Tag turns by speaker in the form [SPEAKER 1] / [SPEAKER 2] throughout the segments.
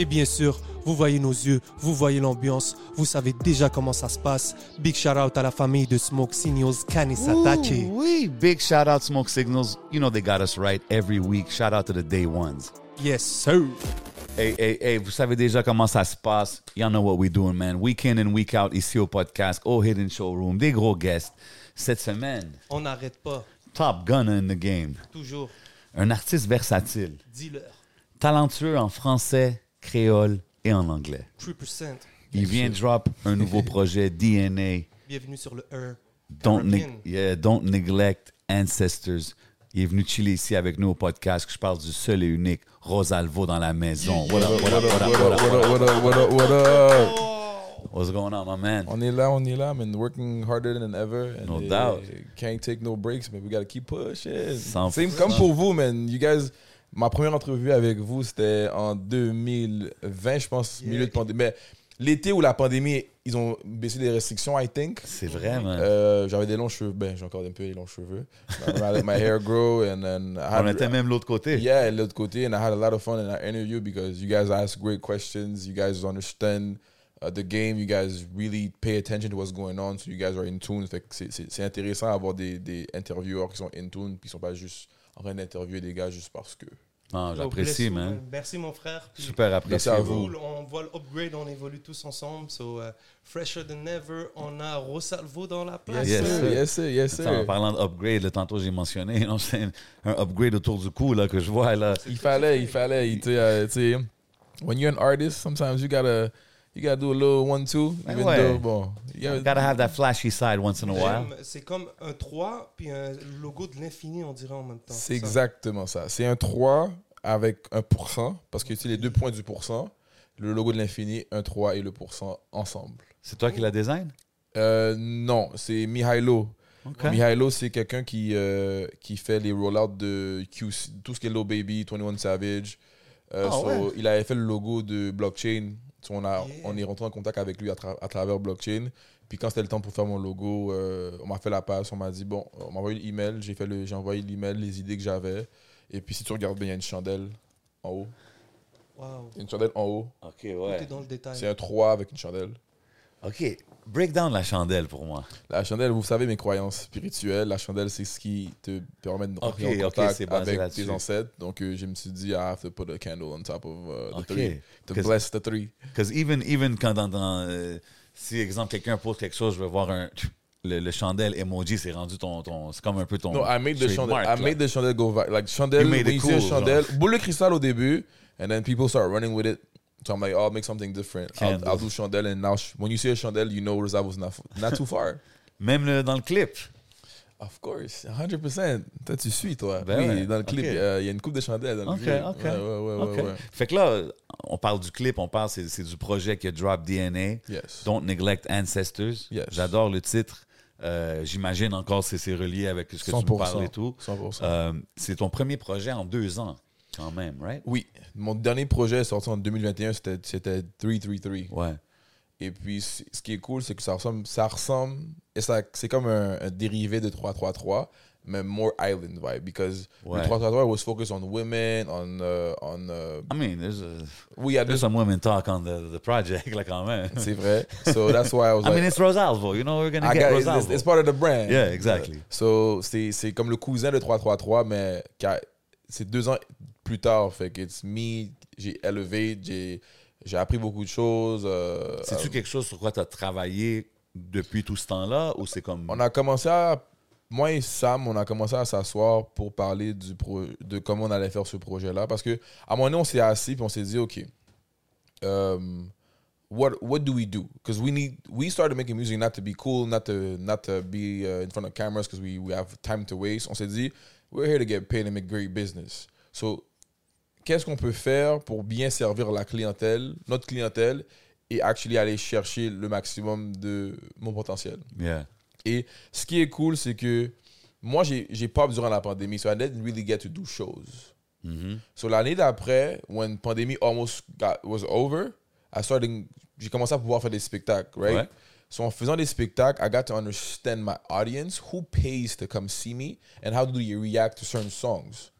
[SPEAKER 1] Et bien sûr, vous voyez nos yeux, vous voyez l'ambiance, vous savez déjà comment ça se passe. Big shout out à la famille de Smoke Signals Kanisatake.
[SPEAKER 2] Ooh, wee. Big shout out Smoke Signals. You know they got us right every week. Shout out to the day ones.
[SPEAKER 1] Yes, sir.
[SPEAKER 2] Hey, hey, hey, vous savez déjà comment ça se passe. Y'all know what we doing, man. Week in and week out ici au podcast, au Hidden Showroom, des gros guests. Cette semaine,
[SPEAKER 1] On n'arrête pas,
[SPEAKER 2] top gunner in the game.
[SPEAKER 1] toujours.
[SPEAKER 2] Un artiste versatile,
[SPEAKER 1] Dealer,
[SPEAKER 2] talentueux en français, créole et en anglais.
[SPEAKER 1] 3%.
[SPEAKER 2] Il vient drop un nouveau projet DNA
[SPEAKER 1] Bienvenue sur le 1.
[SPEAKER 2] Don't, neg-
[SPEAKER 1] Caribbean.
[SPEAKER 2] yeah, don't neglect ancestors. Il est venu chiller ici avec nous au podcast que je parle du seul et unique Rosalvo dans la maison. What up, what up, what up, what up,
[SPEAKER 3] What up, what up, what up, what up?
[SPEAKER 2] What's going on, my man?
[SPEAKER 3] On est là, on est là, man. Working harder than ever. And
[SPEAKER 2] No
[SPEAKER 3] eh,
[SPEAKER 2] doubt.
[SPEAKER 3] Can't take no breaks, man. We gotta keep pushing.
[SPEAKER 2] Cent
[SPEAKER 3] Same
[SPEAKER 2] pour
[SPEAKER 3] comme
[SPEAKER 2] cent.
[SPEAKER 3] pour vous, man. You guys, ma première entrevue avec vous, c'était en 2020, je pense, milieu de pandémie. Mais l'été où la pandémie, ils ont baissé les restrictions, I think.
[SPEAKER 2] C'est vrai, man.
[SPEAKER 3] Euh, J'avais des longs cheveux. Ben, j'ai encore un peu des longs cheveux. I let my hair grow and then I had-
[SPEAKER 2] On était même l'autre côté.
[SPEAKER 3] Yeah, and l'autre côté, and I had a lot of fun in our interview because you guys ask great questions. You guys understand uh, the game. You guys really pay attention to what's going on. So you guys are in tune. Fait que c'est- c'est c'est intéressant d'avoir des, des intervieweurs qui sont in tune puis qui sont pas juste en train d'interviewer des gars juste parce que.
[SPEAKER 2] Ah, J'apprécie, man.
[SPEAKER 1] euh, Merci, mon frère. Puis-
[SPEAKER 2] Super apprécié.
[SPEAKER 3] Merci à
[SPEAKER 1] C'est
[SPEAKER 3] vous.
[SPEAKER 1] cool, on voit l'upgrade, on évolue tous ensemble. So, euh, fresher than ever, on a Rosalvo dans la place.
[SPEAKER 2] Yes,
[SPEAKER 3] sir,
[SPEAKER 2] sir.
[SPEAKER 3] Yes, sir. Yes,
[SPEAKER 2] Attends, en
[SPEAKER 3] sir.
[SPEAKER 2] parlant d'upgrade, là, tantôt j'ai mentionné non, c'est un, un upgrade autour du cou là, que je vois. Là.
[SPEAKER 3] Il fallait, il fallait. il- tu sais, euh, tu sais, when you're an artist, sometimes you gotta, you gotta do a little one-two.
[SPEAKER 2] Ben
[SPEAKER 3] even
[SPEAKER 2] ouais.
[SPEAKER 3] though, bon, you gotta-
[SPEAKER 2] Gotta have that flashy side once in a while.
[SPEAKER 1] J'aime, C'est comme un 3 puis un logo de l'infini, on dirait en même temps.
[SPEAKER 3] C'est
[SPEAKER 1] Ça.
[SPEAKER 3] exactement ça. C'est un 3 avec un pourcent, parce que tu sais, les deux points du pourcent, le logo de l'infini, un 3 et le pourcent ensemble.
[SPEAKER 2] C'est toi qui la design?
[SPEAKER 3] Euh, non, c'est Mihailo.
[SPEAKER 2] OK.
[SPEAKER 3] Mihailo, c'est quelqu'un qui, euh, qui fait les rollouts de QC, tout ce qui est Low Baby, 21 Savage. Euh,
[SPEAKER 2] Ah,
[SPEAKER 3] so,
[SPEAKER 2] ouais.
[SPEAKER 3] Il avait fait le logo de Blockchain. So, on,
[SPEAKER 1] Yeah.
[SPEAKER 3] a, on est rentré en contact avec lui à, tra- à travers Blockchain. Puis quand c'était le temps pour faire mon logo, euh, on m'a fait la passe, on m'a dit, bon, on m'a envoyé l'email, j'ai fait le- j'ai envoyé l'email, les idées que j'avais. Et puis si tu regardes bien, il y a une chandelle en haut.
[SPEAKER 1] Wow.
[SPEAKER 3] Il y a Une chandelle en haut.
[SPEAKER 2] OK,
[SPEAKER 1] Tout est
[SPEAKER 2] ouais.
[SPEAKER 1] dans le détail.
[SPEAKER 3] C'est un 3 avec une chandelle.
[SPEAKER 2] OK, break down la chandelle pour moi.
[SPEAKER 3] La chandelle, vous savez mes croyances spirituelles. La chandelle, c'est ce qui te permet de rentrer
[SPEAKER 2] Ok,
[SPEAKER 3] en
[SPEAKER 2] ok,
[SPEAKER 3] contact
[SPEAKER 2] c'est basé
[SPEAKER 3] avec
[SPEAKER 2] là-dessus.
[SPEAKER 3] tes ancêtres. Donc, euh, je me suis dit, I have to put a candle on top of uh, the
[SPEAKER 2] Ok.
[SPEAKER 3] three. To
[SPEAKER 2] Qu'est-ce-
[SPEAKER 3] bless the three.
[SPEAKER 2] Because even, even quand dans, dans, euh, si exemple quelqu'un pose quelque chose, je vais voir un le, le chandelle emoji, c'est rendu ton, ton c'est comme un peu ton.
[SPEAKER 3] No, I made the chandelle.
[SPEAKER 2] trademark,
[SPEAKER 3] I
[SPEAKER 2] là.
[SPEAKER 3] made the chandelle go viral. Like, chandelle,
[SPEAKER 2] You made it
[SPEAKER 3] when you see a
[SPEAKER 2] cool, genre.
[SPEAKER 3] chandelle. Boule de cristal au début, and then people start running with it. So I'm like, oh, I'll make something different. I'll,
[SPEAKER 2] Candle.
[SPEAKER 3] I'll do chandelle, and now sh- when you see a chandelle, you know Rosa was not, not too far.
[SPEAKER 2] Même le- dans le clip.
[SPEAKER 3] Of course, 100%. Toi, tu suis, toi.
[SPEAKER 2] Ben
[SPEAKER 3] oui,
[SPEAKER 2] ouais,
[SPEAKER 3] dans le clip,
[SPEAKER 2] ok.
[SPEAKER 3] euh, il y a une coupe de chandelles dans
[SPEAKER 2] OK,
[SPEAKER 3] le clip.
[SPEAKER 2] OK.
[SPEAKER 3] Ouais, ouais, ouais,
[SPEAKER 2] OK.
[SPEAKER 3] ouais, ouais.
[SPEAKER 2] Fait que là, on parle du clip, on parle, c'est, c'est du projet qui a Drop DNA.
[SPEAKER 3] Yes.
[SPEAKER 2] Don't Neglect Ancestors.
[SPEAKER 3] Yes.
[SPEAKER 2] J'adore le titre. Euh, j'imagine encore c'est, c'est relié avec ce que tu me parles et tout.
[SPEAKER 3] 100%.
[SPEAKER 2] Euh, c'est ton premier projet en deux ans, quand même, right?
[SPEAKER 3] Oui, mon dernier projet sorti en 2021, c'était c'était 333.
[SPEAKER 2] Ouais.
[SPEAKER 3] Et puis, c- ce qui est cool, c'est que ça ressemble, ça ressemble et ça, c'est comme un, un dérivé de 333, mais more island vibe, because
[SPEAKER 2] Ouais.
[SPEAKER 3] le 333 was focused on women, on, uh, on, uh,
[SPEAKER 2] I mean, there's a,
[SPEAKER 3] oui, il y a deux,
[SPEAKER 2] there's some women talk on the, the project, là, quand même.
[SPEAKER 3] c'est vrai. So that's why I was
[SPEAKER 2] I mean,
[SPEAKER 3] like,
[SPEAKER 2] it's Rosalvo. You know, we're gonna
[SPEAKER 3] I
[SPEAKER 2] get
[SPEAKER 3] got- it's,
[SPEAKER 2] Rosalvo.
[SPEAKER 3] it's part of the brand. Uh,
[SPEAKER 2] Yeah, exactly.
[SPEAKER 3] So c'est c'est comme le cousin de 333, mais qui a- c'est deux ans plus tard, fait que it's me, j'ai élevé, j'ai j'ai appris beaucoup de choses. euh,
[SPEAKER 2] C'est-tu quelque chose sur quoi tu as travaillé depuis tout ce temps-là ou c'est comme.
[SPEAKER 3] On a commencé à. Moi et Sam, on a commencé à s'asseoir pour parler du pro, de comment on allait faire ce projet-là. Parce que à un moment donné, on s'est assis et on s'est dit, OK, um, what what do we do? Because we need we started making music not to be cool, not to not to be uh, in front of cameras because we, we have time to waste. On s'est dit, we're here to get paid and make great business. So, qu'est-ce qu'on peut faire pour bien servir la clientèle, notre clientèle, et actually aller chercher le maximum de mon potentiel?
[SPEAKER 2] Yeah.
[SPEAKER 3] Et ce qui est cool, c'est que moi, j'ai j'ai pop durant la pandémie, so I didn't really get to do shows.
[SPEAKER 2] Mhm.
[SPEAKER 3] So l'année d'après, when pandémie almost got, was over, I started, j'ai commencé à pouvoir faire des spectacles, right?
[SPEAKER 2] Ouais.
[SPEAKER 3] So en faisant des spectacles, I got to understand my audience, who pays to come see me, and how do you react to certain songs.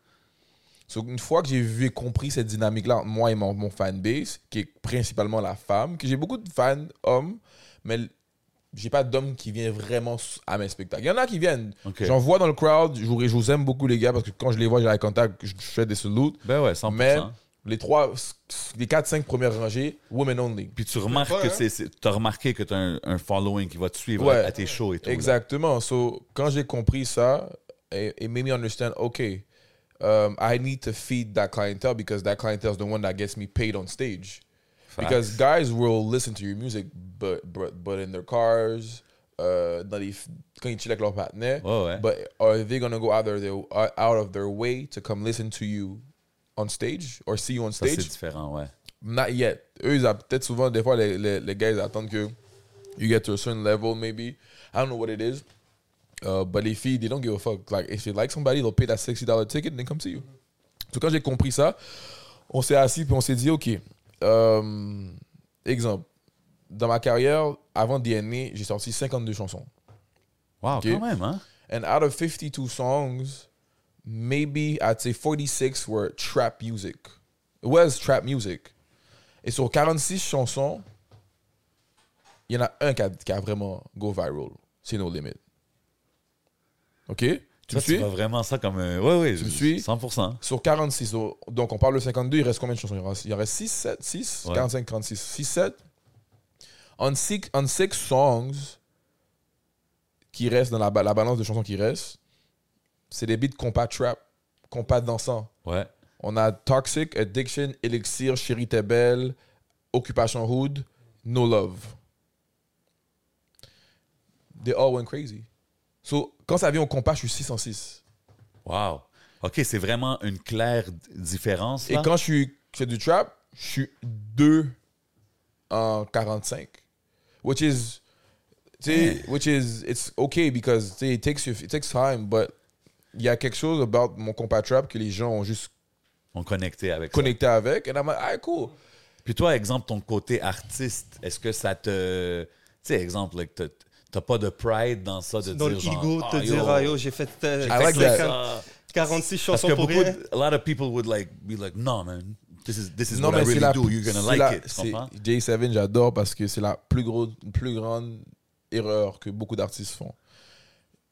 [SPEAKER 3] So une fois que j'ai vu et compris cette dynamique-là entre moi et mon, mon fanbase, qui est principalement la femme, que j'ai beaucoup de fans hommes, mais l- j'ai pas d'hommes qui viennent vraiment s- à mes spectacles. Il y en a qui viennent.
[SPEAKER 2] Ok.
[SPEAKER 3] J'en vois dans le crowd, je vous, je vous aime beaucoup les gars, parce que quand je les vois, j'ai la contact, je je fais des salutes.
[SPEAKER 2] Ben ouais, 100%.
[SPEAKER 3] Mais les trois, les 4-5 premières rangées, women only.
[SPEAKER 2] Puis tu remarques
[SPEAKER 3] Ouais,
[SPEAKER 2] que
[SPEAKER 3] hein.
[SPEAKER 2] c'est- c'est. T'as remarqué que t'as un, un following qui va te suivre
[SPEAKER 3] Ouais.
[SPEAKER 2] à- à tes shows et tout. là.
[SPEAKER 3] Exactement. So, quand j'ai compris ça, it, it made me understand, okay, um, I need to feed that clientele because that clientele is the one that gets me paid on stage. Because guys will listen to your music, but but, but in their cars, uh, not if quand ils chillent avec leur partenaire.
[SPEAKER 2] Ouais, ouais.
[SPEAKER 3] But are they gonna go out of their out of their way to come listen to you on stage or see you on
[SPEAKER 2] Ça, c'est
[SPEAKER 3] stage?
[SPEAKER 2] différent, ouais.
[SPEAKER 3] Not yet. Eux, ils a- peut-être souvent, des fois, les, les, les gars, ils attendent que you get to a certain level, maybe. I don't know what it is. Uh, but les filles, they don't give a fuck. Like, if they like somebody, they'll pay that $60 ticket and they come see you. Donc, quand j'ai compris ça, on s'est assis puis on s'est dit, OK, euh, exemple, dans ma carrière, avant DNA, j'ai sorti 52 chansons.
[SPEAKER 2] Wow,
[SPEAKER 3] Ok.
[SPEAKER 2] quand même, hein?
[SPEAKER 3] And out of 52 songs, maybe I'd say 46 were trap music. It was trap music. Et sur 46 chansons, il y en a un qui a, qui a vraiment go viral. C'est No Limit. OK? Tu
[SPEAKER 2] Toi,
[SPEAKER 3] me suis?
[SPEAKER 2] vois vraiment ça comme. un- Ouais, ouais. Tu
[SPEAKER 3] me suis?
[SPEAKER 2] 100%.
[SPEAKER 3] Sur 46, sur- donc on parle de 52, il reste combien de chansons Il en reste, il en reste 6, 7, 6,
[SPEAKER 2] Ouais.
[SPEAKER 3] 45, 46, 6, 7. On 6 on six songs qui restent dans la, ba- la balance de chansons qui restent, c'est des beats compas trap, compas dansant.
[SPEAKER 2] Ouais.
[SPEAKER 3] On a Toxic, Addiction, Elixir, Chérie T'es Belle, Occupation Hood, No Love. They all went crazy. So, quand ça vient au compas, je suis 606.
[SPEAKER 2] Wow. OK, c'est vraiment une claire d- différence.
[SPEAKER 3] Et
[SPEAKER 2] Là.
[SPEAKER 3] quand je suis je fais du trap, je suis 2 en 45. Which is, tu sais, which is, it's okay because tu sais, it takes, you- it takes time, but il y a quelque chose about mon compas trap que les gens ont juste
[SPEAKER 2] On connectait avec ça.
[SPEAKER 3] connecté avec. And I'm like, ah, cool.
[SPEAKER 2] Puis toi, exemple, ton côté artiste, est-ce que ça te. Tu sais, exemple, like, t'as- t'as pas de pride dans ça de
[SPEAKER 1] Dans le
[SPEAKER 2] dire. genre,
[SPEAKER 1] ego, te
[SPEAKER 2] Ah,
[SPEAKER 1] dire,
[SPEAKER 2] yo,
[SPEAKER 1] ah yo, j'ai fait euh,
[SPEAKER 3] I like that.
[SPEAKER 1] 50 46
[SPEAKER 2] Parce
[SPEAKER 1] chansons
[SPEAKER 2] que
[SPEAKER 1] pour
[SPEAKER 2] beaucoup,
[SPEAKER 1] rien.
[SPEAKER 2] de- a lot of people would like be like, no man, this is this is
[SPEAKER 3] Non,
[SPEAKER 2] what I
[SPEAKER 3] mais c'est
[SPEAKER 2] really
[SPEAKER 3] la.
[SPEAKER 2] do. You're gonna
[SPEAKER 3] c'est
[SPEAKER 2] like
[SPEAKER 3] la-
[SPEAKER 2] it. Tu
[SPEAKER 3] c'est-
[SPEAKER 2] comprends?
[SPEAKER 3] J7, j'adore parce que c'est la plus, gros, plus grande erreur que beaucoup d'artistes font.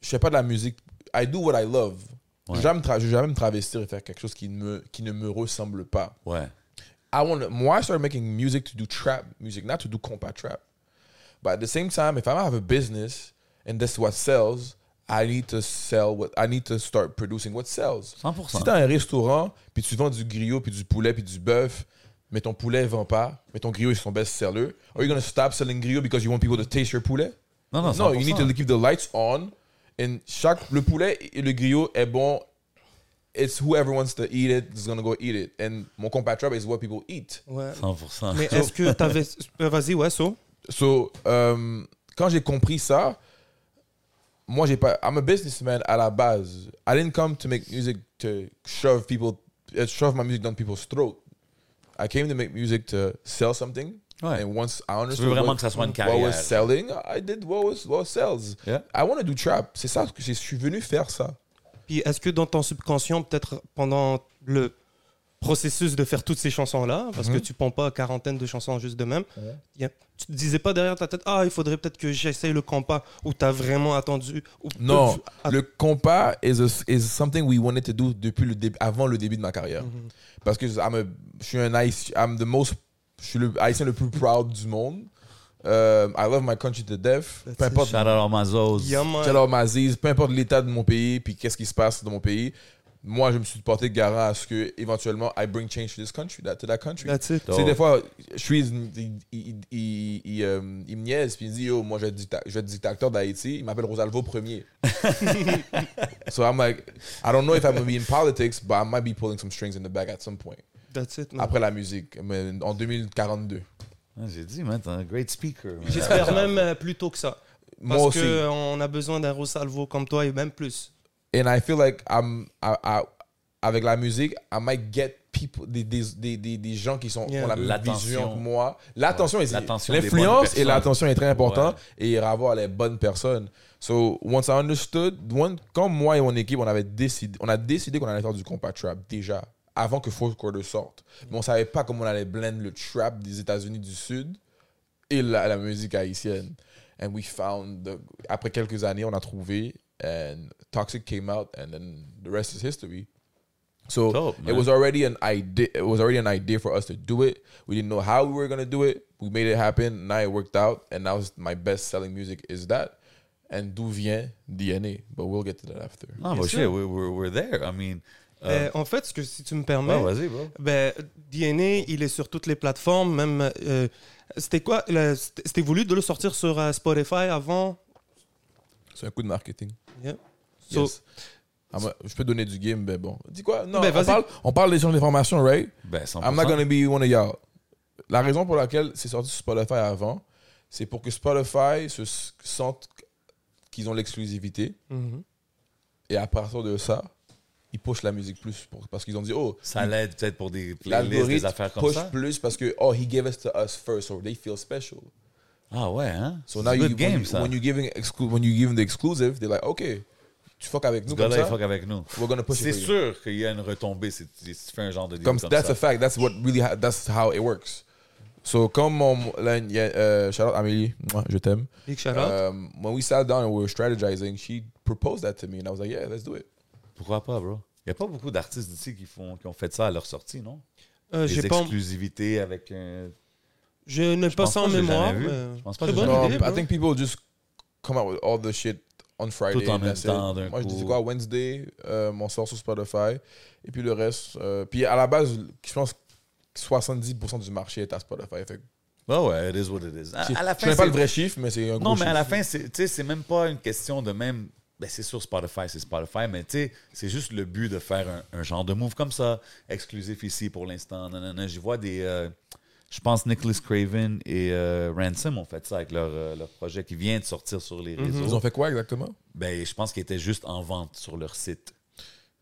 [SPEAKER 3] Je fais pas de la musique. I do what I love.
[SPEAKER 2] Ouais.
[SPEAKER 3] Je vais jamais me tra- je vais jamais me travestir et faire quelque chose qui ne me, qui ne me ressemble pas.
[SPEAKER 2] Ouais.
[SPEAKER 3] I want moi I started making music to do trap music, not to do compa trap. But at the same time, if I have a business and this is what sells, I need to sell what I need to start producing what sells.
[SPEAKER 2] 100%.
[SPEAKER 3] Si t'as un restaurant, puis tu vends du griot, puis du poulet, puis du bœuf, mais ton poulet vend pas, mais ton griot est son best-seller, are you gonna stop selling griot because you want people to taste your poulet?
[SPEAKER 2] Non, non,
[SPEAKER 3] No, you
[SPEAKER 2] 100%.
[SPEAKER 3] need to keep the lights on. And chaque, le poulet et le griot est bon. It's whoever wants to eat it is gonna go eat it. And mon compatriote is what people eat.
[SPEAKER 1] Ouais.
[SPEAKER 2] 100%.
[SPEAKER 1] Mais est-ce que t'avais. Euh, Vas-y, ouais, so.
[SPEAKER 3] So, euh, quand j'ai compris ça, moi, j'ai pas. I'm a businessman à la base. I didn't come to make music to shove people, uh, shove my music down people's throat. I came to make music to sell something.
[SPEAKER 2] Ouais.
[SPEAKER 3] And once I
[SPEAKER 2] Tu
[SPEAKER 3] understood
[SPEAKER 2] veux vraiment
[SPEAKER 3] what,
[SPEAKER 2] que ça soit une
[SPEAKER 3] what
[SPEAKER 2] carrière.
[SPEAKER 3] was selling, I did what was what sells.
[SPEAKER 2] Yeah.
[SPEAKER 3] I want to do trap. C'est ça que je suis venu faire ça.
[SPEAKER 1] Puis est-ce que dans ton subconscient, peut-être pendant le processus de faire toutes ces chansons-là, parce
[SPEAKER 3] Mhm.
[SPEAKER 1] que tu prends pas quarantaine de chansons juste de même, y a- tu te disais pas derrière ta tête, ah, il faudrait peut-être que j'essaye le compas, ou t'as vraiment attendu. ou-
[SPEAKER 3] Non,
[SPEAKER 1] tu- ah,
[SPEAKER 3] le compas is, a- is something we wanted to do depuis le dé- avant le début de ma carrière.
[SPEAKER 1] Mm-hmm.
[SPEAKER 3] Parce que I'm a- je suis un Haïti- I'm the most, je suis le haïtien le plus proud du monde. Euh, I love my country to death.
[SPEAKER 1] That's
[SPEAKER 3] Peu
[SPEAKER 1] it.
[SPEAKER 3] importe
[SPEAKER 2] Shout out à Mazos.
[SPEAKER 1] Yeah, man.
[SPEAKER 3] Shout out Maziz, peu importe l'état de mon pays, puis qu'est-ce qui se passe dans mon pays, moi, je me suis porté garant à ce que, éventuellement, I bring change to this country, that- to that country.
[SPEAKER 1] That's it.
[SPEAKER 3] Tu sais, des fois, je suis, il, il, il, il, euh, il me niaise, puis il me dit, yo, moi, je vais être, dicta- je vais être dictateur d'Haïti. Il m'appelle Rosalvo Premier. so I'm like, I don't know if I'm going to be in politics, but I might be pulling some strings in the back at some point.
[SPEAKER 1] That's it, man.
[SPEAKER 3] Après la musique, mais en 2042.
[SPEAKER 2] Ah, J'ai dit, man, t'es un great speaker. man.
[SPEAKER 1] J'espère même euh, plus tôt que ça.
[SPEAKER 3] Moi
[SPEAKER 1] Parce
[SPEAKER 3] aussi.
[SPEAKER 1] qu'on a besoin d'un Rosalvo comme toi et même plus.
[SPEAKER 3] And I feel like I'm, I- I- avec la musique, I might get people, des, des, des, des, des gens qui sont,
[SPEAKER 1] Yeah.
[SPEAKER 3] ont la même
[SPEAKER 2] L'attention.
[SPEAKER 3] vision que moi. L'attention
[SPEAKER 2] Ouais.
[SPEAKER 3] est
[SPEAKER 2] L'attention des bonnes
[SPEAKER 3] L'influence et
[SPEAKER 2] personnes.
[SPEAKER 3] l'attention est très important
[SPEAKER 2] Ouais.
[SPEAKER 3] et il va avoir les bonnes personnes. So, once I understood, one, quand moi et mon équipe, on, avait décidé, on a décidé qu'on allait faire du compact trap déjà, avant que Fourth Quarter sorte. Mais on savait pas comment on allait blend le trap des États-Unis du Sud et la, la musique haïtienne. And we found, the- après quelques années, on a trouvé, and Toxic came out, and then the rest is history. So
[SPEAKER 2] Dope,
[SPEAKER 3] it
[SPEAKER 2] man.
[SPEAKER 3] was already an idea. It was already an idea for us to do it. We didn't know how we were gonna do it. We made it happen. Now it worked out, and now it's my best selling music is that. And d'où vient DNA? But we'll get to that after.
[SPEAKER 2] Non,
[SPEAKER 1] Bien
[SPEAKER 2] but
[SPEAKER 1] sûr.
[SPEAKER 2] Ah, shit, we- we're, we're there. I mean, euh,
[SPEAKER 3] Eh,
[SPEAKER 1] Euh, en fait, ce que, si tu me permets,
[SPEAKER 2] ouais, vas-y, bro.
[SPEAKER 1] ben, DNA, il est sur toutes les plateformes. Même, euh, c'était quoi le- C'était c'était voulu de le sortir sur euh, Spotify avant.
[SPEAKER 3] C'est un coup de marketing.
[SPEAKER 1] So,
[SPEAKER 3] Yes. Ah, moi, je peux donner du game, mais bon. Dis quoi? Non,
[SPEAKER 1] Ben,
[SPEAKER 3] on,
[SPEAKER 1] vas-y.
[SPEAKER 3] parle, on parle des gens d'information, right?
[SPEAKER 2] Ben, 100%.
[SPEAKER 3] I'm not gonna be one of y'all. La raison pour laquelle c'est sorti sur Spotify avant, c'est pour que Spotify se s- sente qu'ils ont l'exclusivité.
[SPEAKER 2] Mm-hmm.
[SPEAKER 1] mhm.
[SPEAKER 3] Et à partir de ça, ils pushent la musique plus pour- parce qu'ils ont dit oh
[SPEAKER 2] Ça l'aide peut-être pour des playlists, des
[SPEAKER 3] l'algorithme
[SPEAKER 2] affaires comme
[SPEAKER 3] push
[SPEAKER 2] ça.
[SPEAKER 3] plus parce que oh he gave us to us first or they feel special.
[SPEAKER 2] Ah ouais, hein?
[SPEAKER 3] So
[SPEAKER 2] C'est
[SPEAKER 3] now
[SPEAKER 2] un
[SPEAKER 3] you,
[SPEAKER 2] good
[SPEAKER 3] when,
[SPEAKER 2] game,
[SPEAKER 3] you,
[SPEAKER 2] ça.
[SPEAKER 3] when you giving exclu- when you giving the exclusive, they're like okay tu fuck avec
[SPEAKER 2] Ce
[SPEAKER 3] nous comme
[SPEAKER 2] gars-là, il
[SPEAKER 3] ça.
[SPEAKER 2] fuck avec nous.
[SPEAKER 3] We're gonna push it
[SPEAKER 2] C'est
[SPEAKER 3] for you.
[SPEAKER 2] sûr qu'il y a une retombée si tu si tu fais un genre de deal
[SPEAKER 3] Comme
[SPEAKER 2] comme,
[SPEAKER 3] that's
[SPEAKER 2] ça.
[SPEAKER 3] a fact. That's what really ha- that's how it works. So comme mon là, il y a, euh, shout out Amélie, Mouah, je t'aime.
[SPEAKER 1] Big shout out.
[SPEAKER 2] Euh,
[SPEAKER 3] Um, when we sat down and we were strategizing, she proposed that to me, and I was like, "Yeah, let's do it."
[SPEAKER 2] Pourquoi pas, bro? Il n'y a pas beaucoup d'artistes d'ici qui, font, qui ont fait ça à leur sortie, non?
[SPEAKER 1] Euh, j'ai
[SPEAKER 2] Des
[SPEAKER 1] pas-
[SPEAKER 2] exclusivités avec un...
[SPEAKER 1] je n'ai pas
[SPEAKER 2] pense
[SPEAKER 1] ça
[SPEAKER 2] pas
[SPEAKER 1] en
[SPEAKER 2] que j'ai
[SPEAKER 1] mémoire.
[SPEAKER 2] jamais vu.
[SPEAKER 1] mais
[SPEAKER 2] Je pense pas
[SPEAKER 1] Très
[SPEAKER 2] que j'ai
[SPEAKER 1] bonne
[SPEAKER 2] jamais
[SPEAKER 3] No,
[SPEAKER 1] idée.
[SPEAKER 3] Um, I
[SPEAKER 1] Oh, bro.
[SPEAKER 3] think people just come out with all the shit on Friday.
[SPEAKER 2] Tout en
[SPEAKER 3] and
[SPEAKER 2] même
[SPEAKER 3] that's it.
[SPEAKER 2] temps, d'un
[SPEAKER 3] Moi, je dis
[SPEAKER 2] coup.
[SPEAKER 3] quoi, Wednesday, euh, mon sort sur Spotify, et puis le reste. euh, puis à la base, je pense que 70% du marché est à Spotify. Fait que
[SPEAKER 2] Ouais, ouais, it is what it is. À, à la fin,
[SPEAKER 3] je connais pas
[SPEAKER 2] c'est-
[SPEAKER 3] le vrai chiffre, mais c'est un gros
[SPEAKER 2] Non, mais à la
[SPEAKER 3] chiffre.
[SPEAKER 2] fin, c'est tu sais, c'est même pas une question de même. Ben, c'est sûr, Spotify, c'est Spotify, mais tu sais, c'est juste le but de faire un, un genre de move comme ça, exclusif ici pour l'instant. nanana. J'y vois des. euh, je pense Nicholas Craven et euh, Ransom ont fait ça avec leur, euh, leur projet qui vient de sortir sur les réseaux.
[SPEAKER 3] Mhm. Ils ont fait quoi exactement?
[SPEAKER 2] Ben, je pense qu'ils étaient juste en vente sur leur site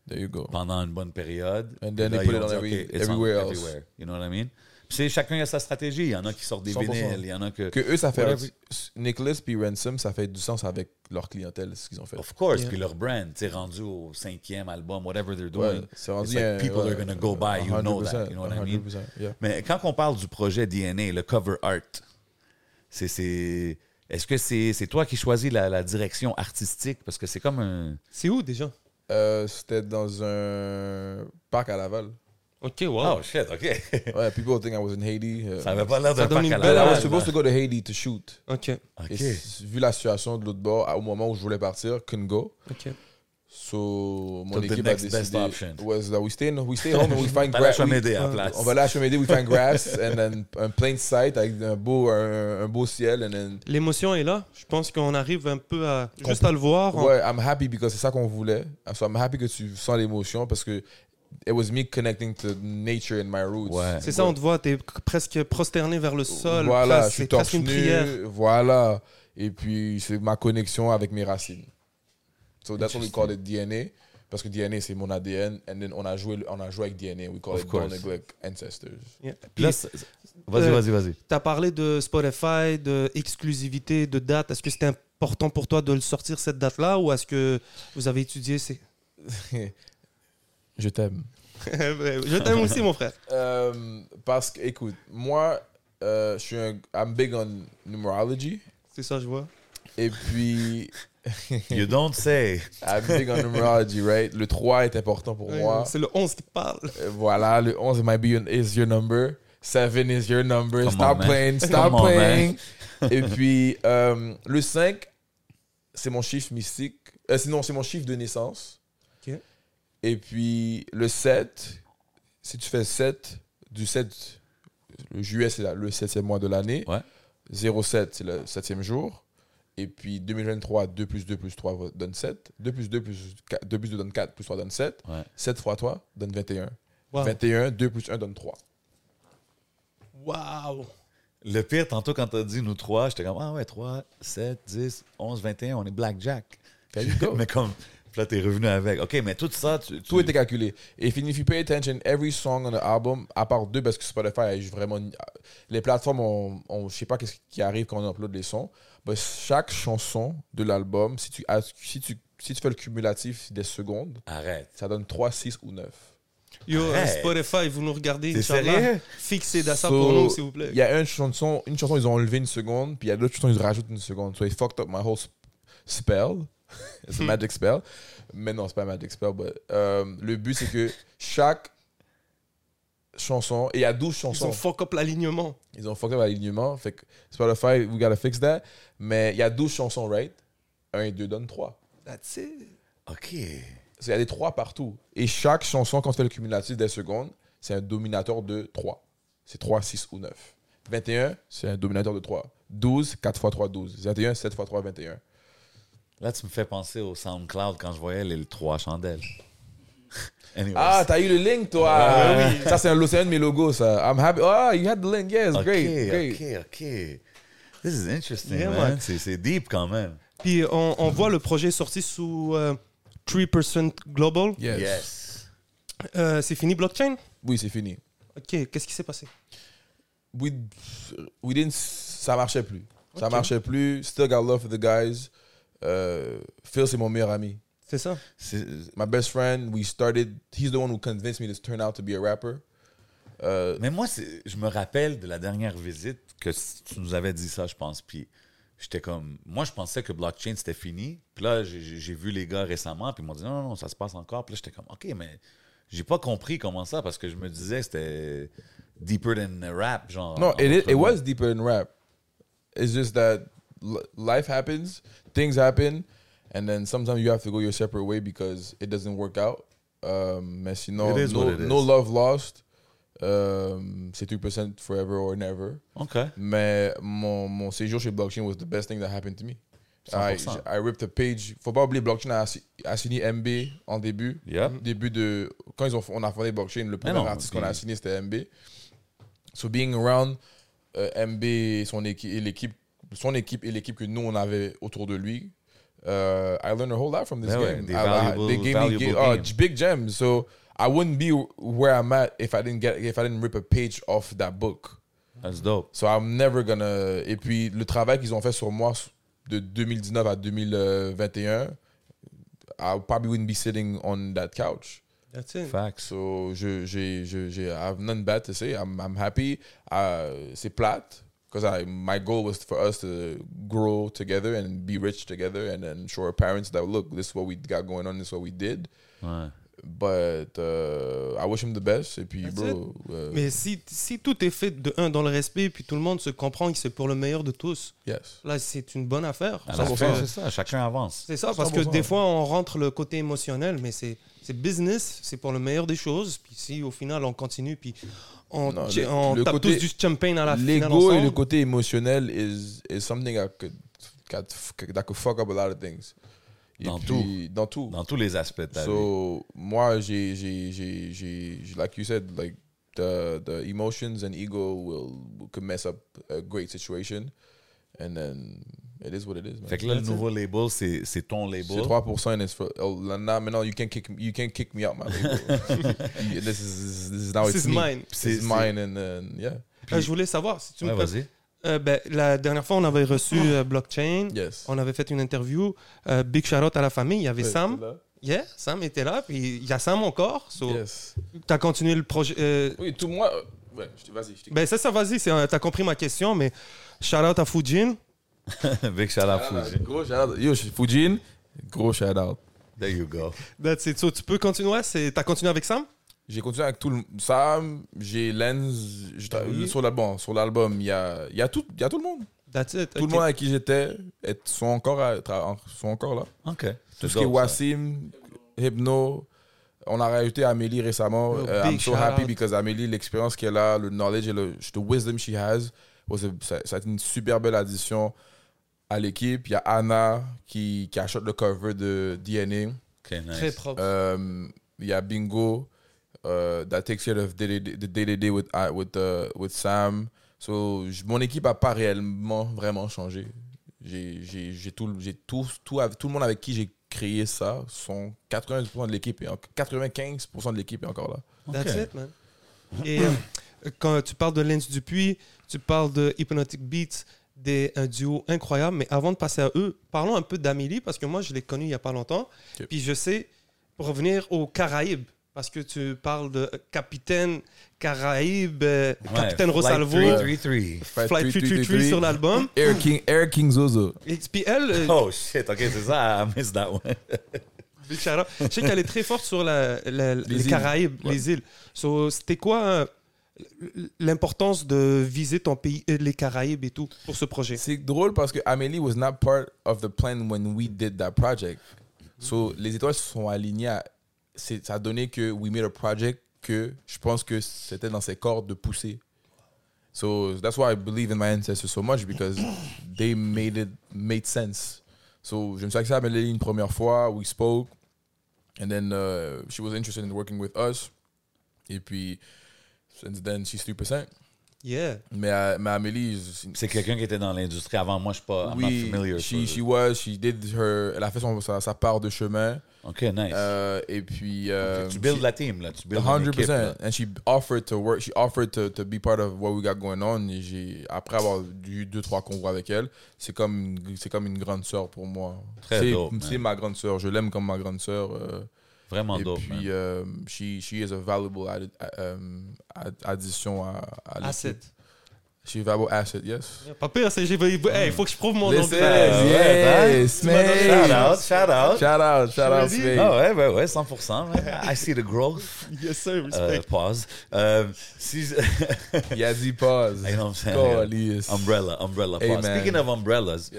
[SPEAKER 3] There you go.
[SPEAKER 2] pendant une bonne période.
[SPEAKER 3] And then
[SPEAKER 2] Là,
[SPEAKER 3] they put
[SPEAKER 2] ils ont
[SPEAKER 3] it on
[SPEAKER 2] dit,
[SPEAKER 3] every-
[SPEAKER 2] OK, it's on
[SPEAKER 3] everywhere else.
[SPEAKER 2] You know what I mean? Puis c'est- chacun a sa stratégie. Il y en a qui sortent des
[SPEAKER 3] 100%.
[SPEAKER 2] vinyles, il y en a que.
[SPEAKER 3] Que eux, ça fait.
[SPEAKER 2] Whatever.
[SPEAKER 3] Nicholas puis Ransom, ça fait du sens avec leur clientèle, ce qu'ils ont fait.
[SPEAKER 2] Of course,
[SPEAKER 1] Yeah.
[SPEAKER 2] puis leur brand, tu sais, rendu au cinquième album, whatever they're
[SPEAKER 3] Ouais,
[SPEAKER 2] doing,
[SPEAKER 3] c'est rendu
[SPEAKER 2] it's like
[SPEAKER 3] un-
[SPEAKER 2] people
[SPEAKER 3] ouais,
[SPEAKER 2] are gonna go buy, you know that,
[SPEAKER 3] 100%,
[SPEAKER 2] you know what I mean?
[SPEAKER 3] 100%, yeah.
[SPEAKER 2] Mais quand on parle du projet DNA, le cover art, c'est, c'est, est-ce que c'est, c'est toi qui choisis la, la direction artistique? Parce que c'est comme un...
[SPEAKER 1] C'est où déjà
[SPEAKER 3] Euh, C'était dans un parc à Laval.
[SPEAKER 1] Ok, wow.
[SPEAKER 2] Oh, shit, OK.
[SPEAKER 3] Ouais, people think I was in Haiti. euh,
[SPEAKER 2] ça avait pas l'air
[SPEAKER 1] Ça
[SPEAKER 2] d'un
[SPEAKER 1] donne
[SPEAKER 2] parc
[SPEAKER 1] une
[SPEAKER 2] à
[SPEAKER 3] But
[SPEAKER 1] belle-
[SPEAKER 2] la
[SPEAKER 3] I was
[SPEAKER 1] Ah,
[SPEAKER 3] supposed to go to Haiti to shoot.
[SPEAKER 1] Ok,
[SPEAKER 2] OK.
[SPEAKER 3] Et c- vu la situation de l'autre bord, à- au moment où je voulais partir, couldn't go.
[SPEAKER 1] ok.
[SPEAKER 3] So, mon
[SPEAKER 2] Took the
[SPEAKER 3] équipe a
[SPEAKER 2] next best
[SPEAKER 3] décidé
[SPEAKER 2] option.
[SPEAKER 3] was that we stay, in, we stay home and we find
[SPEAKER 2] T'as la
[SPEAKER 3] grass.
[SPEAKER 2] cheminée à la place.
[SPEAKER 3] On va aller à Chemédé, we find grass, and then un plain sight avec un beau, un, un beau ciel, and then...
[SPEAKER 1] L'émotion est là. Je pense qu'on arrive un peu à juste à le voir. on-
[SPEAKER 3] Ouais, I'm happy because c'est ça qu'on voulait. So I'm happy que tu sens l'émotion parce que it was me connecting to nature and my roots.
[SPEAKER 2] Ouais.
[SPEAKER 1] C'est ça, on te voit, t'es presque prosterné vers le sol. presque-
[SPEAKER 3] Voilà, je
[SPEAKER 1] c'est
[SPEAKER 3] suis
[SPEAKER 1] presque
[SPEAKER 3] torse
[SPEAKER 1] une
[SPEAKER 3] nu,
[SPEAKER 1] prière.
[SPEAKER 3] Voilà. Et puis, c'est ma connexion avec mes racines. So that's what we call it DNA. Parce que DNA, c'est mon ADN. And then on a joué, on a joué avec DNA. We call
[SPEAKER 2] Of
[SPEAKER 3] it
[SPEAKER 2] course.
[SPEAKER 3] Born-Neglect Ancestors.
[SPEAKER 1] Yeah.
[SPEAKER 2] Puis
[SPEAKER 1] Puis,
[SPEAKER 2] là, c'est- vas-y,
[SPEAKER 1] Euh,
[SPEAKER 2] vas-y, vas-y.
[SPEAKER 1] T'as parlé de Spotify, de exclusivité, de date. Est-ce que c'était important pour toi de le sortir cette date-là ou est-ce que vous avez étudié ces...
[SPEAKER 3] Je t'aime.
[SPEAKER 1] Je t'aime aussi, mon frère.
[SPEAKER 3] Euh, parce que, écoute, moi, euh, je suis un... I'm big on numerology.
[SPEAKER 1] C'est ça, je vois.
[SPEAKER 3] Et puis,
[SPEAKER 2] You don't say.
[SPEAKER 3] I'm big on numerology, right? Le 3 est important pour moi.
[SPEAKER 1] C'est le 11 qui parle.
[SPEAKER 3] Euh, Voilà, le 11 might be your- is your number. Seven is your number.
[SPEAKER 2] Come
[SPEAKER 3] stop
[SPEAKER 2] on, man.
[SPEAKER 3] playing. Stop
[SPEAKER 2] Come on,
[SPEAKER 3] playing. Et puis, euh, le 5, c'est mon chiffre mystique. Euh, sinon, c'est mon chiffre de naissance.
[SPEAKER 1] Ok.
[SPEAKER 3] Et puis, le 7, si tu fais 7, du 7, le juillet, c'est la- le 7e mois de l'année.
[SPEAKER 2] Ouais.
[SPEAKER 3] 07, c'est le 7e jour. Et puis 2023, 2 plus 2 plus 3 donne 7. 2 plus 2 plus 4, 2 plus 2 donne 4, plus 3 donne 7.
[SPEAKER 2] Ouais.
[SPEAKER 3] 7 fois 3 donne 21.
[SPEAKER 1] Wow.
[SPEAKER 3] 21, 2 plus 1 donne 3.
[SPEAKER 1] Waouh.
[SPEAKER 2] Le pire, tantôt, quand t'as dit nous trois, j'étais comme, ah ouais, 3, 7, 10, 11, 21, on est Blackjack.
[SPEAKER 3] There you go.
[SPEAKER 2] mais comme, puis là, t'es revenu avec. OK, mais tout ça, tu. tu-
[SPEAKER 3] Tout était calculé. Et if you, if you pay attention, every song on the album, à part deux, parce que Spotify est vraiment. Les plateformes, on, on- je sais pas qu'est-ce qui arrive quand on upload les sons, mais chaque chanson de l'album, si tu, as- si, tu, si tu fais le cumulatif des secondes,
[SPEAKER 2] Arrête.
[SPEAKER 3] ça donne 3, 6 ou 9.
[SPEAKER 1] Yo, euh,
[SPEAKER 2] Hey.
[SPEAKER 1] Spotify, vous nous regardez.
[SPEAKER 2] T'es
[SPEAKER 1] Inch'Allah.
[SPEAKER 2] sérieux?
[SPEAKER 1] Fixez d'assa
[SPEAKER 3] So,
[SPEAKER 1] pour nous, s'il vous plaît.
[SPEAKER 3] Il y a une chanson, une chanson, ils ont enlevé une seconde, puis il y a d'autres chansons, ils rajoutent une seconde. So, ils fucked up my whole sp- spell. It's a magic spell. Mais non, c'est pas un magic spell. But, euh, le but, c'est que chaque chanson, et il y a 12
[SPEAKER 1] Ils
[SPEAKER 3] chansons.
[SPEAKER 1] ont fuck up l'alignement.
[SPEAKER 3] Ils ont fuck up l'alignement. Fait que Spotify, we gotta fix that. Mais il y a 12 chansons, right? 1 et 2 donnent 3.
[SPEAKER 1] That's it.
[SPEAKER 2] OK.
[SPEAKER 3] Il y a des 3 partout. Et chaque chanson, quand on fait le cumulatif des secondes, c'est un dominateur de 3. C'est 3, 6 ou 9. 21, c'est un dominateur de 3. 12, 4 x 3, 12. 21, 7 x 3, 21.
[SPEAKER 2] Là, tu me fais penser au SoundCloud quand je voyais les trois chandelles. Anyways.
[SPEAKER 3] Ah, t'as eu le link, toi! Ah, Ça, c'est un, lo- c'est un de mes logos, ça. I'm happy. Ah, you had the link. Yes,
[SPEAKER 2] OK,
[SPEAKER 3] great, great.
[SPEAKER 2] OK, OK. This is interesting,
[SPEAKER 1] Yeah,
[SPEAKER 2] man.
[SPEAKER 1] man.
[SPEAKER 2] C'est c'est deep quand même.
[SPEAKER 1] Puis on, on voit le projet sorti sous euh, 3% Global.
[SPEAKER 3] Yes.
[SPEAKER 2] Yes.
[SPEAKER 1] Euh, c'est fini blockchain
[SPEAKER 3] Oui, c'est fini.
[SPEAKER 1] Ok, qu'est-ce qui s'est passé
[SPEAKER 3] we, we didn't, ça marchait plus. Ça marchait plus. Still got love for the guys. Euh, Phil, c'est mon meilleur ami.
[SPEAKER 1] C'est ça
[SPEAKER 2] C'est-
[SPEAKER 3] My best friend, we started, he's the one who convinced me to turn out to be a rapper. Euh,
[SPEAKER 2] Mais moi, c'est- je me rappelle de la dernière visite que s- tu nous avais dit ça, je pense. Puis j'étais comme. Moi, je pensais que blockchain, c'était fini. Puis là, j'ai- j'ai j'ai vu les gars récemment, puis ils m'ont dit non, non, non, ça se passe encore. Puis là, j'étais comme, OK, mais j'ai pas compris comment ça, parce que je me disais que c'était deeper than rap, genre.
[SPEAKER 3] no,
[SPEAKER 2] en-
[SPEAKER 3] it, is-
[SPEAKER 2] entre
[SPEAKER 3] it
[SPEAKER 2] nous.
[SPEAKER 3] was deeper than rap. It's just that li- life happens, things happen, and then sometimes you have to go your separate way because it doesn't work out. Um, mais sinon,
[SPEAKER 2] It is
[SPEAKER 3] no,
[SPEAKER 2] what it is.
[SPEAKER 3] no love lost. Um, c'est 3% forever or never.
[SPEAKER 2] OK.
[SPEAKER 3] Mais mon, mon séjour chez Blockchain was the best thing that happened to me. I,
[SPEAKER 2] 100%.
[SPEAKER 3] I ripped a page. Faut pas oublier, Blockchain a, assi- a signé MB en début.
[SPEAKER 2] Yeah.
[SPEAKER 3] Début de. Quand ils ont, on a fondé Blockchain, le premier
[SPEAKER 2] non,
[SPEAKER 3] artiste
[SPEAKER 2] puis-
[SPEAKER 3] qu'on a signé, c'était MB. So being around euh, MB et son équipe, et l'équipe, son équipe et l'équipe que nous, on avait autour de lui, euh, I learned a whole lot from this
[SPEAKER 2] Ben ouais,
[SPEAKER 3] game.
[SPEAKER 2] des
[SPEAKER 3] I- I-
[SPEAKER 2] valuable-
[SPEAKER 3] they gave me
[SPEAKER 2] valuable
[SPEAKER 3] ga- oh,
[SPEAKER 2] games.
[SPEAKER 3] big gems. So I wouldn't be where I'm at if I didn't get if I didn't rip a page off that book.
[SPEAKER 2] That's dope.
[SPEAKER 3] So I'm never gonna. Et puis le travail qu'ils ont fait sur moi de 2019 à 2021, I probably wouldn't be sitting on that couch.
[SPEAKER 1] That's it.
[SPEAKER 2] Facts.
[SPEAKER 3] So je, j'ai, je, j'ai, I have nothing bad to say. I'm, I'm happy. Uh, c'est plate. Because I, my goal was for us to grow together and be rich together and then show our parents that, look, this is what we got going on, this is what we did.
[SPEAKER 2] Ouais.
[SPEAKER 3] But uh, I wish him the best. Et puis,
[SPEAKER 1] That's
[SPEAKER 3] bro, uh,
[SPEAKER 1] Euh. Mais si, si tout est fait de un dans le respect, puis tout le monde se comprend que c'est pour le meilleur de tous,
[SPEAKER 3] yes.
[SPEAKER 1] là c'est une bonne affaire.
[SPEAKER 3] Ah,
[SPEAKER 2] À la
[SPEAKER 1] Parce
[SPEAKER 2] fin,
[SPEAKER 1] que-
[SPEAKER 2] c'est ça. Chacun avance.
[SPEAKER 1] C'est ça, parce que
[SPEAKER 3] 100%.
[SPEAKER 1] des fois on rentre le côté émotionnel, mais c'est c'est business, c'est pour le meilleur des choses. Puis si au final on continue, puis on,
[SPEAKER 3] Non,
[SPEAKER 1] tche-
[SPEAKER 3] le-
[SPEAKER 1] on
[SPEAKER 3] le
[SPEAKER 1] tape
[SPEAKER 3] côté-
[SPEAKER 1] tous du champagne à la finale
[SPEAKER 3] L'ego
[SPEAKER 1] ensemble.
[SPEAKER 3] et le côté émotionnel is, is something that could, that could fuck up a lot of things. Et
[SPEAKER 2] Dans
[SPEAKER 3] puis, Dans tout.
[SPEAKER 2] Dans tous les aspects de ta vie.
[SPEAKER 3] So moi, j'ai, j'ai, j'ai, j'ai, j'ai- like you said, like the the emotions and ego will could mess up a great situation, and then it is what it is. Man.
[SPEAKER 2] Fait que là, le nouveau label, c'est c'est ton
[SPEAKER 3] C'est
[SPEAKER 2] label.
[SPEAKER 3] 3% and it's for, oh, là, now, maintenant, you can't kick, you can't kick me out, my label. Yeah, this is, this is now
[SPEAKER 1] This
[SPEAKER 3] it's
[SPEAKER 1] is
[SPEAKER 3] me.
[SPEAKER 1] mine.
[SPEAKER 3] This
[SPEAKER 2] C'est-
[SPEAKER 3] is mine, and then, yeah,
[SPEAKER 1] Euh, je voulais savoir si tu
[SPEAKER 2] Ouais,
[SPEAKER 1] me peux-
[SPEAKER 2] vas-y.
[SPEAKER 1] Euh, ben, la dernière fois on avait reçu euh, blockchain.
[SPEAKER 3] yes.
[SPEAKER 1] On avait fait une interview, euh, Big Charlotte à la famille, il y avait Sam. Yeah, Sam était là, puis il y a Sam encore. So,
[SPEAKER 3] Yes.
[SPEAKER 1] T'as continué le projet. euh,
[SPEAKER 3] Oui, tout moi, euh, ouais, je te- vas-y, je t'écoute.
[SPEAKER 1] ben ça, ça vas-y, c'est un- t'as compris ma question, mais shout out à Fujin.
[SPEAKER 2] Big shout out
[SPEAKER 3] Ah,
[SPEAKER 2] Fuji.
[SPEAKER 3] Gros shout out, yo, je- Fujin, gros shout out.
[SPEAKER 2] There you go.
[SPEAKER 1] That's it. So, tu peux continuer, c'est- t'as continué avec Sam
[SPEAKER 3] J'ai continué avec tout le Sam, j'ai Lens, j'ai tra-
[SPEAKER 4] Oui.
[SPEAKER 3] sur l'album, sur l'album, il y a, il y, a tout- il y a tout le monde.
[SPEAKER 4] That's it.
[SPEAKER 3] Tout le monde avec qui j'étais est- sont encore, à tra- en- sont encore là.
[SPEAKER 2] OK.
[SPEAKER 3] Tout ce qui est Wassim, Hypno, on a rajouté Amélie récemment.
[SPEAKER 4] Yo,
[SPEAKER 3] Euh,
[SPEAKER 4] big
[SPEAKER 3] I'm so
[SPEAKER 4] shout
[SPEAKER 3] happy
[SPEAKER 4] out.
[SPEAKER 3] because Amélie, l'expérience qu'elle a, le knowledge et le the wisdom she has, was a- ça, ça a été une super belle addition à l'équipe. Il y a Anna qui, qui achète le cover de DNA.
[SPEAKER 2] OK, nice.
[SPEAKER 4] Très propre.
[SPEAKER 3] Um, il y a Bingo uh, that takes care of day -day, the day-to-day with, I- with, uh, with Sam. So, j- mon équipe n'a pas réellement vraiment changé. J'ai j'ai- j'ai tout, le- j'ai tout, tout, av- tout le monde avec qui j'ai créé ça, sont 90% de l'équipe et 95% de l'équipe est encore là.
[SPEAKER 1] That's
[SPEAKER 2] Euh, Ok.
[SPEAKER 1] it, man. Et euh, quand tu parles de Lens Dupuis, tu parles de Hypnotic Beats, des, un duo incroyable. Mais avant de passer à eux, parlons un peu d'Amélie, parce que moi, je l'ai connue il n'y a pas longtemps.
[SPEAKER 3] Ok.
[SPEAKER 1] Puis je sais, pour revenir aux Caraïbes, parce que tu parles de euh, Capitaine Caraïbes, euh,
[SPEAKER 2] Ouais,
[SPEAKER 1] Capitaine
[SPEAKER 2] Flight
[SPEAKER 1] Rosalvo,
[SPEAKER 2] 333.
[SPEAKER 1] Flight 333 sur l'album.
[SPEAKER 3] Air King, Air King Zozo.
[SPEAKER 1] Et puis elle, euh,
[SPEAKER 2] Oh shit, ok, c'est ça, I missed that one.
[SPEAKER 1] Big shout out. Je sais qu'elle est très forte sur la- la- les,
[SPEAKER 3] îles.
[SPEAKER 1] Caraïbes,
[SPEAKER 3] Ouais.
[SPEAKER 1] les îles. So, C'était quoi euh, l'importance de viser ton pays, euh, les Caraïbes et tout, pour ce projet
[SPEAKER 3] C'est drôle parce que Amélie was not part of the plan when we did that project. So, les étoiles se sont alignées. à- c'est- ça a donné que we made a project que je pense que c'était dans ses cordes de pousser. So, that's why I believe in my ancestors so much because they made it made sense. So, je me suis axé à Amélie une première fois. We spoke. And then uh, she was interested in working with us. Et puis, since then, she's 3%.
[SPEAKER 1] Yeah.
[SPEAKER 3] Mais, euh, mais Amélie,
[SPEAKER 2] C'est quelqu'un qui était dans l'industrie avant moi, je suis pas, I'm not
[SPEAKER 3] oui,
[SPEAKER 2] familiar.
[SPEAKER 3] she,
[SPEAKER 2] so-
[SPEAKER 3] she was, she did her, elle a fait son, sa, sa part de chemin.
[SPEAKER 2] ok, nice.
[SPEAKER 3] Euh, et puis,
[SPEAKER 2] Fait
[SPEAKER 3] euh,
[SPEAKER 2] que tu builds
[SPEAKER 3] she-
[SPEAKER 2] la team, là. Tu builds une
[SPEAKER 3] 100%.
[SPEAKER 2] équipe, là.
[SPEAKER 3] and she offered to work, she offered to, to be part of what we got going on. Et j'ai, après avoir eu deux, trois convois avec elle, c'est comme, une- c'est comme une grande sœur pour moi.
[SPEAKER 2] Très
[SPEAKER 3] c'est,
[SPEAKER 2] dope, man.
[SPEAKER 3] c'est ma grande sœur. Je l'aime comme ma grande sœur. euh,
[SPEAKER 2] Vraiment
[SPEAKER 3] et
[SPEAKER 2] dope, man.
[SPEAKER 3] puis, euh, she, she is a valuable added- a- um, ad- addition à, à l'équipe.
[SPEAKER 1] Asset.
[SPEAKER 3] She's a valuable asset, yes.
[SPEAKER 1] Pas pire, c'est- j'ai- il hey, faut que je prouve mon
[SPEAKER 3] Listen,
[SPEAKER 1] anglais.
[SPEAKER 3] yes,
[SPEAKER 2] Tu m'as donné- Shout
[SPEAKER 3] man.
[SPEAKER 2] out, shout out.
[SPEAKER 3] Shout out, shout out, Spade.
[SPEAKER 2] Ah ouais, ouais, ouais, 100%. man. I see the growth.
[SPEAKER 1] Yes, sir,
[SPEAKER 2] Euh,
[SPEAKER 1] respect.
[SPEAKER 2] pause. Euh, si je-
[SPEAKER 3] Yazzie pause.
[SPEAKER 2] You know what I'm saying?
[SPEAKER 3] Calisse.
[SPEAKER 2] Umbrella, umbrella.
[SPEAKER 3] Hey,
[SPEAKER 2] pause.
[SPEAKER 3] man.
[SPEAKER 2] Speaking of umbrellas,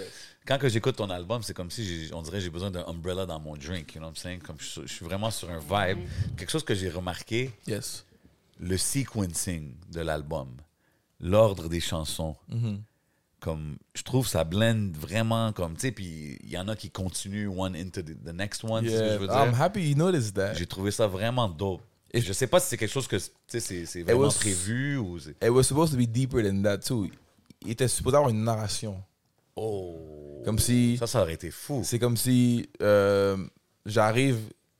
[SPEAKER 2] quand que j'écoute ton album, c'est comme si j'ai- on dirait que j'ai besoin d'un umbrella dans mon drink. You know what I'm saying? Comme je, suis- je suis vraiment sur un vibe. Quelque chose que j'ai remarqué,
[SPEAKER 3] Yes.
[SPEAKER 2] le sequencing de l'album, l'ordre des chansons.
[SPEAKER 3] Mm-hmm.
[SPEAKER 2] Comme je trouve ça blende vraiment comme tu sais puis il y en a qui continuent one into the, the next one, c'est ce que je
[SPEAKER 3] Yeah,
[SPEAKER 2] veux
[SPEAKER 3] I'm
[SPEAKER 2] dire.
[SPEAKER 3] happy you noticed that.
[SPEAKER 2] J'ai trouvé ça vraiment dope. Et je sais pas si c'est quelque chose que tu sais c'est c'est
[SPEAKER 3] was-
[SPEAKER 2] vraiment prévu ou c'est
[SPEAKER 3] It was supposed to be deeper than that too. Il était supposé avoir une narration.
[SPEAKER 2] oh
[SPEAKER 3] Comme si
[SPEAKER 2] ça ça aurait été fou.
[SPEAKER 3] c'est comme si euh, j'arrive.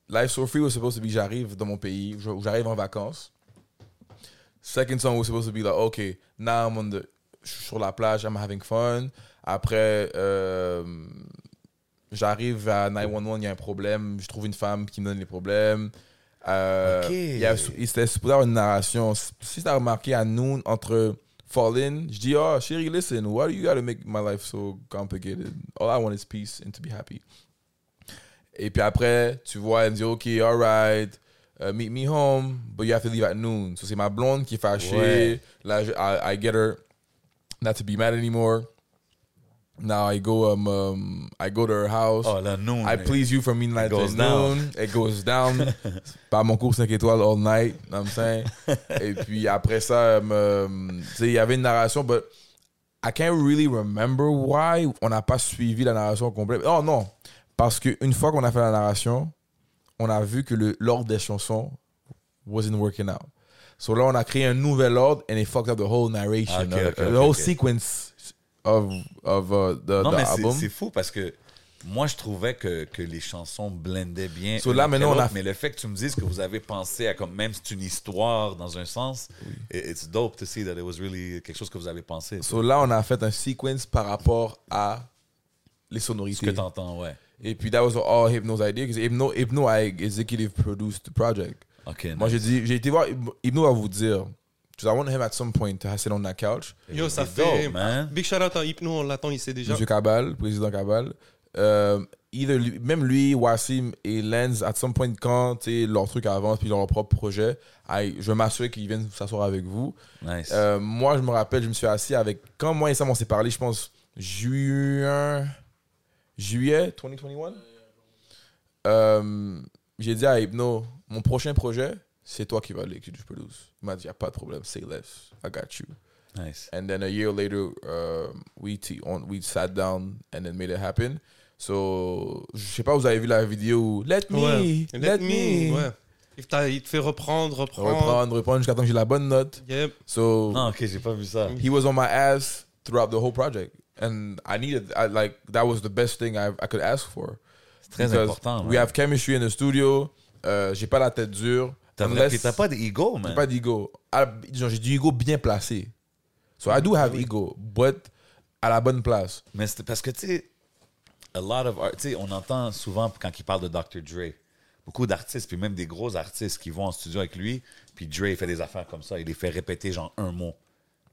[SPEAKER 3] Life So Free was supposed to be j'arrive dans mon pays, je- ou j'arrive en vacances. Second song was supposed to be like, okay, now I'm on the. Je suis sur la plage, I'm having fun. Après, euh, j'arrive à 911, il y a un problème, je trouve une femme qui me donne les problèmes. Euh,
[SPEAKER 2] Ok.
[SPEAKER 3] il y a- il C'était supposé avoir une narration. Si t'as remarqué à nous, entre Fall In, je dis, oh, chérie, listen, why do you gotta make my life so complicated? All I want is peace and to be happy. Et puis après, tu vois, elle me dit, OK, all right, uh, meet me home, but you have to leave at noon. So c'est ma blonde qui est fâchée.
[SPEAKER 2] Ouais.
[SPEAKER 3] Là, je- I, I get her not to be mad anymore. Now I go, um, um, I go to her house.
[SPEAKER 2] Oh là non.
[SPEAKER 3] I please you from midnight
[SPEAKER 2] goes
[SPEAKER 3] to
[SPEAKER 2] down.
[SPEAKER 3] noon. It goes down. Par mon cours 5 étoiles all night. you know what I'm saying? Et puis après ça, um, um, tu sais, il y avait une narration, but I can't really remember why on n'a pas suivi la narration complète. Oh non! Parce qu'une fois qu'on a fait la narration, on a vu que le- l'ordre des chansons wasn't working out. So là, on a créé un nouvel ordre and it fucked up the whole narration,
[SPEAKER 2] Ah, ok,
[SPEAKER 3] uh,
[SPEAKER 2] ok,
[SPEAKER 3] the
[SPEAKER 2] ok,
[SPEAKER 3] whole
[SPEAKER 2] ok.
[SPEAKER 3] sequence of, of uh, the,
[SPEAKER 2] Non
[SPEAKER 3] the
[SPEAKER 2] mais c'est-
[SPEAKER 3] album.
[SPEAKER 2] c'est fou parce que moi je trouvais que, que les chansons blendaient bien.
[SPEAKER 3] So
[SPEAKER 2] une
[SPEAKER 3] là,
[SPEAKER 2] après
[SPEAKER 3] maintenant, on a-
[SPEAKER 2] l'autre, mais le fait que tu me dises que vous avez pensé à comme même c'est une histoire dans un sens, it- it's dope to see that it was really quelque chose que vous avez pensé.
[SPEAKER 3] So là, on a fait un sequence par rapport à les
[SPEAKER 2] ce que
[SPEAKER 3] sonorités.
[SPEAKER 2] t'entends, ouais.
[SPEAKER 3] Et puis, that was all Hypno's idea. Because Hypno, Hypno a executive produced the project.
[SPEAKER 2] Ok.
[SPEAKER 3] Moi, j'ai dit, j'ai été voir Hypno- Hypno va vous dire. Because I want him at some point to sit on that couch.
[SPEAKER 1] Yo, ça
[SPEAKER 2] C'est dope,
[SPEAKER 1] fait.
[SPEAKER 2] man.
[SPEAKER 1] Big shout out à Hypno, on l'attend ici déjà.
[SPEAKER 3] Monsieur Cabal, président Cabal. euh, either lui- même lui, Wassim et Lenz, à some point, quand tu sais, leur truc avance, puis ils ont leur propre projet, I- je m'assure qu'ils viennent s'asseoir avec vous.
[SPEAKER 2] Nice.
[SPEAKER 3] Euh, moi, je me rappelle, je me suis assis avec. Quand moi et Sam, on s'est parlé, je pense, juin. Juillet 2021. Euh, J'ai dit à Hypno, mon prochain projet, c'est toi qui vas l'écrire du Pelouse. Il m'a dit, y a pas de problème, say less, I got you.
[SPEAKER 2] nice.
[SPEAKER 3] And then a year later, um, we, t- on, we sat down and then made it happen. So, je sais pas, vous avez vu la vidéo Let me,
[SPEAKER 1] Ouais.
[SPEAKER 3] let, me.
[SPEAKER 1] Ouais. Il, t'a- il te fait reprendre, reprendre.
[SPEAKER 3] Reprendre, reprendre jusqu'à temps que j'ai la bonne note.
[SPEAKER 1] Yep.
[SPEAKER 3] So,
[SPEAKER 2] Non, ok, j'ai pas vu ça.
[SPEAKER 3] he was on my ass throughout the whole project, and I needed I, like that was the best thing I, I could ask for.
[SPEAKER 2] C'est très
[SPEAKER 3] Because
[SPEAKER 2] important.
[SPEAKER 3] We
[SPEAKER 2] man.
[SPEAKER 3] have chemistry in the studio. Euh, j'ai pas la tête dure.
[SPEAKER 2] T'as vrai-
[SPEAKER 3] Unless-
[SPEAKER 2] puis t'as pas d'ego, man.
[SPEAKER 3] j'ai pas d'ego. Ah, genre, J'ai du ego bien placé. So I do have ego, but à la bonne place.
[SPEAKER 2] Mais c'est parce que, tu sais, a lot of art- tu sais, on entend souvent quand il parle de Dr. Dre, beaucoup d'artistes, puis même des gros artistes qui vont en studio avec lui, puis Dre fait des affaires comme ça, il les fait répéter genre un mot,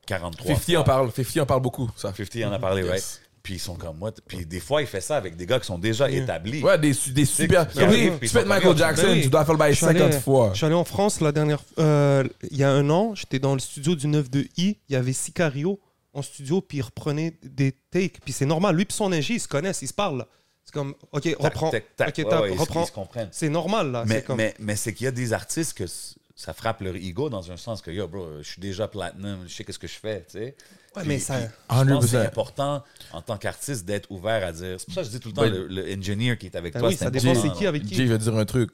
[SPEAKER 2] 43
[SPEAKER 3] 50 en parle, 50 en parle beaucoup. Ça.
[SPEAKER 2] 50, il en a parlé,
[SPEAKER 3] Yes.
[SPEAKER 2] right? Puis ils sont comme moi. Puis des fois, il fait ça avec des gars qui sont déjà établis.
[SPEAKER 3] Ouais, des, su- des super.
[SPEAKER 2] qui arrivent,
[SPEAKER 3] tu
[SPEAKER 2] puis
[SPEAKER 3] fais
[SPEAKER 2] ils
[SPEAKER 3] Michael
[SPEAKER 2] sont-
[SPEAKER 3] Jackson,
[SPEAKER 1] Ben oui.
[SPEAKER 3] tu dois faire le bail
[SPEAKER 1] Je suis allé-
[SPEAKER 3] 50 fois.
[SPEAKER 1] Je suis allé en France la dernière euh, il y a un an, j'étais dans le studio du 9 de I, il y avait Sicario en studio puis il reprenait des takes puis c'est normal, lui puis son ingé, ils se connaissent, ils se parlent. C'est comme OK,
[SPEAKER 2] Tac,
[SPEAKER 1] reprends.
[SPEAKER 2] tac, tac.
[SPEAKER 1] OK,
[SPEAKER 2] Ouais,
[SPEAKER 1] tac,
[SPEAKER 2] ouais, ils se-
[SPEAKER 1] reprends.
[SPEAKER 2] Ils se comprennent.
[SPEAKER 1] C'est normal là,
[SPEAKER 2] Mais,
[SPEAKER 1] c'est comme
[SPEAKER 2] mais, mais c'est qu'il y a des artistes que c- ça frappe leur ego dans un sens que, yo, bro, je suis déjà platinum, je sais qu'est-ce que je fais, tu sais.
[SPEAKER 1] Ouais,
[SPEAKER 2] Puis-
[SPEAKER 1] mais ça-
[SPEAKER 2] puis je pense que c'est
[SPEAKER 3] 100%.
[SPEAKER 2] important en tant qu'artiste d'être ouvert à dire. C'est pour ça que je dis tout le temps,
[SPEAKER 3] Ben-
[SPEAKER 2] le, le engineer qui est avec
[SPEAKER 1] Ben
[SPEAKER 2] toi,
[SPEAKER 1] oui,
[SPEAKER 2] c'est
[SPEAKER 1] ça dépend
[SPEAKER 2] important,
[SPEAKER 1] c'est qui
[SPEAKER 2] là.
[SPEAKER 1] avec qui.
[SPEAKER 3] Jay, je vais te dire un truc.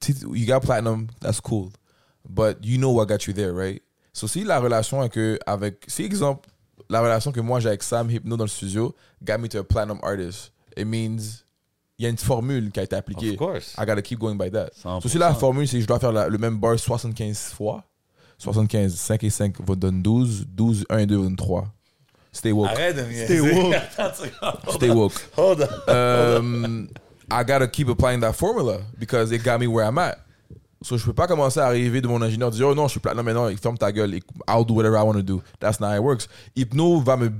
[SPEAKER 3] Si tu- You got platinum, that's cool. But you know what got you there, right? So, si la relation avec, avec si exemple, la relation que moi j'ai avec Sam Hypno dans le studio got me to a platinum artist, it means il y a une formule qui a été appliquée.
[SPEAKER 2] Of course.
[SPEAKER 3] I gotta keep going by that.
[SPEAKER 2] 100%.
[SPEAKER 3] So, si la formule, c'est que je dois faire la- le même bar 75 fois, 75, 5 et 5 vous donne 12, 12, 1 et 2 vous donne 3. Stay woke.
[SPEAKER 2] Arrête de me
[SPEAKER 1] woke.
[SPEAKER 2] Attends, tu-
[SPEAKER 3] Stay woke.
[SPEAKER 2] Hold on.
[SPEAKER 3] um, I gotta keep applying that formula because it got me where I'm at. So je peux pas commencer à arriver de mon ingénieur dire oh non je suis platinum maintenant il ferme ta gueule et I'll do whatever I want to do. That's not how it works. Hypno va me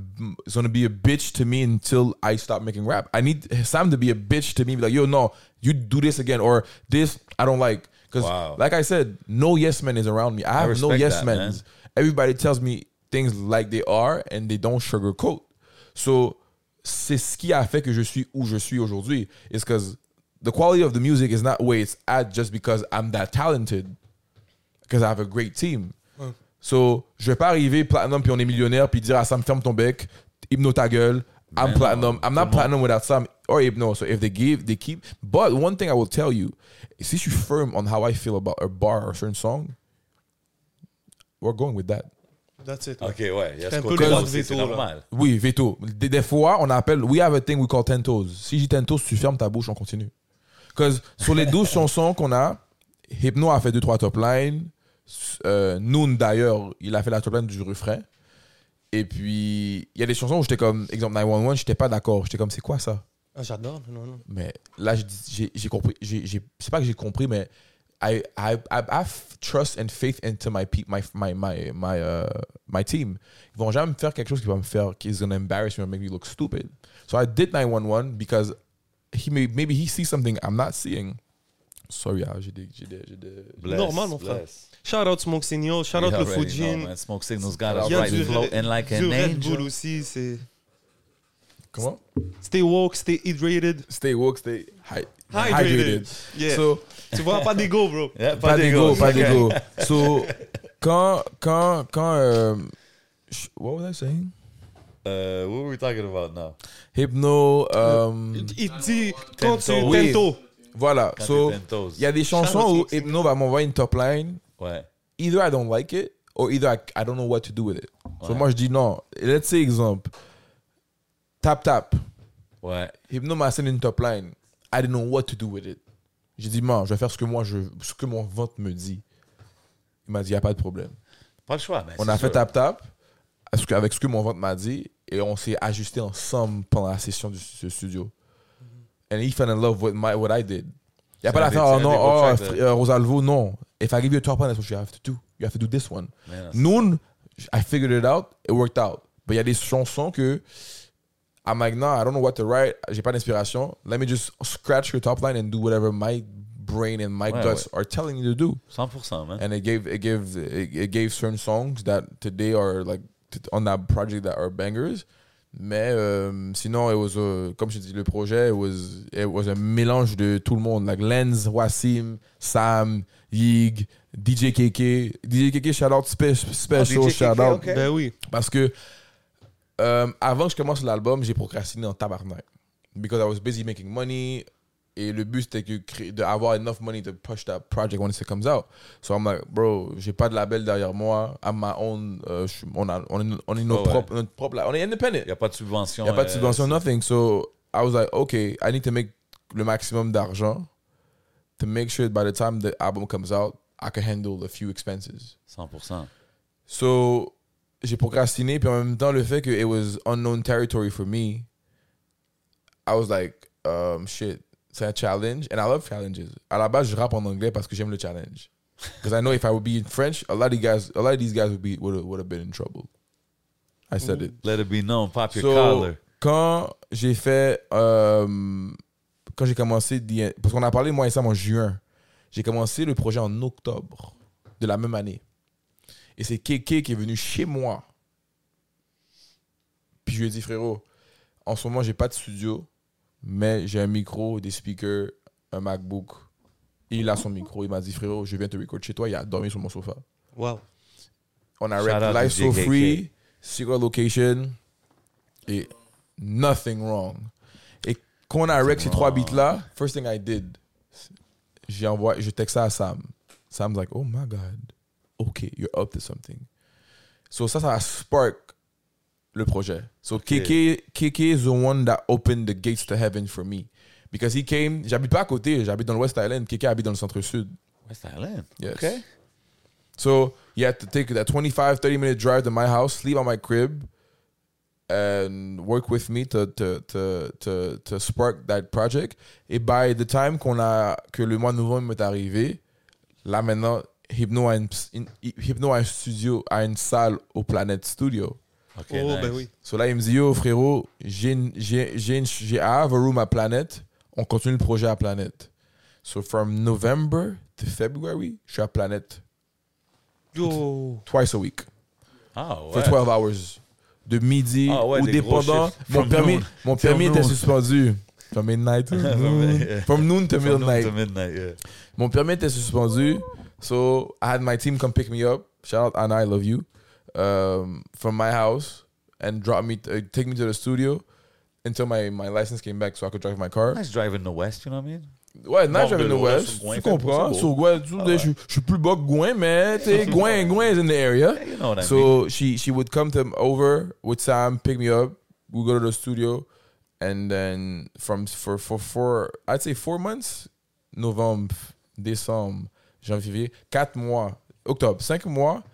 [SPEAKER 3] is gonna be a bitch to me until I stop making rap. I need Sam to be a bitch to me be like yo no you do this again or this I don't like because
[SPEAKER 2] Wow.
[SPEAKER 3] like I said no yes men is around me. I have no
[SPEAKER 2] respect
[SPEAKER 3] yes
[SPEAKER 2] that,
[SPEAKER 3] men.
[SPEAKER 2] man.
[SPEAKER 3] Everybody tells me things like they are and they don't sugarcoat. So, c'est ce qui a fait que je suis où je suis aujourd'hui. It's because the quality of the music is not where it's at just because I'm that talented. Because I have a great team. So, je vais pas arriver platinum puis on est millionnaire puis dire à Sam ferme ton bec, hypno ta gueule. I'm
[SPEAKER 2] Ben
[SPEAKER 3] platinum.
[SPEAKER 2] non,
[SPEAKER 3] I'm not platinum without Sam or hypno. So if they give, they keep. But one thing I will tell you, since you're firm on how I feel about a bar or a certain song, we're going with that.
[SPEAKER 1] That's it.
[SPEAKER 2] Ok, ouais, il y a
[SPEAKER 1] C'est
[SPEAKER 2] ce
[SPEAKER 1] un peu
[SPEAKER 2] côté
[SPEAKER 3] le droit de
[SPEAKER 2] aussi, c'est
[SPEAKER 1] veto, là.
[SPEAKER 2] normal.
[SPEAKER 3] Oui, veto. Des, des fois, on appelle, we have a thing we call 10 toes. Si j'ai 10 toes, tu fermes ta bouche, on continue. Cause sur les 12 chansons qu'on a, Hypno a fait 2-3 top lines. Euh, Noon, d'ailleurs, il a fait la top line du refrain. Et puis, il y a des chansons où j'étais comme, exemple 911, j'étais pas d'accord. J'étais comme, c'est quoi ça?
[SPEAKER 1] Ah, j'adore. Non non.
[SPEAKER 3] Mais là, j'ai- j'ai j'ai compris. j'ai- j'ai- C'est pas que j'ai compris, mais I, I, I, I have trust and faith into my, pe- my, my, my, my, uh, my team. Ils vont jamais me faire quelque chose qui va me faire, qui is gonna embarrass me or make me look stupid. So I did 911 because he may, maybe he sees something I'm not seeing. Sorry, ah, j'ai des... j'ai des- j'ai des-
[SPEAKER 2] Bless,
[SPEAKER 1] Normal, mon frère.
[SPEAKER 2] bless.
[SPEAKER 1] Shout out Smoke Signal, shout out
[SPEAKER 2] You
[SPEAKER 1] le
[SPEAKER 2] already know,
[SPEAKER 1] Fujin.
[SPEAKER 2] man. Smoke Signals got us
[SPEAKER 1] Il y a
[SPEAKER 2] right
[SPEAKER 1] du,
[SPEAKER 2] floating like
[SPEAKER 1] du
[SPEAKER 2] an
[SPEAKER 1] Red Bull
[SPEAKER 2] angel.
[SPEAKER 1] aussi, c'est
[SPEAKER 3] Comment?
[SPEAKER 1] stay woke, stay hydrated.
[SPEAKER 3] Stay woke, stay hy-
[SPEAKER 1] Hydrated.
[SPEAKER 3] hydrated.
[SPEAKER 1] Yeah.
[SPEAKER 3] So,
[SPEAKER 1] tu vois pas d'ego, bro.
[SPEAKER 2] Yeah,
[SPEAKER 3] pas d'ego, pas
[SPEAKER 2] Ok.
[SPEAKER 3] d'ego. So, quand, quand, quand, euh, sh- what was I saying?
[SPEAKER 2] Euh, what were we talking about now?
[SPEAKER 3] Hypno, euh,
[SPEAKER 1] Il te dit quand tu
[SPEAKER 2] Tento.
[SPEAKER 1] tento.
[SPEAKER 3] voilà.
[SPEAKER 2] Quand
[SPEAKER 3] So,
[SPEAKER 2] t'es Pentos.
[SPEAKER 3] il y a des chansons où Hypno va m'envoyer une top line.
[SPEAKER 2] Ouais.
[SPEAKER 3] Either I don't like it, or either I, I don't know what to do with it. So,
[SPEAKER 2] Ouais.
[SPEAKER 3] moi, je dis non. Let's say, exemple, Tap Tap.
[SPEAKER 2] Ouais.
[SPEAKER 3] Hypno m'a scène une top line. I didn't know what to do with it. J'ai dit, man, je vais faire ce que moi, je, ce que mon ventre me dit. Il m'a dit, il n'y a pas de problème.
[SPEAKER 2] Pas le choix, mais
[SPEAKER 3] On
[SPEAKER 2] c'est
[SPEAKER 3] a fait
[SPEAKER 2] sûr.
[SPEAKER 3] tap tap à ce que- avec ce que mon ventre m'a dit et on s'est ajusté ensemble pendant la session du ce studio. And he fell in love with my, what I did. Il n'y a pas
[SPEAKER 2] un
[SPEAKER 3] l'affaire,
[SPEAKER 2] des-
[SPEAKER 3] oh
[SPEAKER 2] Mm-hmm. c'est un
[SPEAKER 3] non,
[SPEAKER 2] des gros
[SPEAKER 3] oh,
[SPEAKER 2] tracks de-
[SPEAKER 3] fr- euh, Rosalvo, non. If I give you a top one, that's what you have to do. You have to do this one.
[SPEAKER 2] Mais non,
[SPEAKER 3] Noon, I figured it out, it worked out. Mais il y a des chansons que I'm like, nah, I don't know what to write. J'ai pas d'inspiration. Let me just scratch your top line and do whatever my brain and my
[SPEAKER 2] Ouais,
[SPEAKER 3] guts are telling you to do.
[SPEAKER 2] 100%, man.
[SPEAKER 3] And it gave it gave it, it gave certain songs that today are like t- on that project that are bangers. Mais euh, sinon, it was euh, comme je te dis, le projet it was it was a mélange de tout le monde, like Lenz, Wassim, Sam, Yig, DJ KK, DJ KK shout out spe- special
[SPEAKER 2] Oh, DJ
[SPEAKER 3] shout
[SPEAKER 2] KK,
[SPEAKER 3] out
[SPEAKER 2] ok.
[SPEAKER 1] Ben oui.
[SPEAKER 3] parce que euh, avant que je commence l'album, j'ai procrastiné en tabarnak. Because I was busy making money. Et le but, c'était que cré- de avoir enough money to push that project when it comes out. So I'm like, bro, j'ai pas de label derrière moi. I'm my own. euh, je suis- on, a- on est, on est notre,
[SPEAKER 2] Ouais, ouais.
[SPEAKER 3] propre, notre propre. la- On est independent.
[SPEAKER 2] Il n'y a pas de subvention.
[SPEAKER 3] Il n'y a pas de
[SPEAKER 2] euh,
[SPEAKER 3] subvention, nothing. So I was like, okay, I need to make le maximum d'argent to make sure by the time the album comes out, I can handle a few expenses.
[SPEAKER 2] 100%.
[SPEAKER 3] So, j'ai procrastiné, puis en même temps, le fait que it was unknown territory for me, I was like, um, shit, c'est un challenge, and I love challenges. À la base, je rappe en anglais parce que j'aime le challenge. Because I know if I would be in French, a lot of these guys, a lot of these guys would be would have, would have been in trouble. I said it.
[SPEAKER 2] Let it be known, pop your
[SPEAKER 3] So,
[SPEAKER 2] collar.
[SPEAKER 3] quand j'ai fait, euh, quand j'ai commencé, d'y- parce qu'on a parlé moi et Sam en juin, j'ai commencé le projet en octobre de la même année. Et c'est Keke qui est venu chez moi. Puis je lui ai dit, frérot, en ce moment, j'ai pas de studio, mais j'ai un micro, des speakers, un MacBook. Il a son micro. Il m'a dit, frérot, je viens te record chez toi. Il a dormi sur mon sofa.
[SPEAKER 1] Wow.
[SPEAKER 3] On a
[SPEAKER 2] Shout
[SPEAKER 3] rec
[SPEAKER 2] out to
[SPEAKER 3] Life So
[SPEAKER 2] JKK.
[SPEAKER 3] Free, Secret Location et Nothing Wrong. Et quand on a rec ces trois
[SPEAKER 2] wrong.
[SPEAKER 3] beats-là, first thing I did, j'ai envoyé, je texte ça à Sam. Sam's like, oh my God, OK, you're up to something. So ça, ça a spark le projet. So KK, KK is the one that opened the gates to heaven for me. Because he came, j'habite pas à côté, j'habite dans le West Island, KK habite dans le centre-sud.
[SPEAKER 2] West Island.
[SPEAKER 3] Yes.
[SPEAKER 2] Okay.
[SPEAKER 3] So you had to take that 25, 30 minute drive to my house, sleep on my crib, and work with me to to to to, to spark that project. Et by the time qu'on a que le mois de novembre est arrivé, là maintenant Hypno a une, une- Hypno a un studio, a une salle au Planet Studio.
[SPEAKER 2] OK,
[SPEAKER 1] oh,
[SPEAKER 2] nice.
[SPEAKER 1] ben oui.
[SPEAKER 3] So là, il me dit, yo, frérot, j'ai une- j'ai j'ai une- j'ai- I have a room à Planète. On continue le projet à Planète. So from November to February, je suis à Planète
[SPEAKER 1] Yo.
[SPEAKER 3] twice a week.
[SPEAKER 2] Ah, ouais.
[SPEAKER 3] for 12 hours. De midi
[SPEAKER 2] Ah ouais,
[SPEAKER 3] ou
[SPEAKER 2] des gros
[SPEAKER 3] dépendant.
[SPEAKER 2] chiffres.
[SPEAKER 3] Mon
[SPEAKER 2] From
[SPEAKER 3] permis,
[SPEAKER 2] noon.
[SPEAKER 3] mon permis
[SPEAKER 2] From
[SPEAKER 3] était
[SPEAKER 2] noon.
[SPEAKER 3] suspendu. From midnight. to noon. From noon to
[SPEAKER 2] From noon
[SPEAKER 3] midnight.
[SPEAKER 2] to midnight, yeah.
[SPEAKER 3] Mon permis était suspendu. So I had my team come pick me up. Shout out Anna, I love you. Um, from my house and drop me, uh, take me to the studio until my, my license came back so I could drive my car.
[SPEAKER 2] Nice drive in the West, you know what I mean?
[SPEAKER 3] Ouais,
[SPEAKER 2] Bord
[SPEAKER 3] Nige
[SPEAKER 2] de
[SPEAKER 3] avec le
[SPEAKER 2] l'Ouest,
[SPEAKER 3] West.
[SPEAKER 2] Gouin,
[SPEAKER 3] Tu
[SPEAKER 2] fait
[SPEAKER 3] comprends?
[SPEAKER 2] beau, Ah, c'est beau.
[SPEAKER 3] Sur Gouin, tu- je je suis plus bas que Gouin, mais t'es Gouin, Gouin is in the area.
[SPEAKER 2] Yeah, you know what I
[SPEAKER 3] So she she would come to over with Sam, pick me up. We go to the studio, and then from for for four, I'd say four months, Novembre, décembre, janvier, quatre mois, octobre, cinq mois,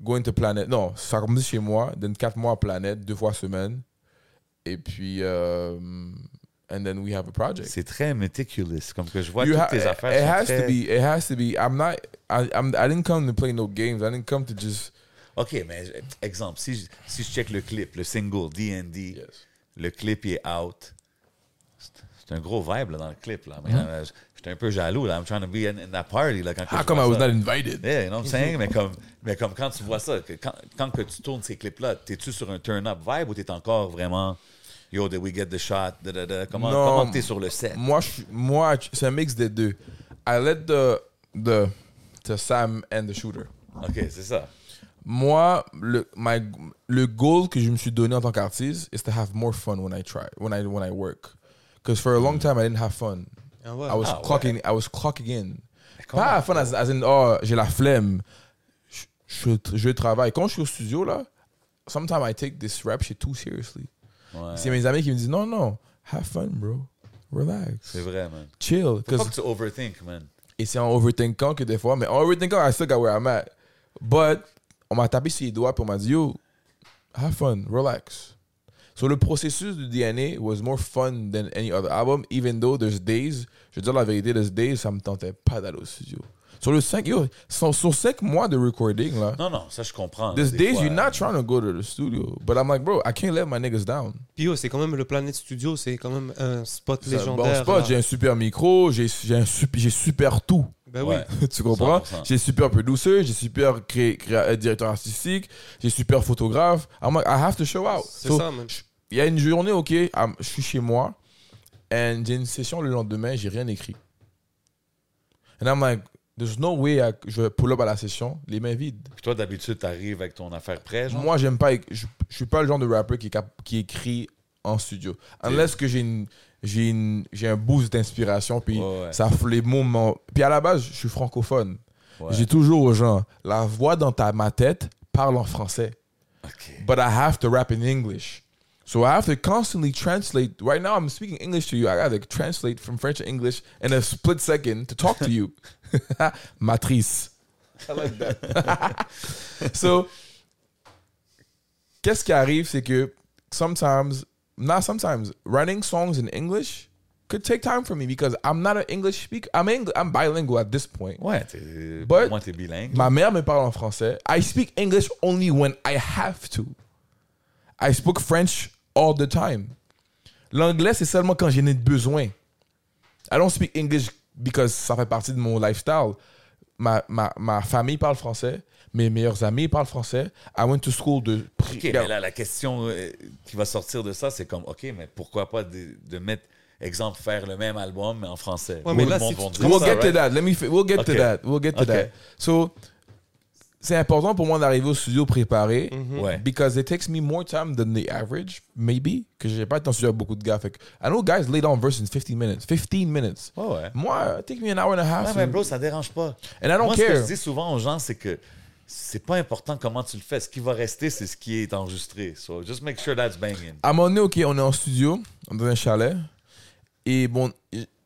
[SPEAKER 3] going to Planet. Non, ça commence chez moi, then quatre mois à Planet, deux fois semaine, et puis euh, and then we have a project.
[SPEAKER 2] C'est très meticulous. Comme que je vois
[SPEAKER 3] You
[SPEAKER 2] toutes
[SPEAKER 3] ha-
[SPEAKER 2] tes affaires.
[SPEAKER 3] It
[SPEAKER 2] sont
[SPEAKER 3] has
[SPEAKER 2] très-
[SPEAKER 3] to be. It has to be. I'm not. I, I'm. I didn't come to play no games. I didn't come to just.
[SPEAKER 2] OK, mais j- exemple, si je, si je check le clip, le single, D&D,
[SPEAKER 3] Yes.
[SPEAKER 2] le clip il est out. C'est- C'est un gros vibe là, dans le clip. Là. Mais,
[SPEAKER 3] Mm-hmm.
[SPEAKER 2] euh, j- J'étais un peu jaloux. Là. I'm trying to be in, in that party. Là, quand que
[SPEAKER 3] How
[SPEAKER 2] je
[SPEAKER 3] come
[SPEAKER 2] vois
[SPEAKER 3] I was
[SPEAKER 2] ça.
[SPEAKER 3] not invited?
[SPEAKER 2] Yeah, you know what I'm saying? mais, comme, mais comme quand tu vois ça, que quand, quand que tu tournes ces clips-là, t'es-tu sur un turn-up vibe ou t'es encore vraiment Yo, did we get the shot? Da, da, da. Comment
[SPEAKER 3] Non.
[SPEAKER 2] comment t'es sur le set?
[SPEAKER 3] Moi, je, suis- moi, c'est un mix des deux. I let the the to Sam and the shooter.
[SPEAKER 2] OK, c'est ça.
[SPEAKER 3] Moi, le my le goal que je me suis donné en tant qu'artiste is to have more fun when I try when I when I work. Because for a long time I didn't have fun.
[SPEAKER 1] Ah ouais.
[SPEAKER 3] I was
[SPEAKER 2] Ah ouais.
[SPEAKER 3] clocking. I was clocking in.
[SPEAKER 2] comment?
[SPEAKER 3] Pas have fun as, as in oh j'ai la flemme. Je, je- je travaille. Quand je suis au studio là, sometimes I take this rap shit too seriously.
[SPEAKER 2] Ouais,
[SPEAKER 3] C'est mes amis qui me disent non non, have fun bro, relax,
[SPEAKER 2] c'est vrai, man.
[SPEAKER 3] chill.
[SPEAKER 2] Faut
[SPEAKER 3] 'Cause-
[SPEAKER 2] pas que tu overthink, man.
[SPEAKER 3] et c'est en overthinkant que des fois, mais en overthinkant, I still got where I'm at. But on m'a tapé sur les doigts puis on m'a dit yo, have fun, relax. So le processus du DNA was more fun than any other album, even though there's days, je veux dire la vérité, there's days, ça me tentait pas d'aller au studio. Sur le 5, yo, sur, sur 5 mois de recording, là.
[SPEAKER 2] Non, non, ça, je comprends.
[SPEAKER 3] There's
[SPEAKER 2] Des
[SPEAKER 3] days ah
[SPEAKER 2] fois,
[SPEAKER 3] you're not trying to go to the studio, but I'm like, bro, I can't let my niggas down.
[SPEAKER 1] Puis yo, c'est quand même le Planet Studio, c'est quand même un spot
[SPEAKER 3] C'est un bon
[SPEAKER 1] légendaire.
[SPEAKER 3] spot,
[SPEAKER 1] là.
[SPEAKER 3] j'ai un super micro, j'ai j'ai un super, j'ai super tout.
[SPEAKER 1] Ben oui.
[SPEAKER 2] ouais.
[SPEAKER 3] tu comprends?
[SPEAKER 2] 100%.
[SPEAKER 3] J'ai super producer, j'ai super cré, cré- euh, directeur artistique, j'ai super photographe. I'm like, I have to show out.
[SPEAKER 1] C'est
[SPEAKER 3] So,
[SPEAKER 1] ça, man.
[SPEAKER 3] Il y a une journée, ok, I'm- je suis chez moi, and j'ai une session le lendemain, j'ai rien écrit. And I'm like, there's no way I- je vais pull up à la session, les mains vides.
[SPEAKER 2] Puis toi, d'habitude, t'arrives avec ton affaire prête, genre.
[SPEAKER 3] Moi, j'aime pas, éc- je, je suis pas le genre de rapper qui, est cap- qui écrit en studio. Unless que j'ai une, j'ai une- j'ai un boost d'inspiration, puis
[SPEAKER 2] Ouais, ouais.
[SPEAKER 3] ça, les mots m'en- Puis à la base, je suis francophone.
[SPEAKER 2] Ouais.
[SPEAKER 3] J'ai toujours aux gens, la voix dans ta, ma tête parle en français.
[SPEAKER 2] OK.
[SPEAKER 3] but I have to rap in English. So I have to constantly translate. Right now, I'm speaking English to you. I gotta translate from French to English in a split second to talk to you. Matrice. I like that. so, qu'est-ce qui arrive, c'est que sometimes, not sometimes, writing songs in English could take time for me because I'm not an English speaker. I'm Eng- I'm bilingual at this point.
[SPEAKER 2] Ouais, t'es-
[SPEAKER 3] But-
[SPEAKER 2] pour moi, t'es bilingue.
[SPEAKER 3] Ma mère me parle en français. I speak English only when I have to. I spoke French all the time. L'anglais, c'est seulement quand j'en ai besoin. I don't speak English because ça fait partie de mon lifestyle. Ma, ma, ma famille parle français. Mes meilleurs amis parlent français. I went to school de...
[SPEAKER 2] OK, mais là, la question euh, qui va sortir de ça, c'est comme, OK, mais pourquoi pas de, de mettre, exemple, faire le même album, mais en français?
[SPEAKER 1] Ouais, mais
[SPEAKER 2] Tout
[SPEAKER 1] là,
[SPEAKER 2] le monde va
[SPEAKER 1] si tu
[SPEAKER 2] dire
[SPEAKER 3] We'll
[SPEAKER 2] ça,
[SPEAKER 3] get to
[SPEAKER 2] right?
[SPEAKER 3] that. Let me. fi- We'll get to
[SPEAKER 2] Okay.
[SPEAKER 3] that. We'll get to that.
[SPEAKER 2] Okay.
[SPEAKER 3] So, c'est important pour moi d'arriver au studio préparé.
[SPEAKER 2] Ouais.
[SPEAKER 3] Because it takes me more time than the average, maybe. Que j'ai pas été en studio avec beaucoup de gars. Fait que, I know guys lay down verse in 15 minutes. 15 minutes.
[SPEAKER 2] Ouais, ouais.
[SPEAKER 3] Moi, it take me an hour and a half.
[SPEAKER 2] Ouais, mais bro, ça dérange pas.
[SPEAKER 3] And I don't
[SPEAKER 2] Moi, ce
[SPEAKER 3] care.
[SPEAKER 2] que je dis souvent aux gens, c'est que c'est pas important comment tu le fais. Ce qui va rester, c'est ce qui est enregistré. So just make sure that's banging.
[SPEAKER 3] À un moment donné, OK, on est en studio, on est dans un chalet. Et bon,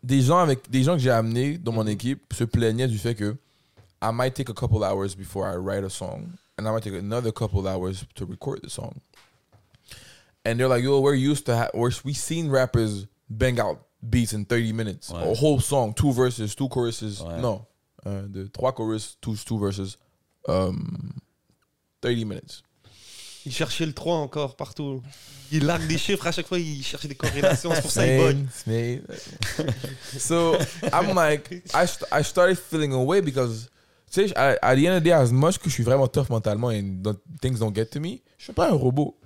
[SPEAKER 3] des gens, avec, des gens que j'ai amenés dans mon équipe se plaignaient du fait que I might take a couple hours before I write a song. And I might take another couple hours to record the song. And they're like, yo, we're used to, ha- we're, we seen rappers bang out beats in 30 minutes. A whole song, two verses, two choruses. No, un, deux, trois choruses, two, two verses, um, 30 minutes.
[SPEAKER 1] Il cherchait le 3 encore partout. Il largue des chiffres à chaque fois, il cherchait des corrélations, c'est pour ça qu'il
[SPEAKER 3] Snake,
[SPEAKER 1] bonne.
[SPEAKER 3] snake. so I'm like, I, st- I started feeling away because, tu sais, à à the end of the day, as much que je suis vraiment tough mentalement and don't- things don't get to me, je suis pas un robot.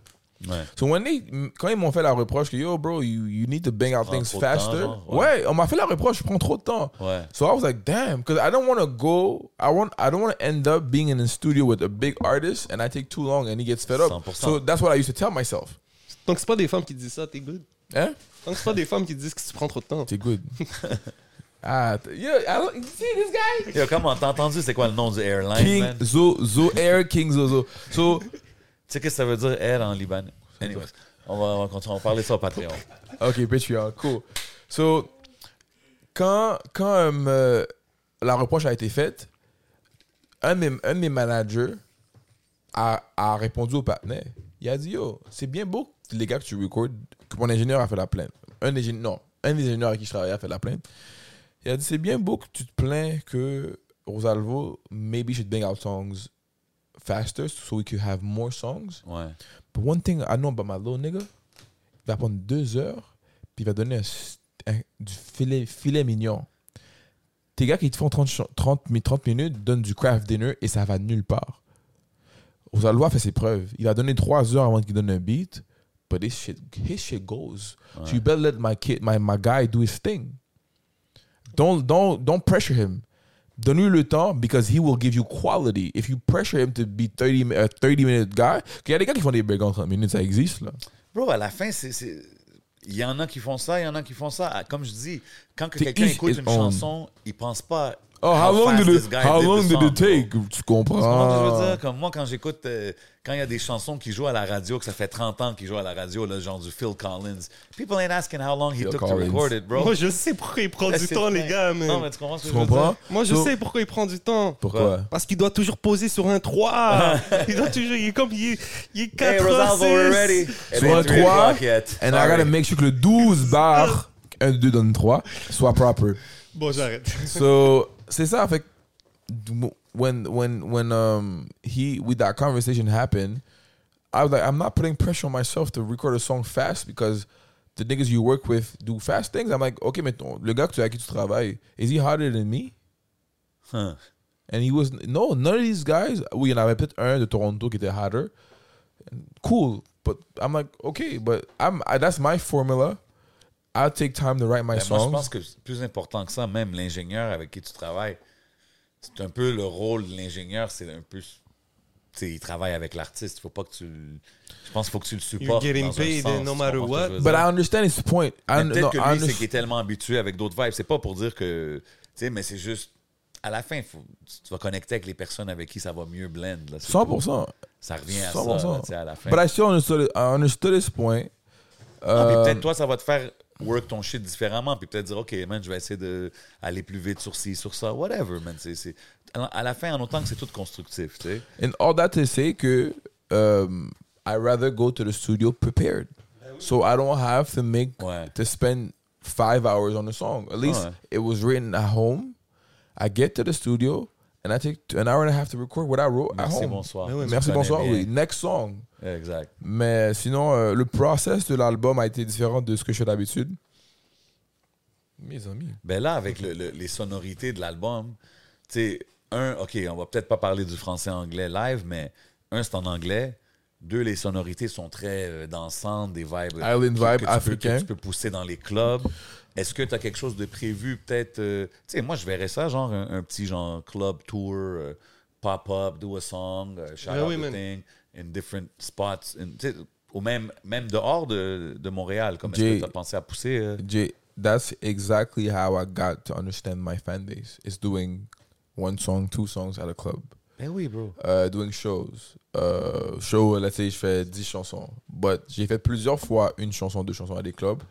[SPEAKER 2] Ouais.
[SPEAKER 3] So when they, quand ils m'ont fait la reproche que yo bro, you, you need to bang out
[SPEAKER 2] Prends
[SPEAKER 3] things
[SPEAKER 2] trop de temps,
[SPEAKER 3] faster.
[SPEAKER 2] genre,
[SPEAKER 3] ouais. on m'a fait la reproche, je prends trop de temps.
[SPEAKER 2] Ouais.
[SPEAKER 3] So I was like, damn, because I don't want to go. I want, I don't want to end up being in the studio with a big artist and I take too long and he gets fed up.
[SPEAKER 2] 100%.
[SPEAKER 3] So that's what I used to tell myself. eh?
[SPEAKER 1] Tant que c'est pas des femmes qui disent ça, t'es good.
[SPEAKER 3] Hein?
[SPEAKER 1] Tant que c'est pas des femmes qui disent que tu prends trop de temps.
[SPEAKER 3] T'es good. ah, t- yeah, I don't- you see this guy?
[SPEAKER 2] Yo, comment t'as entendu c'est quoi le nom du airline,
[SPEAKER 3] King
[SPEAKER 2] man? Tu
[SPEAKER 3] Zo, Zo Air, King Zozo. So,
[SPEAKER 2] sais qu'est-ce que ça veut dire air en libanais? Anyways, on va, on va continuer. On va parler de ça au Patreon.
[SPEAKER 3] ok, Patreon, cool. So, quand, quand euh, la reproche a été faite, un de mes, un de mes managers a, a répondu au partenaire. Il a dit Yo, c'est bien beau, les gars, que tu recordes, que mon ingénieur a fait la plainte. Un des, non, un des ingénieurs avec qui je travaillais a fait la plainte. Il a dit C'est bien beau que tu te plains que Rosalvo, maybe should bang out songs faster so we could have more songs.
[SPEAKER 2] Ouais.
[SPEAKER 3] But one thing I know about my little nigga, il va prendre deux heures, puis il va donner un s- un- du filet, filet mignon. Tes gars qui te font 30, chan- 30, mi- 30 minutes donnent du craft dinner et ça va nulle part. Rosalvo a fait ses preuves. Il a donné trois heures avant qu'il donne un beat, but his shit, his shit goes. So you better let my kid, my, my guy do his thing. Don't, don't, don't pressure him. Donne-lui le temps because he will give you quality. If you pressure him to be 30, mi- a 30 minute guy, il y a des gars qui font des breaks en 30 minutes, ça existe là.
[SPEAKER 2] Bro, à la fin, c'est. c'est- Il y en a qui font ça, il y en a qui font ça. Ah, Comme je dis, quand que
[SPEAKER 3] The
[SPEAKER 2] quelqu'un
[SPEAKER 3] each
[SPEAKER 2] écoute
[SPEAKER 3] is
[SPEAKER 2] une
[SPEAKER 3] on.
[SPEAKER 2] chanson, il pense pas.
[SPEAKER 3] Oh, how, long
[SPEAKER 2] fast
[SPEAKER 3] did
[SPEAKER 2] this
[SPEAKER 3] it,
[SPEAKER 2] guy
[SPEAKER 3] how
[SPEAKER 2] did
[SPEAKER 3] long
[SPEAKER 2] the
[SPEAKER 3] did
[SPEAKER 2] song,
[SPEAKER 3] it
[SPEAKER 2] bro.
[SPEAKER 3] take? Tu comprends?
[SPEAKER 2] Tu comprends ce que je
[SPEAKER 3] Ah.
[SPEAKER 2] veux dire? Comme moi, quand j'écoute, euh, quand il y a des chansons qui jouent à la radio, que ça fait 30 ans qu'ils jouent à la radio, le genre du Phil Collins, people ain't asking how long he
[SPEAKER 3] Phil
[SPEAKER 2] took
[SPEAKER 3] Collins.
[SPEAKER 2] to record it, bro.
[SPEAKER 1] Moi, je sais pourquoi il prend
[SPEAKER 2] Eh,
[SPEAKER 1] du
[SPEAKER 2] c'est
[SPEAKER 1] temps,
[SPEAKER 2] vrai.
[SPEAKER 1] les gars, mais...
[SPEAKER 2] Non, mais tu comprends ce que
[SPEAKER 3] Tu
[SPEAKER 2] je veux
[SPEAKER 3] comprends?
[SPEAKER 2] dire?
[SPEAKER 1] Moi, je
[SPEAKER 3] So-
[SPEAKER 1] sais pourquoi il prend du temps.
[SPEAKER 3] Pourquoi?
[SPEAKER 1] Parce qu'il doit toujours poser sur un 3. il doit toujours... Il est comme... Il est, il est 4
[SPEAKER 2] Hey, Rosalvo, we're ready. It
[SPEAKER 3] Sur un
[SPEAKER 2] ain't three
[SPEAKER 3] 3,
[SPEAKER 2] o'clock yet.
[SPEAKER 3] and I
[SPEAKER 2] Sorry.
[SPEAKER 3] gotta make sure que le 12 bar, 1, 2 donne 3, soit proper.
[SPEAKER 1] Bon, j'arrête.
[SPEAKER 3] So, c'est ça. Fait que when when when um he with that conversation happened, I was like, I'm not putting pressure on myself to record a song fast because the niggas you work with do fast things. I'm like, okay, mais ton- le gars que tu avec qui tu travailles, is he harder than me?
[SPEAKER 2] Huh. Ben,
[SPEAKER 3] And he was no, none of these guys. Oui, il y en avait peut-être un de Toronto qui était harder. Cool, but I'm like, okay, but I'm I, that's my formula. I'll take time to write my
[SPEAKER 2] Ben, moi, je
[SPEAKER 3] songs.
[SPEAKER 2] pense que c'est plus important que ça, même l'ingénieur avec qui tu travailles, c'est un peu le rôle de l'ingénieur, c'est un peu. tu sais, Il travaille avec l'artiste, faut pas que tu. le- Je pense qu'il faut que tu le supportes.
[SPEAKER 1] get him
[SPEAKER 2] dans un
[SPEAKER 1] paid
[SPEAKER 2] sens,
[SPEAKER 1] no
[SPEAKER 2] tu
[SPEAKER 1] matter
[SPEAKER 2] comprends ce que je veux
[SPEAKER 3] But
[SPEAKER 2] dire?
[SPEAKER 3] I understand his point.
[SPEAKER 2] Mais
[SPEAKER 3] I, no,
[SPEAKER 2] Peut-être
[SPEAKER 3] I
[SPEAKER 2] que lui, c'est
[SPEAKER 3] understand-
[SPEAKER 2] qu'il est tellement habitué avec d'autres vibes. C'est pas pour dire que. Tu sais, mais c'est juste. À la fin, faut- tu tu vas connecter avec les personnes avec qui ça va mieux blend. là, c'est tout.
[SPEAKER 3] 100%.
[SPEAKER 2] Ça revient à ça,
[SPEAKER 3] 100%.
[SPEAKER 2] là, tu sais, à la fin.
[SPEAKER 3] But I still understood, I understood his point.
[SPEAKER 2] Ah, puis
[SPEAKER 3] Euh,
[SPEAKER 2] peut-être toi, ça va te faire work ton shit différemment. Puis peut-être dire, OK, man, je vais essayer d'aller plus vite sur ci, sur ça, whatever, man. C'est- c'est- à la- À la fin, en autant que c'est tout constructif, tu sais.
[SPEAKER 3] And all that to say que um, I rather go to the studio prepared, so I don't have to make
[SPEAKER 2] Ouais.
[SPEAKER 3] to spend five hours on the song. At least
[SPEAKER 2] Ouais.
[SPEAKER 3] it was written at home. I get to the studio and I take an hour and a half to record what I wrote at
[SPEAKER 2] Merci,
[SPEAKER 3] home.
[SPEAKER 2] bonsoir.
[SPEAKER 1] Mais oui,
[SPEAKER 2] Tu
[SPEAKER 3] Ah, oh. Merci,
[SPEAKER 2] connais
[SPEAKER 3] bonsoir.
[SPEAKER 2] bien.
[SPEAKER 3] Oui, next song.
[SPEAKER 2] Exact.
[SPEAKER 3] Mais sinon, euh, le process de l'album a été différent de ce que je fais d'habitude. Mes amis.
[SPEAKER 2] Ben là, avec le- le- les sonorités de l'album, tu sais, un, OK, on va peut-être pas parler du français-anglais live, mais un, c'est en anglais. Deux, les sonorités sont très euh, dansantes, des vibes. euh,
[SPEAKER 3] Island
[SPEAKER 2] que-
[SPEAKER 3] vibe
[SPEAKER 2] que tu peux-
[SPEAKER 3] africain.
[SPEAKER 2] que tu peux pousser dans les clubs. Est-ce que tu as quelque chose de prévu, peut-être? euh, tu sais, moi, je verrais ça, genre un, un petit genre club tour, euh, pop-up, do a song, euh, shout
[SPEAKER 1] Ben
[SPEAKER 2] out
[SPEAKER 1] oui,
[SPEAKER 2] the
[SPEAKER 1] man.
[SPEAKER 2] thing, in different spots. in- tu sais, ou même, même dehors de, de Montréal, comme est-ce
[SPEAKER 3] Jay.
[SPEAKER 2] que tu as pensé à pousser? euh?
[SPEAKER 3] Jay, that's exactly how I got to understand my fan base. It's doing one song, two songs at a club,
[SPEAKER 2] Ben oui, bro.
[SPEAKER 3] uh, doing shows. Uh, show, let's say, je fais 10 chansons. But j'ai fait plusieurs fois une chanson, deux chansons à des clubs.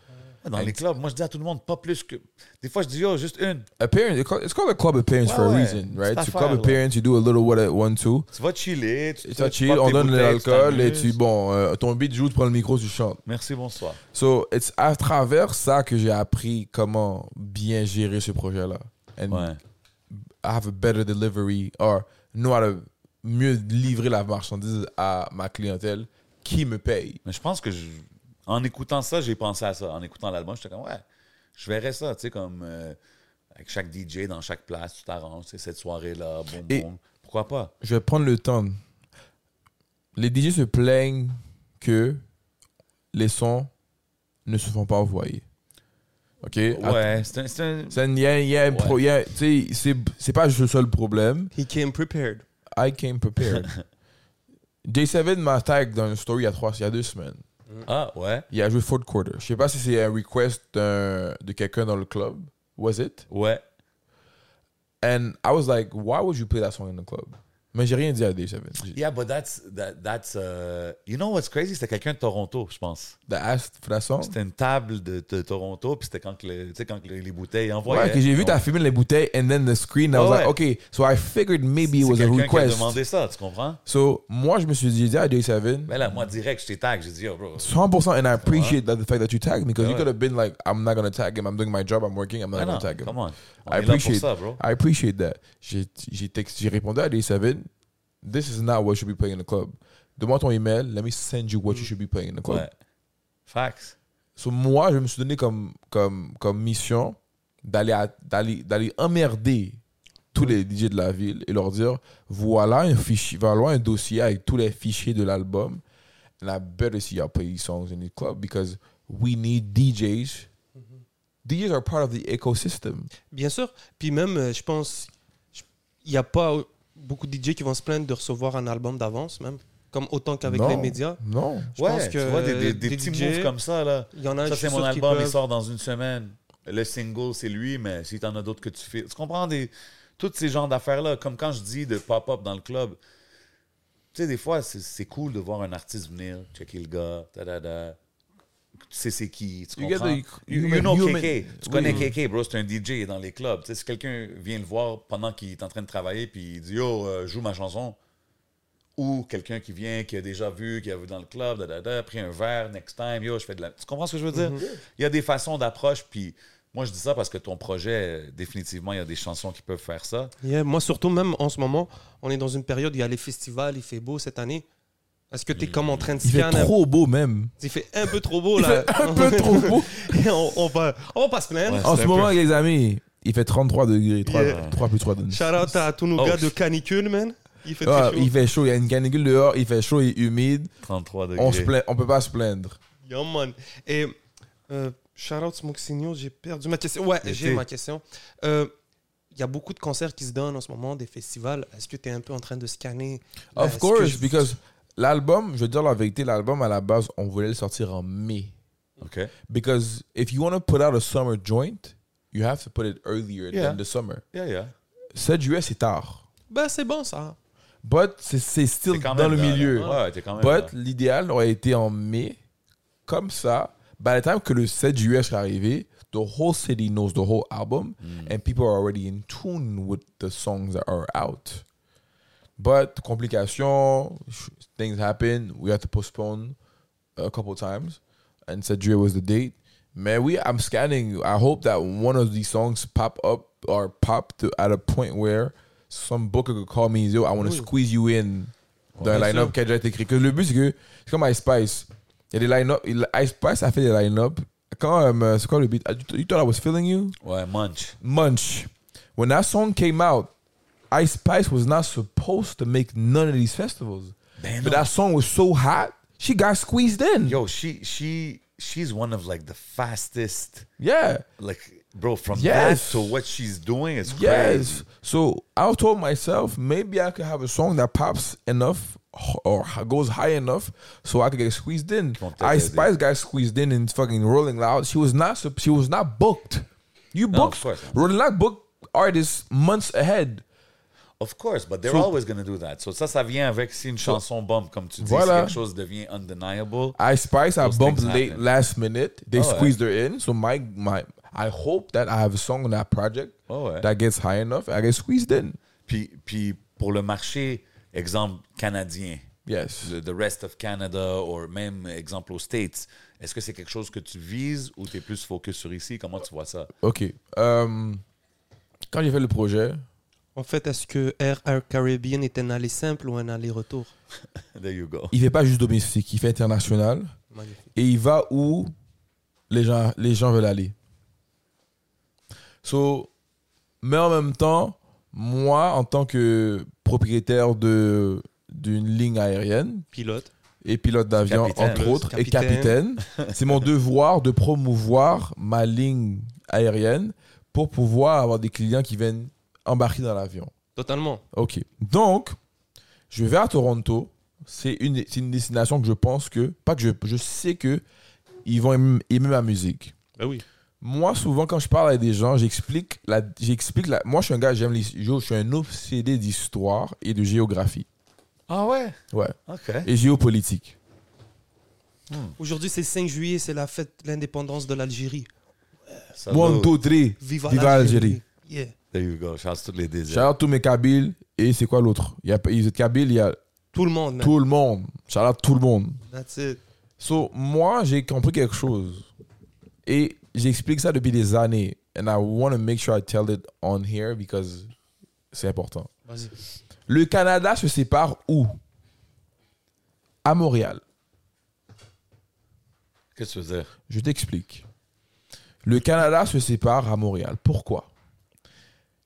[SPEAKER 2] Dans les clubs, moi je dis à tout le monde, pas plus que. Des fois je dis, yo, juste une.
[SPEAKER 3] Appearance, it's called- it's called a club appearance
[SPEAKER 2] Ouais,
[SPEAKER 3] for a
[SPEAKER 2] ouais.
[SPEAKER 3] reason, right?
[SPEAKER 2] Cette
[SPEAKER 3] So club
[SPEAKER 2] affaire-là.
[SPEAKER 3] appearance, you do a little what at one, two.
[SPEAKER 2] Tu vas chiller. Tu,
[SPEAKER 3] Et
[SPEAKER 2] tu-
[SPEAKER 3] ça
[SPEAKER 2] tu
[SPEAKER 3] chill,
[SPEAKER 2] portes
[SPEAKER 3] on
[SPEAKER 2] tes
[SPEAKER 3] donne de
[SPEAKER 2] bouteilles,
[SPEAKER 3] l'alcool et
[SPEAKER 2] t'amuses.
[SPEAKER 3] tu, bon, euh, ton beat joue, tu prends le micro, tu chantes.
[SPEAKER 2] Merci, bonsoir.
[SPEAKER 3] So, it's à travers ça que j'ai appris comment bien gérer ce projet-là. And
[SPEAKER 2] Ouais.
[SPEAKER 3] I have a better delivery or know how to mieux livrer la marchandise à ma clientèle qui me paye.
[SPEAKER 2] Mais je pense que je- en écoutant ça, j'ai pensé à ça. En écoutant l'album, j'étais comme, ouais, je verrais ça, tu sais, comme euh, avec chaque DJ dans chaque place, tu t'arranges, tu sais, cette soirée-là, boum,
[SPEAKER 3] Et-
[SPEAKER 2] boum. Pourquoi pas?
[SPEAKER 3] Je vais prendre le temps. Les DJ se plaignent que les sons ne se font pas envoyer. OK?
[SPEAKER 2] Ouais, c'est un. c'est un-
[SPEAKER 3] C'est un- il y a- il y a un
[SPEAKER 2] Ouais.
[SPEAKER 3] pro- il y a- tu sais, c'est- c'est pas juste le seul problème.
[SPEAKER 1] He came prepared.
[SPEAKER 3] I came prepared. J7 m'a tag dans une story il y a, trois, il y a deux semaines.
[SPEAKER 2] Ah, ouais,
[SPEAKER 3] Il a joué Fourth Quarter. Je sais pas si c'est un request d'un- de quelqu'un dans le club. Was it?
[SPEAKER 2] ouais.
[SPEAKER 3] And I was like, why would you play that song in the club? Mais j'ai rien dit à Dave Seven. J'ai-
[SPEAKER 2] Yeah, but that's. that- that's uh, you know what's crazy? C'était quelqu'un de Toronto, je pense.
[SPEAKER 3] They asked for that song.
[SPEAKER 2] C'était une table de, de Toronto, puis c'était quand, que le- tu sais, quand que les bouteilles
[SPEAKER 3] Ouais,
[SPEAKER 2] envoyaient.
[SPEAKER 3] que j'ai vu
[SPEAKER 2] Donc,
[SPEAKER 3] t'as filmé les bouteilles and then the screen. I was
[SPEAKER 2] Ouais,
[SPEAKER 3] like, okay, so I figured maybe it
[SPEAKER 2] C'est
[SPEAKER 3] was a
[SPEAKER 2] quelqu'un qui a
[SPEAKER 3] request.
[SPEAKER 2] demandé ça, tu comprends?
[SPEAKER 3] So moi, je me suis dit, j'ai dit à Dave Seven,
[SPEAKER 2] Ben là, moi, direct, je t'ai tag, j'ai dit, oh, bro.
[SPEAKER 3] 100% and I appreciate that, the fact that you tagged me because you
[SPEAKER 2] Ouais.
[SPEAKER 3] could have been like, I'm not gonna tag him. I'm doing my job. I'm working. I'm not
[SPEAKER 2] Ah non,
[SPEAKER 3] gonna tag him.
[SPEAKER 2] come on. On est
[SPEAKER 3] I
[SPEAKER 2] là pour
[SPEAKER 3] appreciate,
[SPEAKER 2] ça, bro.
[SPEAKER 3] I appreciate that. J'ai j'ai text- j'ai répondu à D7. This is not what you should be playing in the club. Demande ton email. Let me send you what you should be playing in the club.
[SPEAKER 2] Mm. Ouais. Fax.
[SPEAKER 3] So, moi, je me suis donné comme, comme, comme mission d'aller à- d'aller d'aller emmerder tous les DJ de la ville et leur dire voilà un fichier, voilà un dossier avec tous les fichiers de l'album. And I better see y'all play these songs in the club because we need DJs.
[SPEAKER 1] Mm-hmm.
[SPEAKER 3] DJs are part of the ecosystem.
[SPEAKER 1] Bien sûr. Puis même, euh, je pense, je- il n'y a pas beaucoup de DJ qui vont se plaindre de recevoir un album d'avance, même. Comme autant qu'avec
[SPEAKER 3] Non,
[SPEAKER 1] les médias.
[SPEAKER 3] Non.
[SPEAKER 1] Je pense que
[SPEAKER 2] tu vois, des, des- des
[SPEAKER 1] des
[SPEAKER 2] petits
[SPEAKER 1] DJ,
[SPEAKER 2] moves comme ça, là.
[SPEAKER 1] Il y en a
[SPEAKER 2] Ça,
[SPEAKER 1] je suis
[SPEAKER 2] c'est mon
[SPEAKER 1] sûr qu'ils
[SPEAKER 2] album, il
[SPEAKER 1] peuvent-
[SPEAKER 2] sort dans une semaine. Le single, c'est lui, mais si t'en as d'autres que tu fais. Tu comprends des, tous ces genres d'affaires-là? Comme quand je dis de pop-up dans le club, tu sais, des fois, c'est- c'est cool de voir un artiste venir, checker le gars, ta da da. Tu sais c'est qui, tu
[SPEAKER 3] You get
[SPEAKER 2] comprends?
[SPEAKER 3] the
[SPEAKER 2] You, you
[SPEAKER 3] human-
[SPEAKER 2] know KK.
[SPEAKER 3] human-
[SPEAKER 2] Tu
[SPEAKER 3] Oui.
[SPEAKER 2] connais KK, bro, c'est un DJ dans les clubs. Tu sais, si quelqu'un vient le voir pendant qu'il est en train de travailler, puis il dit « Yo, euh, joue ma chanson », ou quelqu'un qui vient, qui a déjà vu, qui a vu dans le club,
[SPEAKER 3] Mhm.
[SPEAKER 1] Mhm.
[SPEAKER 2] da, da, da, pris un verre, next time, yo, je fais de la... Tu comprends ce que je veux dire? Il y a des façons d'approche, puis Moi, je dis ça parce que ton projet, euh, définitivement, il y a des chansons qui peuvent faire ça.
[SPEAKER 1] Yeah, moi, surtout, même en ce moment, on est dans une période où il y a les festivals, il fait beau cette année. Est-ce que tu es comme en train de
[SPEAKER 3] Il fait
[SPEAKER 1] scanner un-
[SPEAKER 3] trop beau, même.
[SPEAKER 1] Il fait un peu trop beau, là.
[SPEAKER 3] Un peu trop beau.
[SPEAKER 1] on, on va, on va pas se plaindre.
[SPEAKER 2] Ouais,
[SPEAKER 3] En
[SPEAKER 2] c'est
[SPEAKER 3] ce
[SPEAKER 2] un
[SPEAKER 3] moment,
[SPEAKER 2] peu-
[SPEAKER 3] les amis, il fait 33 degrés. 3,
[SPEAKER 1] Yeah.
[SPEAKER 3] plus 3 degrés.
[SPEAKER 1] Shout out à tous nos
[SPEAKER 2] Oh.
[SPEAKER 1] gars de canicule, man. Ah, Il fait
[SPEAKER 3] Ouais,
[SPEAKER 1] très chaud.
[SPEAKER 3] il fait chaud, il y a une canicule dehors, il fait chaud et humide.
[SPEAKER 2] 33 degrés.
[SPEAKER 3] On se plaint, on peut pas se plaindre.
[SPEAKER 1] Yo, man. Et euh, shout out Smoke Signal, j'ai perdu ma question. Ouais,
[SPEAKER 2] L'été.
[SPEAKER 1] j'ai ma question. Euh, Il y a beaucoup de concerts qui se donnent en ce moment, des festivals. Est-ce que tu es un peu en train de scanner là, est-ce Ben,
[SPEAKER 3] Of
[SPEAKER 1] que
[SPEAKER 3] course,
[SPEAKER 1] je-
[SPEAKER 3] because l'album, je veux dire la vérité, l'album à la base, on voulait le sortir en mai.
[SPEAKER 2] OK.
[SPEAKER 3] Because if you want to put out a summer joint, you have to put it earlier
[SPEAKER 2] Yeah.
[SPEAKER 3] than the summer.
[SPEAKER 2] Yeah, yeah.
[SPEAKER 3] 7 juillet, c'est tard.
[SPEAKER 1] Ben, c'est bon, ça.
[SPEAKER 3] But c'est- c'est
[SPEAKER 2] T'es
[SPEAKER 3] still
[SPEAKER 2] quand
[SPEAKER 3] dans
[SPEAKER 2] même
[SPEAKER 3] le
[SPEAKER 2] là,
[SPEAKER 3] milieu.
[SPEAKER 2] là. Ouais, t'es quand même
[SPEAKER 3] But
[SPEAKER 2] là.
[SPEAKER 3] l'idéal aurait été en mai. Comme ça, by the time que le 7 juillet sera arrivé, the whole city knows the whole album
[SPEAKER 2] Hmm.
[SPEAKER 3] and people are already in tune with the songs that are out. But complication, sh- things happen. We had to postpone a couple times, and 7 juillet was the date. Man, we I'm scanning. I hope that one of these songs pop up or pop to at a point where some booker could call me, yo, I want to squeeze you in dans un line-up qui a déjà été créé. Que le but, c'est que c'est comme Ice Spice. Il y a des line-up. il- Ice Spice a fait des line-up. Quand, euh, c'est quoi le beat? You thought I was feeling you?
[SPEAKER 2] Ouais, Munch.
[SPEAKER 3] Munch. When that song came out, Ice Spice was not supposed to make none of these festivals.
[SPEAKER 2] Ben
[SPEAKER 3] but
[SPEAKER 2] non.
[SPEAKER 3] that song was so hot, she got squeezed in.
[SPEAKER 2] Yo, she, she, she's one of like the fastest.
[SPEAKER 3] Yeah.
[SPEAKER 2] Like, bro, from
[SPEAKER 3] Yes.
[SPEAKER 2] that to what she's doing is crazy.
[SPEAKER 3] Yes. So I told myself maybe I could have a song that pops enough or goes high enough so I could get squeezed in.
[SPEAKER 2] Come on,
[SPEAKER 3] I
[SPEAKER 2] take it,
[SPEAKER 3] Spice got squeezed in and fucking Rolling Loud. She was not sup- she was not booked. You
[SPEAKER 2] No, of
[SPEAKER 3] booked
[SPEAKER 2] course.
[SPEAKER 3] Rolling Loud booked artists months ahead.
[SPEAKER 2] Of course, but they're
[SPEAKER 3] So-
[SPEAKER 2] always going to do that. So ça, ça vient avec si une chanson bombe, comme tu dis,
[SPEAKER 3] Voilà.
[SPEAKER 2] si quelque chose devient undeniable.
[SPEAKER 3] I Spice I
[SPEAKER 2] Those
[SPEAKER 3] bumped
[SPEAKER 2] things
[SPEAKER 3] late
[SPEAKER 2] happen.
[SPEAKER 3] last minute. They
[SPEAKER 2] Oh, yeah.
[SPEAKER 3] squeezed her in. So my my I hope that I have a song on that project
[SPEAKER 2] Oh, yeah.
[SPEAKER 3] that gets high enough. I get squeezed in.
[SPEAKER 2] Puis, puis pour le marché, exemple canadien,
[SPEAKER 3] Yes.
[SPEAKER 2] le- the rest of Canada, ou même exemple aux States, est-ce que c'est quelque chose que tu vises ou tu es plus focus sur ici? Comment tu vois ça?
[SPEAKER 3] OK. Euh, quand j'ai fait le projet,
[SPEAKER 1] En fait, est-ce que Air, Air Caribbean est un aller simple ou un aller-retour
[SPEAKER 2] There you go.
[SPEAKER 3] il fait pas juste domestique, il fait international
[SPEAKER 1] Magnifique.
[SPEAKER 3] et il va où les gens, les gens veulent aller. So, mais en même temps, moi, en tant que propriétaire de d'une ligne aérienne
[SPEAKER 1] Pilote.
[SPEAKER 3] et pilote d'avion,
[SPEAKER 2] Capitaine.
[SPEAKER 3] entre autres, et
[SPEAKER 1] Capitaine.
[SPEAKER 3] capitaine, c'est mon devoir de promouvoir ma ligne aérienne pour pouvoir avoir des clients qui viennent embarquer dans l'avion.
[SPEAKER 1] Totalement.
[SPEAKER 3] Ok. Donc, je vais à Toronto. C'est une, c'est une destination que je pense que, pas que je, je sais que ils vont aimer, aimer ma musique.
[SPEAKER 1] Ben oui.
[SPEAKER 3] Moi, souvent, quand je parle à des gens, j'explique la, j'explique la. Moi, je suis un gars, j'aime les, je suis un obsédé d'histoire et de géographie.
[SPEAKER 2] Ah ouais?
[SPEAKER 3] Ouais.
[SPEAKER 2] OK.
[SPEAKER 3] Et géopolitique.
[SPEAKER 1] Aujourd'hui, c'est le 5 juillet, c'est la fête de l'indépendance de l'Algérie.
[SPEAKER 2] Ça
[SPEAKER 3] One,
[SPEAKER 2] vaut-
[SPEAKER 3] two, three.
[SPEAKER 1] Viva,
[SPEAKER 3] Viva
[SPEAKER 1] l'Algérie.
[SPEAKER 3] l'Algérie.
[SPEAKER 1] Yeah.
[SPEAKER 2] There you go. Charles, tous les
[SPEAKER 3] Shout
[SPEAKER 2] désirs.
[SPEAKER 3] out tous mes Kabyles. Et c'est quoi l'autre Il y a ils Kabyles, il y a
[SPEAKER 1] Tout le monde, man.
[SPEAKER 3] tout le monde. Shout out tout le monde.
[SPEAKER 1] That's it.
[SPEAKER 3] So, moi, j'ai compris quelque chose. Et j'explique ça depuis des années. And I want to make sure I tell it on here because c'est important.
[SPEAKER 1] Vas-y.
[SPEAKER 3] Le Canada se sépare où À Montréal.
[SPEAKER 2] Qu'est-ce que tu veux dire?
[SPEAKER 3] Je t'explique. Le Canada se sépare à Montréal. Pourquoi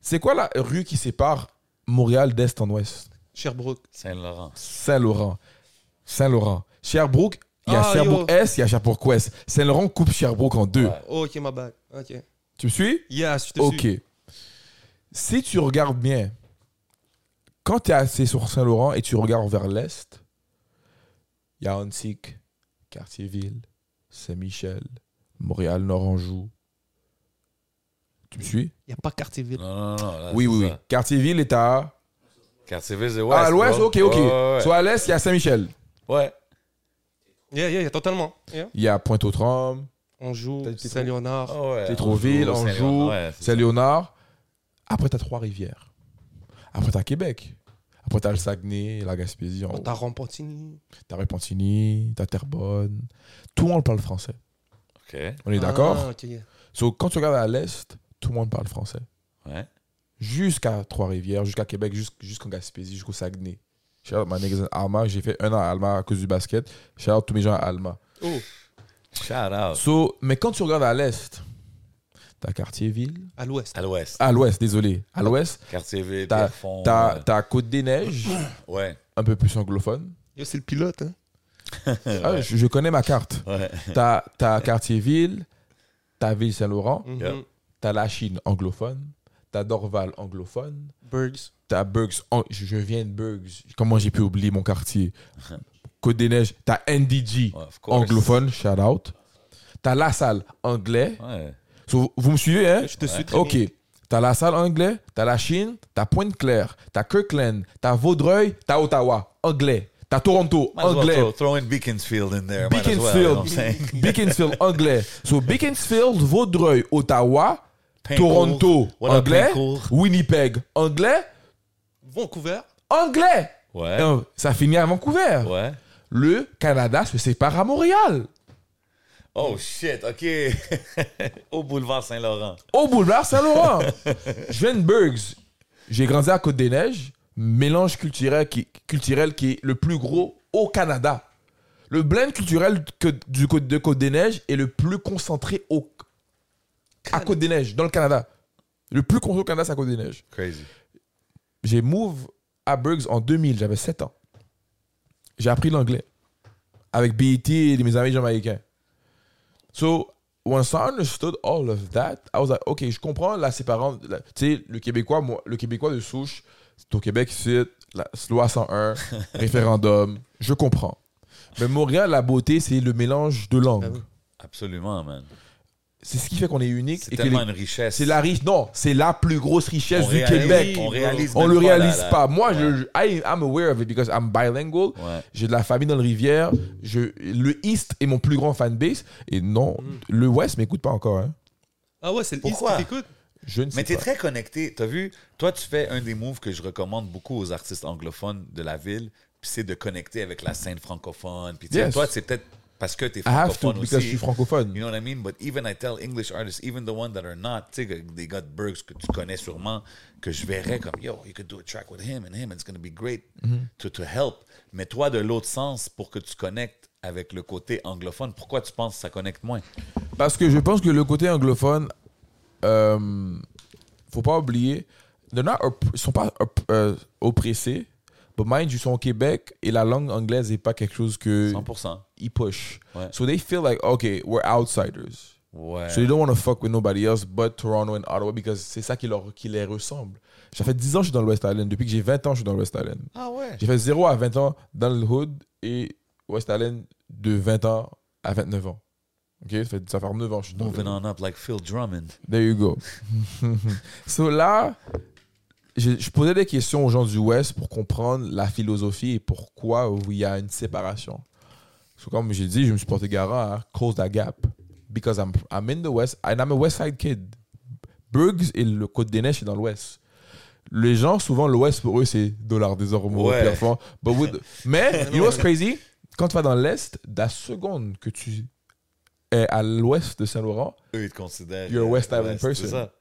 [SPEAKER 3] C'est quoi la rue qui sépare Montréal d'est en ouest
[SPEAKER 1] Sherbrooke.
[SPEAKER 2] Saint-Laurent.
[SPEAKER 3] Saint-Laurent. Saint-Laurent. Sherbrooke, il y a
[SPEAKER 1] Ah,
[SPEAKER 3] Sherbrooke Est, il y a Sherbrooke Ouest. Saint-Laurent coupe Sherbrooke en deux.
[SPEAKER 2] Ouais.
[SPEAKER 1] Ok, ma bad. Ok.
[SPEAKER 3] Tu me suis
[SPEAKER 1] Yes, je te
[SPEAKER 3] Ok.
[SPEAKER 1] suis.
[SPEAKER 3] Si tu regardes bien, quand tu es assez sur Saint-Laurent et tu regardes vers l'est, il y a Antique, Cartierville, Saint-Michel, Montréal-Nord-Anjou. Tu me suis
[SPEAKER 1] Il n'y a pas Cartierville.
[SPEAKER 2] Non, non, non. là,
[SPEAKER 3] Oui,
[SPEAKER 2] c'est
[SPEAKER 3] oui, oui.
[SPEAKER 2] ça.
[SPEAKER 3] Cartierville est à.
[SPEAKER 2] Cartierville, c'est
[SPEAKER 3] ah, à l'ouest
[SPEAKER 2] bro.
[SPEAKER 3] Ok, ok.
[SPEAKER 2] Ouais, ouais, ouais.
[SPEAKER 3] Soit à l'est, il y a Saint-Michel.
[SPEAKER 2] Ouais.
[SPEAKER 1] Yeah, yeah, yeah, totalement. Yeah.
[SPEAKER 3] Il y a Pointe-aux-Trembles,
[SPEAKER 1] On joue
[SPEAKER 3] T'as dit trop.
[SPEAKER 1] Saint-Léonard.
[SPEAKER 2] Ah ouais.
[SPEAKER 3] Tétroville,
[SPEAKER 2] Anjou,
[SPEAKER 3] Anjou,
[SPEAKER 2] Saint-Laurent, ouais, c'est ça.
[SPEAKER 3] Saint-Léonard. Après, tu as Trois-Rivières. Après, tu as Québec. Après, tu as le Saguenay, la Gaspésie. en
[SPEAKER 1] On
[SPEAKER 2] Oh,
[SPEAKER 3] haut.
[SPEAKER 1] t'a Rampontini.
[SPEAKER 3] T'as Repentigny, t'as Terrebonne. Tout le monde parle français.
[SPEAKER 2] OK.
[SPEAKER 3] On est d'accord
[SPEAKER 1] Ah, ok, yeah.
[SPEAKER 3] So, quand tu regardes à l'Est, tout le monde parle français.
[SPEAKER 2] Ouais.
[SPEAKER 3] Jusqu'à Trois-Rivières, jusqu'à Québec, jusqu'- jusqu'en Gaspésie, jusqu'au Saguenay. Shout out my niggas in Alma. J'ai fait un an à Alma à cause du basket. Shout out tous mes gens à Alma.
[SPEAKER 2] Shout out.
[SPEAKER 3] So, mais quand tu regardes à l'Est, t'as Cartierville.
[SPEAKER 1] À l'ouest.
[SPEAKER 2] À l'ouest.
[SPEAKER 3] À l'Ouest, désolé. À l'Ouest,
[SPEAKER 2] Quartier Ville,
[SPEAKER 3] t'as-
[SPEAKER 2] Pierrefonds,
[SPEAKER 3] t'as
[SPEAKER 2] euh,
[SPEAKER 3] t'as Côte-des-Neiges,
[SPEAKER 2] Ouais.
[SPEAKER 3] un peu plus anglophone.
[SPEAKER 1] C'est le pilote. Hein.
[SPEAKER 3] Ah, je, je connais ma carte.
[SPEAKER 2] Ouais.
[SPEAKER 3] T'as t'as Cartierville, t'as Ville-Saint-Laurent,
[SPEAKER 2] Yeah.
[SPEAKER 3] t'as la Chine anglophone, t'as Dorval anglophone,
[SPEAKER 1] Bergs.
[SPEAKER 3] T'as Bugs. Oh, je je viens de Bugs. Comment j'ai pu oublier mon quartier Côte des Neiges. T'as NDG,
[SPEAKER 2] Ouais, of course.
[SPEAKER 3] anglophone, shout out. T'as La Salle, anglais.
[SPEAKER 2] Ouais.
[SPEAKER 3] So, vous- vous me suivez, hein
[SPEAKER 1] Je te suis très
[SPEAKER 3] Ok.
[SPEAKER 1] bien.
[SPEAKER 3] T'as La Salle, anglais. T'as la Chine. T'as Pointe-Claire. T'as Kirkland. T'as Vaudreuil. T'as Ottawa, anglais. T'as Toronto,
[SPEAKER 2] Might as well
[SPEAKER 3] anglais.
[SPEAKER 2] throw, throw in Beaconsfield in there. Might as well, you know what I'm saying?
[SPEAKER 3] Beaconsfield, Beaconsfield, anglais. So, Beaconsfield, Vaudreuil, Ottawa,
[SPEAKER 2] Paint
[SPEAKER 3] Toronto,
[SPEAKER 2] cool. What up,
[SPEAKER 3] anglais.
[SPEAKER 2] paint cool?
[SPEAKER 3] Winnipeg, anglais.
[SPEAKER 1] Vancouver.
[SPEAKER 3] Anglais
[SPEAKER 2] Ouais.
[SPEAKER 3] Euh, ça finit à Vancouver.
[SPEAKER 2] Ouais.
[SPEAKER 3] Le Canada se sépare à Montréal.
[SPEAKER 2] Oh shit, ok. Au boulevard Saint-Laurent.
[SPEAKER 3] Au boulevard Saint-Laurent. Je viens de Bergs. J'ai grandi à Côte-des-Neiges. Mélange culturel qui, culturel qui est le plus gros au Canada. Le blend culturel que, du, Côte- de Côte-des-Neiges est le plus concentré au, à Côte-des-Neiges, dans le Canada. Le plus concentré au Canada, c'est à Côte-des-Neiges.
[SPEAKER 2] Crazy.
[SPEAKER 3] J'ai move à Bergs en 2000, j'avais 7 ans. J'ai appris l'anglais avec BET et mes amis jamaïcains. So, once I understood all of that, I was like, OK, je comprends la séparante. la- Tu sais, le Québécois, moi, le Québécois de souche, c'est au Québec, c'est la loi 101, référendum, je comprends. Mais Montréal, la beauté, c'est le mélange de
[SPEAKER 2] Ah
[SPEAKER 3] langues.
[SPEAKER 2] Absolument, man.
[SPEAKER 3] C'est ce qui fait qu'on est unique.
[SPEAKER 2] C'est
[SPEAKER 3] et que
[SPEAKER 2] tellement
[SPEAKER 3] les-
[SPEAKER 2] une richesse.
[SPEAKER 3] C'est la riche. Non, c'est la plus grosse richesse
[SPEAKER 2] On
[SPEAKER 3] du
[SPEAKER 2] réalise-
[SPEAKER 3] Québec.
[SPEAKER 2] on réalise
[SPEAKER 3] On
[SPEAKER 2] même
[SPEAKER 3] le
[SPEAKER 2] pas, là,
[SPEAKER 3] réalise
[SPEAKER 2] là.
[SPEAKER 3] pas. Moi,
[SPEAKER 2] Ouais.
[SPEAKER 3] je, I- I'm aware of it because I'm bilingual.
[SPEAKER 2] Ouais.
[SPEAKER 3] J'ai de la famille dans le Rivière. Je, le East est mon plus grand fanbase. Et non,
[SPEAKER 2] Hmm.
[SPEAKER 3] le West m'écoute pas encore. hein.
[SPEAKER 1] Ah ouais, c'est le East
[SPEAKER 2] Pourquoi
[SPEAKER 1] qui t'écoute.
[SPEAKER 3] Je ne sais
[SPEAKER 2] Mais t'es
[SPEAKER 3] pas.
[SPEAKER 2] très connecté. T'as vu, toi, tu fais un des moves que je recommande beaucoup aux artistes anglophones de la ville, puis c'est de connecter avec la scène francophone. Puis tu sais,
[SPEAKER 3] Yes.
[SPEAKER 2] toi, c'est peut-être parce que t'es
[SPEAKER 3] I have to
[SPEAKER 2] francophone
[SPEAKER 3] because je
[SPEAKER 2] aussi.
[SPEAKER 3] suis francophone.
[SPEAKER 2] You know what I mean? But even I tell English artists, even the ones that are not, tu sais, que- des gars de Bergs que tu connais sûrement, que je verrais comme, yo, you could do a track with him and him, it's going to be great
[SPEAKER 3] Mm-hmm.
[SPEAKER 2] to, to help. Mais toi, de l'autre sens, pour que tu connectes avec le côté anglophone, pourquoi tu penses que ça connecte moins?
[SPEAKER 3] Parce que je pense que le côté anglophone, euh, faut pas oublier, they're not opp- ils sont pas opp- euh, oppressés. But mind you, ils sont au Québec et la langue anglaise n'est pas quelque chose que
[SPEAKER 2] 100%.
[SPEAKER 3] ils push.
[SPEAKER 2] Ouais.
[SPEAKER 3] So they feel like, okay, we're outsiders.
[SPEAKER 2] Ouais.
[SPEAKER 3] So they don't want to fuck with nobody else but Toronto and Ottawa because c'est ça qui, leur, qui les ressemble. Ça fait 10 ans que je suis dans l'West Island. Depuis que j'ai 20 ans, je suis dans l'West Island.
[SPEAKER 2] Ah ouais?
[SPEAKER 3] J'ai fait 0 à 20 ans dans le hood et West Island de 20 ans à 29 ans. OK? Ça fait, ça fait 9 ans que je suis dans le
[SPEAKER 2] Moving
[SPEAKER 3] hood.
[SPEAKER 2] on up like Phil Drummond.
[SPEAKER 3] There you go. so là, je, je posais des questions aux gens du Ouest pour comprendre la philosophie et pourquoi il y a une séparation. So, comme j'ai dit, je me suis porté garant à cause de la gap. Because I'm, I'm in the West and I'm a West Side kid. Bergs et le Côte-des-Neiges, c'est dans l'Ouest. Les gens, souvent, l'Ouest, pour eux, c'est dollars, des ormeaux,
[SPEAKER 2] Ouais.
[SPEAKER 3] Pierrefonds. But with- Mais, you know what's crazy? Quand tu vas dans l'Est, la seconde que tu es à l'Ouest de Saint-Laurent,
[SPEAKER 2] Eux, ils te considèrent. euh,
[SPEAKER 3] You're a West Island
[SPEAKER 2] Ouais, c'est
[SPEAKER 3] person.
[SPEAKER 2] ça.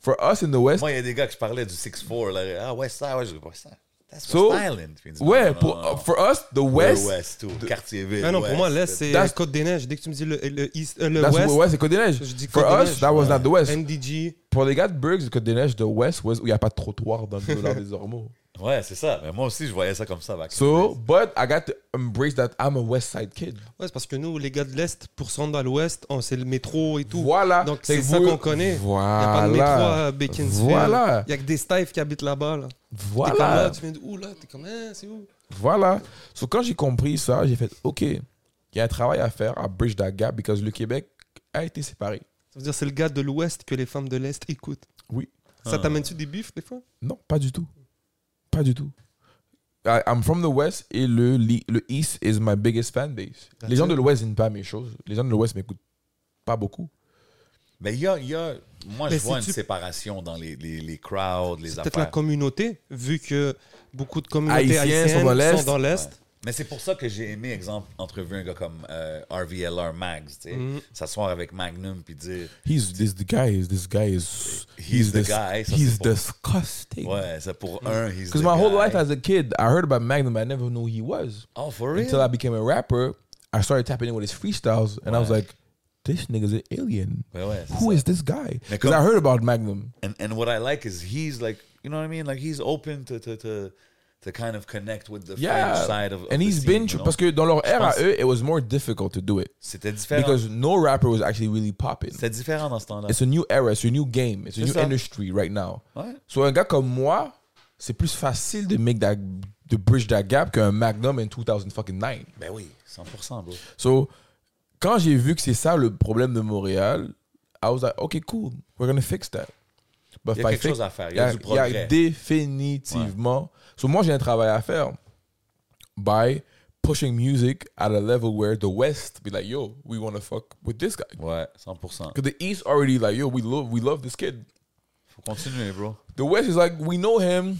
[SPEAKER 3] for us in the West,
[SPEAKER 2] Moi, il y a des gars que je parlais du 6'4. là, Ah, West Side, ouais, je dis West Side. That's
[SPEAKER 3] So-
[SPEAKER 2] West Island. Puis ils disent, Non,
[SPEAKER 3] Ouais,
[SPEAKER 2] non,
[SPEAKER 3] pour, euh,
[SPEAKER 2] non, non.
[SPEAKER 3] for us, the West,
[SPEAKER 2] Le uh, West, tout. Quartier ville.
[SPEAKER 1] Ah non, pour moi, l'Est, c'est
[SPEAKER 3] That's-
[SPEAKER 1] Côte-des-Neiges. Dès que tu me dis le, le, East, euh, le
[SPEAKER 3] that's
[SPEAKER 1] West,
[SPEAKER 3] the West, c'est Côte-des-Neiges.
[SPEAKER 1] Je dis
[SPEAKER 3] For us,
[SPEAKER 1] Côte-des-Neiges,
[SPEAKER 3] that was
[SPEAKER 2] ouais.
[SPEAKER 3] not the West.
[SPEAKER 1] NDG.
[SPEAKER 3] Pour les gars de Bergs, Côte-des-Neiges, the West was où il n'y a pas de trottoir dans le dollar des Ormeaux.
[SPEAKER 2] Ouais, c'est ça. Mais moi aussi, je voyais ça comme ça. back in
[SPEAKER 3] So,
[SPEAKER 2] the days.
[SPEAKER 3] but I got to embrace that I'm a West Side kid.
[SPEAKER 1] Ouais, c'est parce que nous, les gars de l'Est, pour se rendre à l'Ouest, on- c'est le métro et tout.
[SPEAKER 3] Voilà.
[SPEAKER 1] Donc,
[SPEAKER 3] Fait
[SPEAKER 1] c'est
[SPEAKER 3] que
[SPEAKER 1] ça
[SPEAKER 3] vous-
[SPEAKER 1] qu'on connaît. Il n'y a pas
[SPEAKER 3] Voilà.
[SPEAKER 1] de métro à Beaconsfield.
[SPEAKER 3] Voilà.
[SPEAKER 1] Il n'y a que des staffs qui habitent là-bas. Là. T'es comme là,
[SPEAKER 3] Voilà.
[SPEAKER 1] tu viens de où là T'es comme, hein, c'est où
[SPEAKER 3] Voilà. So, quand j'ai compris ça, j'ai fait, OK, il y a un travail à faire à bridge that gap because le Québec a été séparé.
[SPEAKER 1] Ça veut dire c'est le gars de l'Ouest que les femmes de l'Est écoutent.
[SPEAKER 3] Oui.
[SPEAKER 1] Ça t'amène-tu des bifs des fois
[SPEAKER 3] Non, pas du tout. Pas du tout. I- I'm from the West et le, li- le East is my biggest fan base. Les gens de l'Ouest n'aiment pas mes choses. Les gens de l'Ouest m'écoutent pas beaucoup.
[SPEAKER 2] Mais il y a, il y a- Moi,
[SPEAKER 1] Mais
[SPEAKER 2] je vois une
[SPEAKER 1] c'est-tu-
[SPEAKER 2] séparation dans les, les, les crowds, les
[SPEAKER 1] C'est peut-être la
[SPEAKER 2] affaires.
[SPEAKER 1] communauté, vu que beaucoup de communautés
[SPEAKER 3] Haïtiens
[SPEAKER 1] haïtiennes
[SPEAKER 3] sont dans l'Est.
[SPEAKER 1] sont dans l'Est.
[SPEAKER 2] Mais c'est pour ça que j'ai aimé, exemple, entrevue un gars comme euh, RVLR Mags, tu sais,
[SPEAKER 3] Mm.
[SPEAKER 2] s'asseoir avec Magnum puis dire
[SPEAKER 3] He's this the guy is this guy is he's,
[SPEAKER 2] the
[SPEAKER 3] dis-
[SPEAKER 2] guy, ça,
[SPEAKER 3] he's
[SPEAKER 2] c'est pour-
[SPEAKER 3] disgusting.
[SPEAKER 2] Ouais, c'est pour un, he's
[SPEAKER 3] Because
[SPEAKER 2] the
[SPEAKER 3] Mm. my whole
[SPEAKER 2] guy.
[SPEAKER 3] life as a kid, I heard about Magnum, but I never knew who he was.
[SPEAKER 2] Oh, for real?
[SPEAKER 3] Until I became a rapper, I started tapping in with his freestyles, and I was like, this nigga's an alien.
[SPEAKER 2] Ouais, ouais, c'est
[SPEAKER 3] Who
[SPEAKER 2] ça.
[SPEAKER 3] is this guy?
[SPEAKER 2] Mais
[SPEAKER 3] Because
[SPEAKER 2] comme-
[SPEAKER 3] I heard about Magnum.
[SPEAKER 2] and and what I like is he's like you know what I mean like he's open to to to, to kind of connect with the French
[SPEAKER 3] Yeah.
[SPEAKER 2] side of, of
[SPEAKER 3] and
[SPEAKER 2] the
[SPEAKER 3] he's
[SPEAKER 2] scene,
[SPEAKER 3] been,
[SPEAKER 2] you know?
[SPEAKER 3] parce que dans leur ère à
[SPEAKER 2] pense-
[SPEAKER 3] eux, it was more difficult to do it.
[SPEAKER 2] c'était différent
[SPEAKER 3] Because no rapper was actually really popping.
[SPEAKER 2] c'était différent dans ce temps-là
[SPEAKER 3] It's a new era, it's a new game, it's a
[SPEAKER 2] C'est
[SPEAKER 3] new
[SPEAKER 2] ça.
[SPEAKER 3] industry right now.
[SPEAKER 2] Ouais.
[SPEAKER 3] So un gars comme moi, c'est plus facile de make that, de bridge that gap qu'un Magnum in 2009.
[SPEAKER 2] ben oui 100% bro
[SPEAKER 3] So, quand j'ai vu que c'est ça le problème de Montréal, I was like, okay, cool, we're gonna fix that. But
[SPEAKER 2] Il y
[SPEAKER 3] if
[SPEAKER 2] a
[SPEAKER 3] I
[SPEAKER 2] quelque
[SPEAKER 3] fix-
[SPEAKER 2] chose à faire. Il y a du progrès.
[SPEAKER 3] Il y a définitivement. So, moi, j'ai un travail à faire by pushing music at a level where the West be like, yo, we want to fuck with this guy.
[SPEAKER 2] ouais 100%
[SPEAKER 3] Because the East already like, yo, we love, we love this kid.
[SPEAKER 2] faut continuer bro
[SPEAKER 3] The West is like, we know him,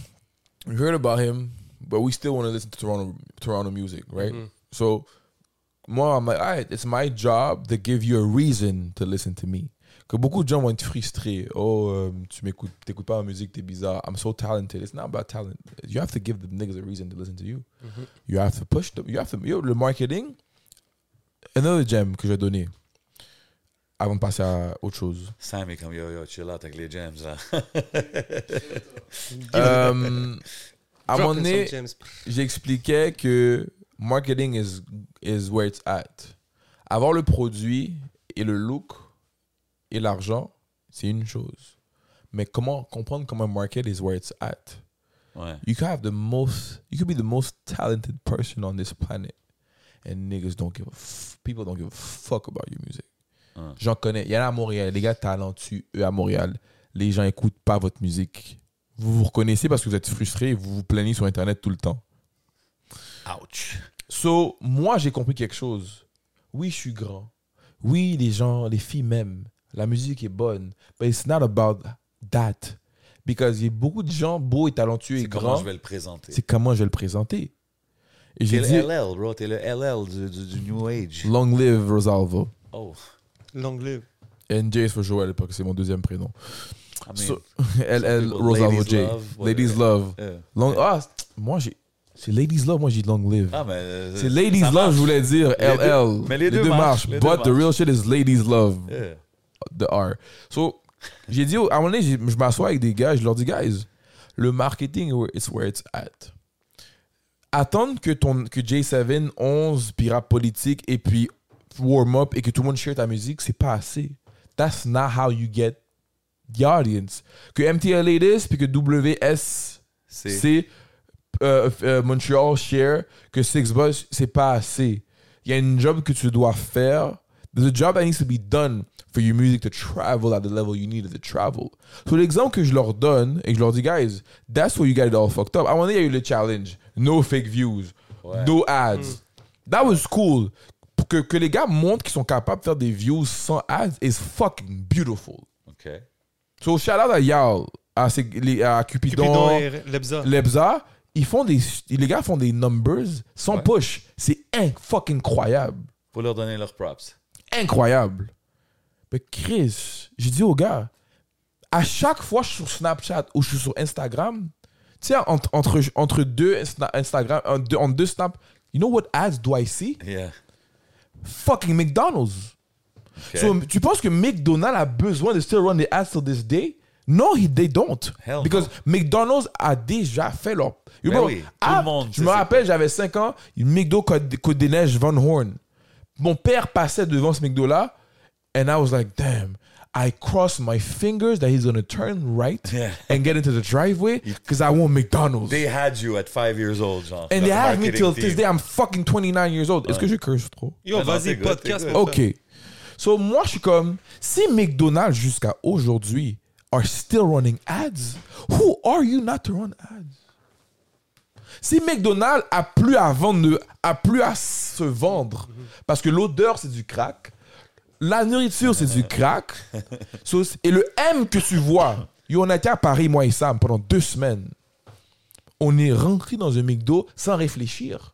[SPEAKER 3] we heard about him, but we still want to listen to Toronto Toronto music, right? So, moi, I'm like, all right, it's my job to give you a reason to listen to me. Que beaucoup de gens vont être frustrés. Oh, euh, tu m'écoutes, t'écoutes pas ma musique, t'es bizarre. I'm so talented. It's not about talent. You have to give the niggas a reason to listen to you. You have to push them. You have to. Yo, le marketing. Another gem que je vais donner avant de passer à autre chose.
[SPEAKER 2] Sam est comme yo yo chill out avec les gems là
[SPEAKER 3] Euh, à un moment
[SPEAKER 1] Dropping
[SPEAKER 3] donné,
[SPEAKER 1] some gems.
[SPEAKER 3] j'expliquais que marketing is, is where it's at. Avoir le produit et le look et l'argent, c'est une chose. Mais comment comprendre comment market is where it's at?
[SPEAKER 2] ouais
[SPEAKER 3] You could have the most, you could be the most talented person on this planet. And niggas don't give a f- people don't give a fuck about your music.
[SPEAKER 2] Ouais.
[SPEAKER 3] J'en connais. Il y en a à Montréal, les gars talentueux eux, à Montréal. Les gens écoutent pas votre musique. Vous vous reconnaissez parce que vous êtes frustré et vous vous plaignez sur Internet tout le temps.
[SPEAKER 2] ouch
[SPEAKER 3] So, moi, j'ai compris quelque chose. Oui, je suis grand. Oui, les gens, les filles m'aiment. La musique est bonne. But it's not about that. Because il y a beaucoup de gens beaux et talentueux et
[SPEAKER 2] c'est comment
[SPEAKER 3] grands.
[SPEAKER 2] je vais le présenter
[SPEAKER 3] C'est comment je vais le présenter. Et
[SPEAKER 2] t'es
[SPEAKER 3] j'ai
[SPEAKER 2] le
[SPEAKER 3] dit,
[SPEAKER 2] LL bro t'es le LL du, du, du New Age
[SPEAKER 3] long live Rosalvo.
[SPEAKER 2] oh
[SPEAKER 1] L'anglais.
[SPEAKER 3] And Jace for Joël, parce que c'est mon deuxième prénom.
[SPEAKER 2] I mean,
[SPEAKER 3] So, LL
[SPEAKER 2] people,
[SPEAKER 3] Rosalvo
[SPEAKER 2] ladies
[SPEAKER 3] J.
[SPEAKER 2] love, whatever.
[SPEAKER 3] Ladies Love.
[SPEAKER 2] euh,
[SPEAKER 3] Long, ah, moi, j'ai. C'est Ladies Love, moi, j'ai dit Long Live.
[SPEAKER 2] ah mais euh,
[SPEAKER 3] c'est Ladies
[SPEAKER 2] ça
[SPEAKER 3] Love,
[SPEAKER 2] marche.
[SPEAKER 3] je voulais dire
[SPEAKER 2] Les deux-
[SPEAKER 3] LL.
[SPEAKER 2] mais les deux marchent, les deux
[SPEAKER 3] But the
[SPEAKER 2] marchent.
[SPEAKER 3] real shit is Ladies Love.
[SPEAKER 2] Euh,
[SPEAKER 3] the R. So, j'ai dit, au- à un moment donné, j'ai- je m'assois avec des gars, je leur dis, guys, le marketing, it's where it's at. Attendre que, ton, que J7, 11, pirate politique, et puis warm up, et que tout le monde share ta musique, c'est pas assez. That's not how you get the audience. Que MTLA this, puis que WS
[SPEAKER 2] c'est
[SPEAKER 3] c'est euh, euh, Montreal Share que Six Bucks, c'est pas assez. Il y a une job que tu dois faire. There's a job that needs to be done for your music to travel at the level you need it to travel. So, l'exemple que je leur donne et que je leur dis, guys, that's where you got it all fucked up. À un moment donné, il y a eu le challenge. No fake views. No ads. That was cool. Pour Que, que les gars montrent qu'ils sont capables de faire des views sans ads is fucking beautiful.
[SPEAKER 2] ok
[SPEAKER 3] So, shout out à y'all, à, ces- les- à
[SPEAKER 1] Cupidon et Lebza.
[SPEAKER 3] Lebza, ils font des, les gars font des numbers sans
[SPEAKER 2] Ouais.
[SPEAKER 3] push. C'est fucking incroyable.
[SPEAKER 2] faut leur donner leurs props
[SPEAKER 3] Incroyable. Mais Chris, j'ai dit aux gars, à chaque fois que je suis sur Snapchat ou je suis sur Instagram, tu sais, entre, entre, entre deux Insta- Instagram, en deux, en deux snaps, you know what ads do I see?
[SPEAKER 2] yeah
[SPEAKER 3] Fucking McDonald's.
[SPEAKER 2] ok
[SPEAKER 3] So, tu penses que McDonald's a besoin de still run the ads till this day? Non, he- they don't.
[SPEAKER 2] Hell no.
[SPEAKER 3] Because McDonald's a déjà fait leur.
[SPEAKER 2] Ben
[SPEAKER 3] You know,
[SPEAKER 2] oui, tout
[SPEAKER 3] ah,
[SPEAKER 2] le monde
[SPEAKER 3] je
[SPEAKER 2] sait
[SPEAKER 3] me
[SPEAKER 2] c'est
[SPEAKER 3] rappelle, j'avais 5 ans, McDo Côte Côte des Neiges, Van Horn. Mon père passait devant ce McDo-là, and I was like, damn. I cross my fingers that he's gonna turn right
[SPEAKER 2] Yeah.
[SPEAKER 3] and get into the driveway because I want McDonald's.
[SPEAKER 2] They had you at five years old, genre.
[SPEAKER 3] and they
[SPEAKER 2] Notre
[SPEAKER 3] have me
[SPEAKER 2] marketing
[SPEAKER 3] till
[SPEAKER 2] team.
[SPEAKER 3] this day. I'm fucking 29 years old. Est-ce que je curse trop?
[SPEAKER 1] Yo,
[SPEAKER 2] Ah non, c'est
[SPEAKER 1] vas-y,
[SPEAKER 2] good,
[SPEAKER 1] podcast.
[SPEAKER 2] c'est
[SPEAKER 1] mon frère.
[SPEAKER 3] OK. So, moi, je suis comme, si McDonald's jusqu'à aujourd'hui are still running ads, who are you not to run ads? Si McDonald's a plus à vendre, a plus à se vendre, parce que l'odeur, c'est du crack, la nourriture, c'est du crack, so, et le M que tu vois, yo, on a été à Paris, moi et Sam, pendant deux semaines. On est rentré dans un McDo sans réfléchir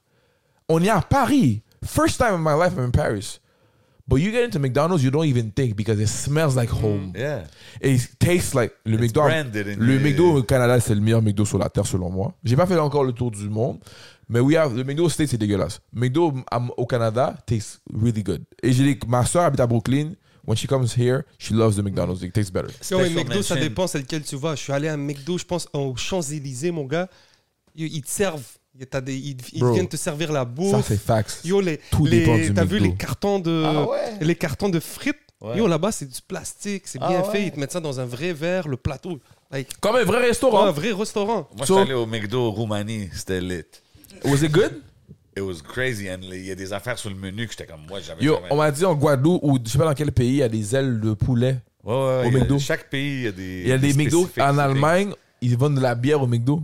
[SPEAKER 3] On est à Paris. First time in my life I'm in Paris. But you get into McDonald's, you don't even think because it smells like home.
[SPEAKER 2] Yeah.
[SPEAKER 3] Et it tastes like le McDo.
[SPEAKER 2] branded in
[SPEAKER 3] Le
[SPEAKER 2] the-
[SPEAKER 3] McDo au Canada, c'est le meilleur McDo sur la terre selon moi. J'ai pas fait encore le tour du monde, mais we have- le McDo au States c'est dégueulasse. McDo am- au Canada tastes really good. Et j'ai des- ma soeur habite à Brooklyn. When she comes here, she loves the McDonald's. It tastes better.
[SPEAKER 2] Special
[SPEAKER 1] Yo, mais McDo,
[SPEAKER 2] mention.
[SPEAKER 1] ça dépend, c'est lequel tu vas. Je suis allé à un McDo, je pense, aux Champs-Élysées, mon gars. Yo, Ils te servent. Yo, t'as des- Ils ils
[SPEAKER 3] Bro.
[SPEAKER 1] viennent te servir la
[SPEAKER 3] Ça
[SPEAKER 1] bouffe.
[SPEAKER 3] c'est fax.
[SPEAKER 1] Yo, les,
[SPEAKER 3] Tout
[SPEAKER 1] les-
[SPEAKER 3] dépend du
[SPEAKER 1] t'as vu
[SPEAKER 3] McDo.
[SPEAKER 1] les cartons de,
[SPEAKER 2] Ah ouais?
[SPEAKER 1] les cartons de frites
[SPEAKER 2] Ouais.
[SPEAKER 1] Yo, là-bas, c'est du plastique, c'est
[SPEAKER 2] Ah
[SPEAKER 1] bien
[SPEAKER 2] ouais?
[SPEAKER 1] fait. Ils te mettent ça dans un vrai verre, le plateau. Like,
[SPEAKER 3] Comme un vrai
[SPEAKER 1] pas
[SPEAKER 2] Oh,
[SPEAKER 1] un
[SPEAKER 3] restaurant.
[SPEAKER 1] vrai restaurant.
[SPEAKER 2] Moi, je
[SPEAKER 3] So-
[SPEAKER 2] suis allé au McDo Roumanie, c'était lit.
[SPEAKER 3] Was it good?
[SPEAKER 2] It was crazy. and Il y a des affaires sur le menu que j'étais comme, moi, j'avais
[SPEAKER 3] Yo, oh
[SPEAKER 2] jamais-
[SPEAKER 3] on m'a dit en Guadeloupe ou je sais pas dans quel pays, il y a des ailes de poulet.
[SPEAKER 2] Ouais, ouais,
[SPEAKER 3] au
[SPEAKER 2] il y a-
[SPEAKER 3] McDo.
[SPEAKER 2] Chaque pays, il y a des.
[SPEAKER 3] Il y a des McDo
[SPEAKER 2] spécificités.
[SPEAKER 3] en Allemagne, ils vendent de la bière au McDo.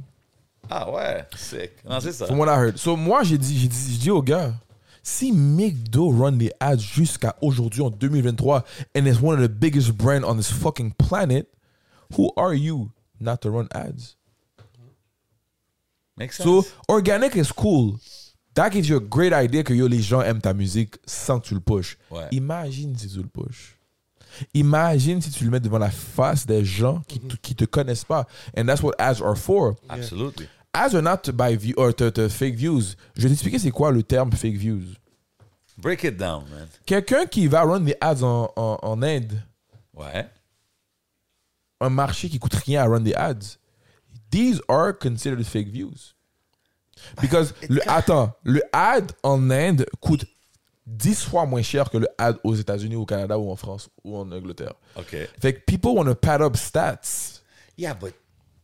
[SPEAKER 2] Ah ouais, sick. Non, c'est ça.
[SPEAKER 3] From what I heard. So, moi, j'ai dit, j'ai dit, j'ai dit aux gars, si McDo run les ads jusqu'à aujourd'hui en 2023, and it's one of the biggest brands on this fucking planet, who are you not to run ads?
[SPEAKER 2] Makes sense.
[SPEAKER 3] So, organic is cool. That gives you a great idea que yo, les gens aiment ta musique sans que tu le pushes.
[SPEAKER 2] Ouais.
[SPEAKER 3] Imagine si tu le pushes. Imagine si tu le mets devant la face des gens qui, te- qui te connaissent pas. And that's what ads are for.
[SPEAKER 2] Absolutely.
[SPEAKER 3] Ads are not to buy view, or to- to fake views. Je vais t'expliquer c'est quoi le terme fake views.
[SPEAKER 2] Break it down, man.
[SPEAKER 3] Quelqu'un qui va run des ads en, en, en Inde,
[SPEAKER 2] Ouais.
[SPEAKER 3] un marché qui coûte rien à run des ads, these are considered fake views. Because, le, attends, le ad en Inde coûte 10 fois moins cher que le ad aux États-Unis, au Canada ou en France ou en Angleterre.
[SPEAKER 2] OK.
[SPEAKER 3] Fait que people want to pad up stats.
[SPEAKER 2] Yeah, but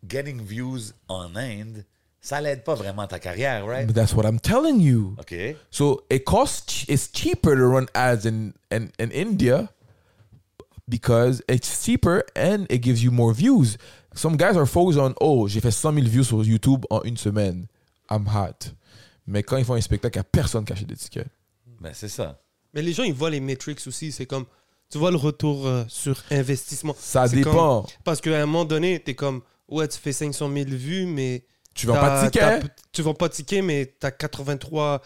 [SPEAKER 2] getting views en Inde, ça l'aide pas vraiment ta carrière, right?
[SPEAKER 3] But that's what I'm telling you.
[SPEAKER 2] OK.
[SPEAKER 3] So it costs it's cheaper to run ads in, in, in India because it's cheaper and it gives you more views. Some guys are focused on oh, j'ai fait 100 000 views sur YouTube en une semaine. I'm hot. Mais quand ils font un spectacle, il n'y a personne qui achète des tickets.
[SPEAKER 2] Ben, c'est ça.
[SPEAKER 1] Mais les gens, ils voient les metrics aussi. C'est comme, tu vois le retour euh, sur investissement.
[SPEAKER 3] Ça
[SPEAKER 1] C'est
[SPEAKER 3] dépend.
[SPEAKER 1] comme- parce qu'à un moment donné, t'es comme, ouais, tu fais 500 000 vues, mais.
[SPEAKER 3] Tu vends pas de
[SPEAKER 1] t'as-
[SPEAKER 3] tickets.
[SPEAKER 1] t'as- Tu vends pas de tickets, mais t'as 83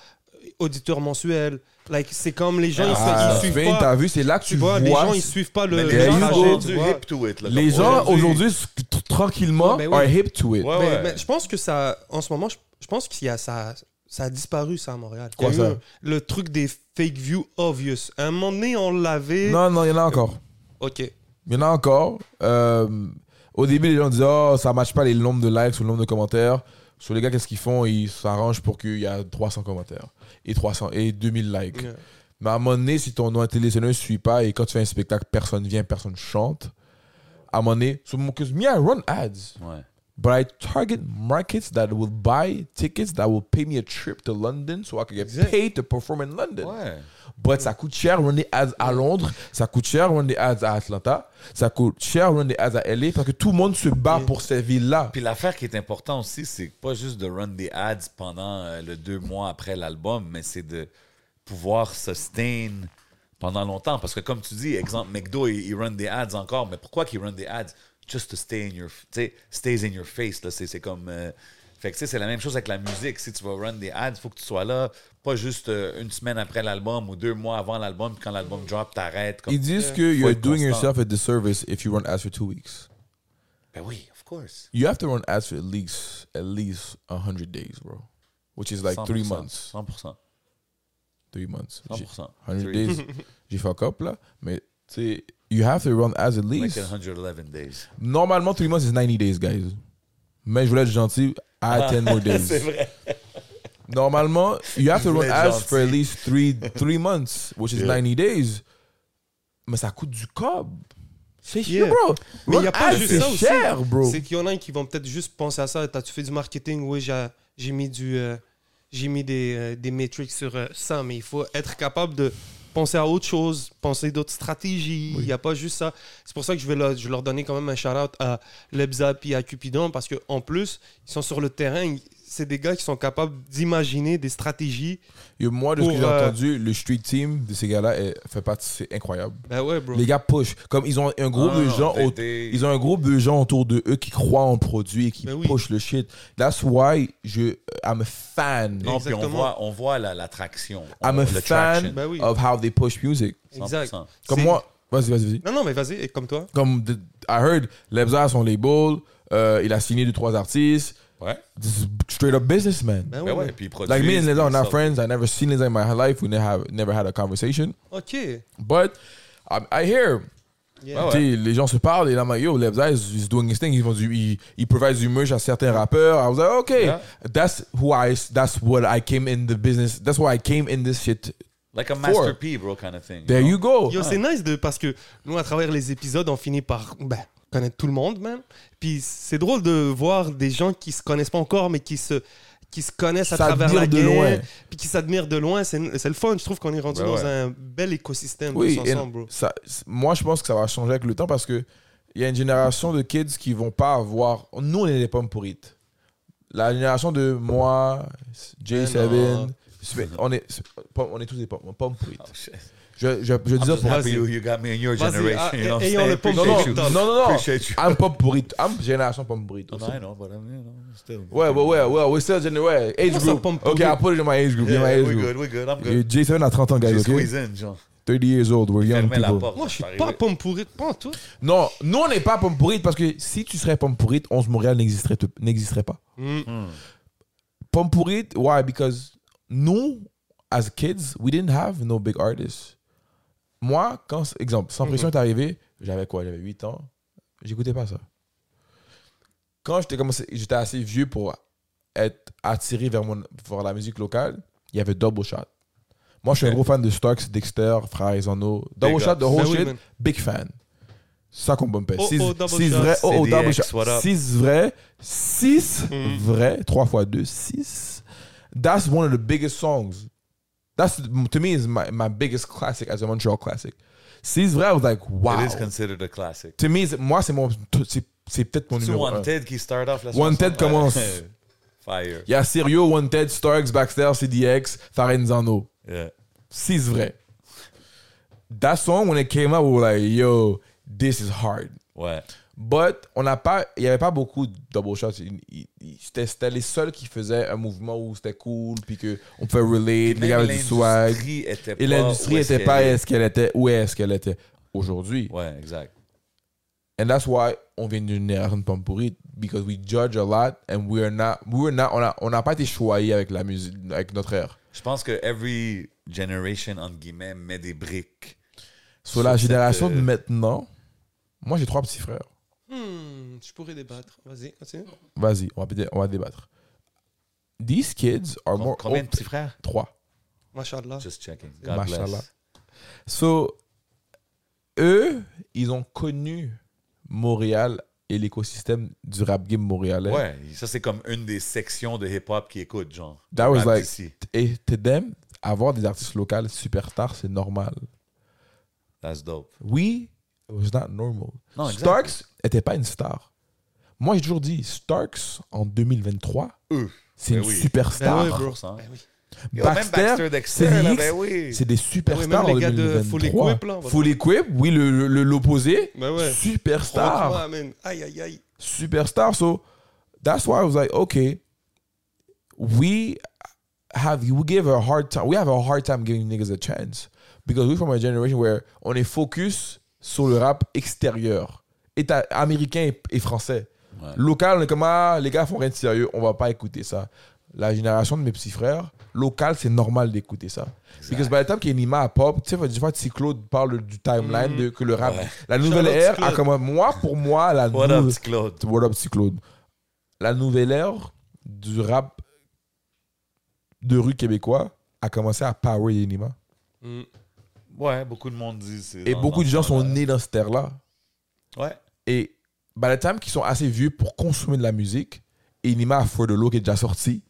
[SPEAKER 1] auditeurs mensuels. Like, c'est comme les gens, ils se-
[SPEAKER 3] Ah,
[SPEAKER 1] ils, suivent
[SPEAKER 3] Vin,
[SPEAKER 1] pas.
[SPEAKER 3] t'as vu, c'est là que
[SPEAKER 1] Tu vois, les gens, ils suivent pas le.
[SPEAKER 2] Mais
[SPEAKER 1] le
[SPEAKER 3] les gens,
[SPEAKER 2] sont
[SPEAKER 1] trajet,
[SPEAKER 3] you go.
[SPEAKER 1] tu
[SPEAKER 2] rendus
[SPEAKER 1] vois.
[SPEAKER 2] hip to it. Là,
[SPEAKER 3] Les
[SPEAKER 2] comme
[SPEAKER 3] gens
[SPEAKER 2] aujourd'hui.
[SPEAKER 3] aujourd'hui, s- t- tranquillement,
[SPEAKER 1] Ouais, ben oui.
[SPEAKER 3] are hip to it.
[SPEAKER 2] Ouais,
[SPEAKER 1] Mais,
[SPEAKER 2] ouais.
[SPEAKER 1] mais je pense que ça, en ce moment, je, je pense qu'il y a ça, ça a disparu ça à Montréal.
[SPEAKER 3] Quoi,
[SPEAKER 1] Il y a eu
[SPEAKER 3] ça?
[SPEAKER 1] un- Le truc des fake views obvious. À un moment donné, on l'avait.
[SPEAKER 3] Non, non, il y en a encore.
[SPEAKER 1] Ok.
[SPEAKER 3] Il y en a encore. Euh, au début, les gens disaient oh, ça ne matche pas les nombres de likes ou le nombre de commentaires. Sur les gars, qu'est-ce qu'ils font Ils s'arrangent pour qu'il y a 300 commentaires et, 300, et 2000 likes.
[SPEAKER 1] Ouais.
[SPEAKER 3] Mais à un moment donné, si ton nom télévisionné ne suit pas et quand tu fais un spectacle, personne vient, personne chante. À un moment donné, so, because me, I run ads,
[SPEAKER 2] Ouais.
[SPEAKER 3] but I target markets that will buy tickets that will pay me a trip to London so I can get
[SPEAKER 1] Exact.
[SPEAKER 3] paid to perform in London.
[SPEAKER 2] Ouais.
[SPEAKER 3] But ça coûte cher run des ads à Londres, ça coûte cher run des ads à Atlanta, ça coûte cher run des ads à LA parce que tout le monde se bat pour ces villes-là.
[SPEAKER 2] Puis l'affaire qui est importante aussi, c'est pas juste de run des ads pendant euh, le deux mois après l'album, mais c'est de pouvoir sustain pendant longtemps. Parce que comme tu dis, exemple, McDo, il, il run des ads encore, mais pourquoi qu'il run des ads? Just to stay in your... Tu sais, stays in your face, là, c'est c'est comme... euh, fait que tu sais, c'est la même chose avec la musique. Si tu vas run des ads, faut que tu sois là, pas juste euh, une semaine après l'album ou deux mois avant l'album, puis quand l'album drop, t'arrêtes. comme-
[SPEAKER 3] Ils disent que you're
[SPEAKER 2] être
[SPEAKER 3] doing
[SPEAKER 2] constant.
[SPEAKER 3] yourself a disservice if you run ads for two weeks.
[SPEAKER 2] Ben oui, of course.
[SPEAKER 3] You have to run ads for at least at least 100 days, bro. Which is like three
[SPEAKER 2] 100%,
[SPEAKER 3] months.
[SPEAKER 2] 100%.
[SPEAKER 3] Three months.
[SPEAKER 2] 100%.
[SPEAKER 3] 100
[SPEAKER 2] Three.
[SPEAKER 3] days. J'ai fuck up là, mais tu sais, you have to run ads at
[SPEAKER 2] Like
[SPEAKER 3] least.
[SPEAKER 2] 111 days.
[SPEAKER 3] Normalement, three months is 90 days, guys. Mais je voulais être gentil, add 10 more days.
[SPEAKER 2] C'est vrai.
[SPEAKER 3] Normalement, you have to
[SPEAKER 2] voulais
[SPEAKER 3] run
[SPEAKER 2] être
[SPEAKER 3] ads
[SPEAKER 2] gentil.
[SPEAKER 3] for at least three, three months, which is 90 days. Mais ça coûte du cob. C'est cher,
[SPEAKER 1] Yeah.
[SPEAKER 3] bro.
[SPEAKER 1] Mais il n'y a
[SPEAKER 3] Run
[SPEAKER 1] pas
[SPEAKER 3] ads,
[SPEAKER 1] juste
[SPEAKER 3] c'est
[SPEAKER 1] ça aussi.
[SPEAKER 3] cher, bro.
[SPEAKER 1] C'est qu'il y en a qui vont peut-être juste penser à ça. T'as, tu fais du marketing, oui, j'ai, j'ai mis, du, euh, j'ai mis des, euh, des metrics sur euh, ça, mais il faut être capable de penser à autre chose, penser d'autres stratégies. Il n'y a pas juste ça. C'est pour ça que je vais leur, je vais leur donner quand même un shout-out à Lebza puis à Cupidon, parce qu'en plus, ils sont sur le terrain. ils- c'est des gars qui sont capables d'imaginer des stratégies.
[SPEAKER 3] Yo, moi, de ce que
[SPEAKER 1] Pour,
[SPEAKER 3] j'ai
[SPEAKER 1] euh,
[SPEAKER 3] entendu, le street team de ces gars-là est- fait partie, c'est incroyable.
[SPEAKER 1] Ben ouais, bro. Ah,
[SPEAKER 3] Les gars push. Comme ils ont un groupe
[SPEAKER 2] Non,
[SPEAKER 3] de
[SPEAKER 2] non,
[SPEAKER 3] gens
[SPEAKER 2] t'es-
[SPEAKER 3] au-
[SPEAKER 2] t'es-
[SPEAKER 3] ils ont un groupe de gens autour de eux qui croient en le produit et qui
[SPEAKER 1] Ben oui.
[SPEAKER 3] push le shit. That's why je I'm a
[SPEAKER 2] Non,
[SPEAKER 3] fan.
[SPEAKER 2] puis on
[SPEAKER 1] Exactement.
[SPEAKER 2] voit, on voit la- l'attraction.
[SPEAKER 3] I'm a
[SPEAKER 2] Le
[SPEAKER 3] fan
[SPEAKER 2] traction.
[SPEAKER 1] Ben oui.
[SPEAKER 3] of how they push music.
[SPEAKER 2] 100%.
[SPEAKER 1] exact.
[SPEAKER 3] Comme
[SPEAKER 1] C'est-
[SPEAKER 3] moi, vas-y, vas-y, vas-y.
[SPEAKER 1] Non, non, mais vas-y, et comme toi.
[SPEAKER 3] Comme the- I heard, Lebza a son label, euh, il a signé deux trois artistes.
[SPEAKER 2] Ouais.
[SPEAKER 3] This is straight up businessman.
[SPEAKER 1] Ben
[SPEAKER 2] Ben
[SPEAKER 1] ouais.
[SPEAKER 2] ouais, puis ils produisent.
[SPEAKER 3] Like me and Lizzo are
[SPEAKER 2] puis
[SPEAKER 3] not
[SPEAKER 2] ils
[SPEAKER 3] friends. I never seen Lizzo in my life. We never have, never had a conversation.
[SPEAKER 1] Ok.
[SPEAKER 3] But I, I hear.
[SPEAKER 1] Yeah.
[SPEAKER 3] tu sais, Les gens se parlent et là, I'm like, yo, Lebza is, is doing his thing. Ils font du, il, il provide du merch à certains rappeurs. I was like, okay,
[SPEAKER 2] Yeah.
[SPEAKER 3] that's who I, that's what I came in the business. That's why I came in this shit.
[SPEAKER 2] Like a
[SPEAKER 3] Four.
[SPEAKER 2] Master P, bro, kind of thing.
[SPEAKER 3] There you go.
[SPEAKER 1] Yo, c'est nice de, parce que nous, à travers les épisodes, on finit par ben, connaître tout le monde, même. Puis c'est drôle de voir des gens qui se connaissent pas encore, mais qui se, qui se connaissent à
[SPEAKER 3] S'admirent
[SPEAKER 1] travers la
[SPEAKER 3] de
[SPEAKER 1] guerre,
[SPEAKER 3] loin.
[SPEAKER 1] puis qui s'admirent de loin. C'est c'est le fun. Je trouve qu'on est rendu
[SPEAKER 2] Ben
[SPEAKER 1] dans
[SPEAKER 2] ouais.
[SPEAKER 1] un bel écosystème
[SPEAKER 3] Oui,
[SPEAKER 1] tous
[SPEAKER 3] et
[SPEAKER 1] ensemble, bro.
[SPEAKER 3] ça- c- moi je pense que ça va changer avec le temps parce que il y a une génération de kids qui vont pas avoir. Nous on est des pommes pourrites. La génération de moi, J7,
[SPEAKER 1] non.
[SPEAKER 3] Sp- on est, Sp- pommes- on est tous des pommes, pommes pourrites.
[SPEAKER 2] Oh, shit.
[SPEAKER 3] Je, je, je
[SPEAKER 2] I'm
[SPEAKER 3] disais
[SPEAKER 2] just
[SPEAKER 3] pour.
[SPEAKER 2] happy you, you got me in your
[SPEAKER 1] Vas-y,
[SPEAKER 2] generation.
[SPEAKER 1] ah,
[SPEAKER 2] you know what I'm
[SPEAKER 1] ayons
[SPEAKER 2] saying?
[SPEAKER 1] le pomme
[SPEAKER 3] Non,
[SPEAKER 2] Appreciate you.
[SPEAKER 1] pourrite.
[SPEAKER 3] non, non, non, non.
[SPEAKER 2] Appreciate you.
[SPEAKER 3] I'm pomme pourrite. I'm génération pomme pourrite.
[SPEAKER 2] No, no, I know, but
[SPEAKER 1] um,
[SPEAKER 2] I'm, you know, still.
[SPEAKER 3] Ouais, ouais, ouais, ouais, we're still gener- ouais, Age
[SPEAKER 1] Comment ça,
[SPEAKER 3] group.
[SPEAKER 1] pomme
[SPEAKER 3] Ok, I
[SPEAKER 1] pourrite?
[SPEAKER 3] put it in my age group. in my
[SPEAKER 2] Yeah,
[SPEAKER 3] age
[SPEAKER 2] we're
[SPEAKER 3] group.
[SPEAKER 2] good, we're good, I'm
[SPEAKER 3] Et
[SPEAKER 2] good.
[SPEAKER 3] J7 a 30 ans, guys,
[SPEAKER 2] J'ai
[SPEAKER 3] ok?
[SPEAKER 2] squeeze in, genre.
[SPEAKER 3] 30 years old, we're young
[SPEAKER 2] Fermez la
[SPEAKER 3] people.
[SPEAKER 2] porte.
[SPEAKER 1] Moi,
[SPEAKER 2] ça
[SPEAKER 1] je suis
[SPEAKER 2] va
[SPEAKER 1] pas
[SPEAKER 2] arriver.
[SPEAKER 1] pomme pourrite, pas en tout.
[SPEAKER 3] Non, nous, on n'est pas pomme pourrite parce que si tu serais pomme pourrite, 11 Montréal n'existerait n'existerait pas.
[SPEAKER 1] Mm.
[SPEAKER 3] Pomme pourrite, why? Because nous, as kids, we didn't have no big artists. Moi, quand, exemple, Sans
[SPEAKER 1] Mhm.
[SPEAKER 3] Pression est arrivé, j'avais quoi? J'avais 8 ans. J'écoutais pas ça. Quand j'étais commencé, j'étais assez vieux pour être attiré vers, mon, vers la musique locale, il y avait Double Shot. Moi, je suis un gros fan de Starks, Dexter, Frères Isono. Double
[SPEAKER 2] Big
[SPEAKER 3] Shot,
[SPEAKER 2] ups.
[SPEAKER 3] the whole
[SPEAKER 1] Ben oui,
[SPEAKER 3] shit,
[SPEAKER 1] man.
[SPEAKER 3] big fan. Ça qu'on bumpait.
[SPEAKER 1] Oh,
[SPEAKER 3] 6
[SPEAKER 1] oh, double shot.
[SPEAKER 3] vrais, oh, oh,
[SPEAKER 2] CDX,
[SPEAKER 3] double shot.
[SPEAKER 2] what up?
[SPEAKER 3] 6 vrais, 6
[SPEAKER 1] Mm.
[SPEAKER 3] vrais, 3 fois 2, 6. That's one of the biggest songs. That's, to me, is my, my biggest classic as a Montreal classic. 6 vrais, I was like, wow.
[SPEAKER 2] It is considered a classic.
[SPEAKER 3] To me, it's- moi, c'est mon, c'est, c'est peut-être mon
[SPEAKER 2] C'est
[SPEAKER 3] numéro 1.
[SPEAKER 2] Wanted qui start off la
[SPEAKER 3] Wanted
[SPEAKER 2] chanson.
[SPEAKER 3] commence.
[SPEAKER 2] Fire.
[SPEAKER 3] Il y a Sirio, Wanted, Starks, Baxter, CDX, Farenzano.
[SPEAKER 2] Yeah.
[SPEAKER 3] Six vrai. That song, when it came out, we were like, yo, this is hard.
[SPEAKER 2] Ouais.
[SPEAKER 3] But on n'a pas, il n'y avait pas beaucoup de double shots. Il- il- il- C'était c'était les seuls qui faisaient un mouvement où c'était cool, puis qu'on pouvait relate, les gars avaient du swag.
[SPEAKER 2] était
[SPEAKER 3] Et
[SPEAKER 2] pas
[SPEAKER 3] l'industrie
[SPEAKER 2] où est-ce
[SPEAKER 3] n'était
[SPEAKER 2] qu'elle
[SPEAKER 3] pas
[SPEAKER 2] est.
[SPEAKER 3] est-ce qu'elle était, où est-ce qu'elle était aujourd'hui.
[SPEAKER 2] Ouais, exact.
[SPEAKER 3] And that's why on vient d'une génération de pommes pourries, because we judge a lot, and we are not, we are not, on n'a on n'a pas été choyé avec la musique, avec notre ère.
[SPEAKER 2] Je pense que every generation, entre guillemets, met des briques.
[SPEAKER 3] Sur la
[SPEAKER 2] Sur cette,
[SPEAKER 3] génération de
[SPEAKER 2] euh,
[SPEAKER 3] maintenant, moi j'ai trois petits frères.
[SPEAKER 1] Hmm, je pourrais débattre. Vas-y, continue.
[SPEAKER 3] Vas-y, on va, peut-être- on va débattre. These kids are more
[SPEAKER 2] Combien de
[SPEAKER 3] open-
[SPEAKER 2] petits frères?
[SPEAKER 3] Trois.
[SPEAKER 1] Machallah.
[SPEAKER 2] Just checking. God
[SPEAKER 3] Mashallah.
[SPEAKER 2] bless.
[SPEAKER 3] So, eux, ils ont connu Montréal et l'écosystème du rap game montréalais.
[SPEAKER 2] Ouais, ça c'est comme une des sections de hip-hop qui écoute, genre.
[SPEAKER 3] That was
[SPEAKER 2] Rap
[SPEAKER 1] Bah,
[SPEAKER 3] like-
[SPEAKER 2] d'ici.
[SPEAKER 3] Et to them, avoir des artistes locaux superstars, c'est normal.
[SPEAKER 2] That's dope.
[SPEAKER 3] Oui, it was not normal.
[SPEAKER 2] Non, exact.
[SPEAKER 3] Starks n'était pas une star. Moi, j'ai toujours dit, Starks, en 2023,
[SPEAKER 2] Eux.
[SPEAKER 3] c'est
[SPEAKER 2] Ben
[SPEAKER 3] une
[SPEAKER 2] oui.
[SPEAKER 3] superstar.
[SPEAKER 1] Ben oui, bro.
[SPEAKER 2] 100%.
[SPEAKER 1] Ben oui.
[SPEAKER 2] Yo, même
[SPEAKER 3] Baxter,
[SPEAKER 2] Baxter Dexter, là,
[SPEAKER 3] CDX,
[SPEAKER 2] ben oui.
[SPEAKER 3] c'est des superstars
[SPEAKER 1] Ouais, même
[SPEAKER 3] en
[SPEAKER 1] les gars de
[SPEAKER 3] 2023.
[SPEAKER 1] Full Equip, là, on va
[SPEAKER 3] Full Equip, oui, le- le- le- l'opposé.
[SPEAKER 1] Ben ouais.
[SPEAKER 3] Superstar.
[SPEAKER 1] Franchement, man. Aïe, aïe, aïe.
[SPEAKER 3] Superstar. So that's why I was like, okay, we have we give a hard time. We have a hard time giving niggas a chance because we're from a generation where on est focus sur le rap extérieur, État américain et, et français.
[SPEAKER 2] Ouais.
[SPEAKER 3] Local, on est comme ah, les gars font rien de sérieux, on va pas écouter ça. La génération de mes petits frères, local, c'est normal d'écouter ça. Because by the time qu'Enima a pop, tu sais, des fois, Claude parle du timeline de que le rap,
[SPEAKER 2] Mm. Ouais.
[SPEAKER 3] la nouvelle
[SPEAKER 1] Shout out
[SPEAKER 3] ère a
[SPEAKER 1] T-Claude.
[SPEAKER 3] comme moi, pour moi, la
[SPEAKER 2] What
[SPEAKER 3] nouvelle-
[SPEAKER 2] up, petit Claude?
[SPEAKER 3] What up, petit Claude? La nouvelle ère du rap de rue québécois a commencé à power Yenima.
[SPEAKER 2] Hmm. Ouais, beaucoup de monde dit. c'est
[SPEAKER 3] Et
[SPEAKER 2] dans-
[SPEAKER 3] beaucoup de
[SPEAKER 2] dans-
[SPEAKER 3] gens
[SPEAKER 2] dans
[SPEAKER 3] sont
[SPEAKER 2] la-
[SPEAKER 3] nés dans cette ère-là.
[SPEAKER 2] Ouais.
[SPEAKER 3] Et by the time qu'ils sont assez vieux pour consommer de la musique, Yenima a For the Low qui est déjà sorti.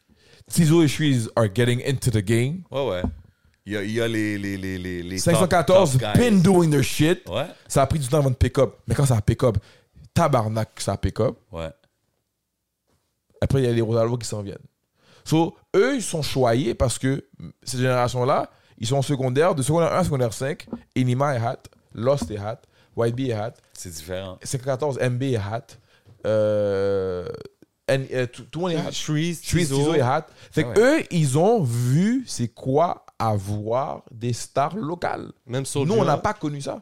[SPEAKER 3] Tizo et Shreeze are getting into the game.
[SPEAKER 2] Ouais, ouais. Il y a, il y a les, les, les, les, les top-
[SPEAKER 3] 514,
[SPEAKER 2] top guys.
[SPEAKER 3] been doing their shit.
[SPEAKER 2] Ouais,
[SPEAKER 3] Ça a pris du temps avant de pick up. Mais quand ça a pick up, tabarnak, ça a pick up.
[SPEAKER 2] ouais.
[SPEAKER 3] Après, il y a les Rosalvo qui s'en viennent. So, eux, ils sont choyés parce que mm, cette génération-là, ils sont secondaires, de secondaire 1 à secondaire 5, Inima est hat, Lost est hat, YB est hat,
[SPEAKER 2] C'est différent.
[SPEAKER 3] 514 MB est hat, euh, N- euh, tout, tout le monde est hat.
[SPEAKER 1] Shreeze,
[SPEAKER 3] Tizo.
[SPEAKER 1] Tizo.
[SPEAKER 3] et Hat. Fait
[SPEAKER 2] Ah
[SPEAKER 3] que eux, ils ont vu c'est quoi avoir des stars locales.
[SPEAKER 1] Même
[SPEAKER 3] Nous,
[SPEAKER 1] Soulja.
[SPEAKER 3] on n'a pas connu ça.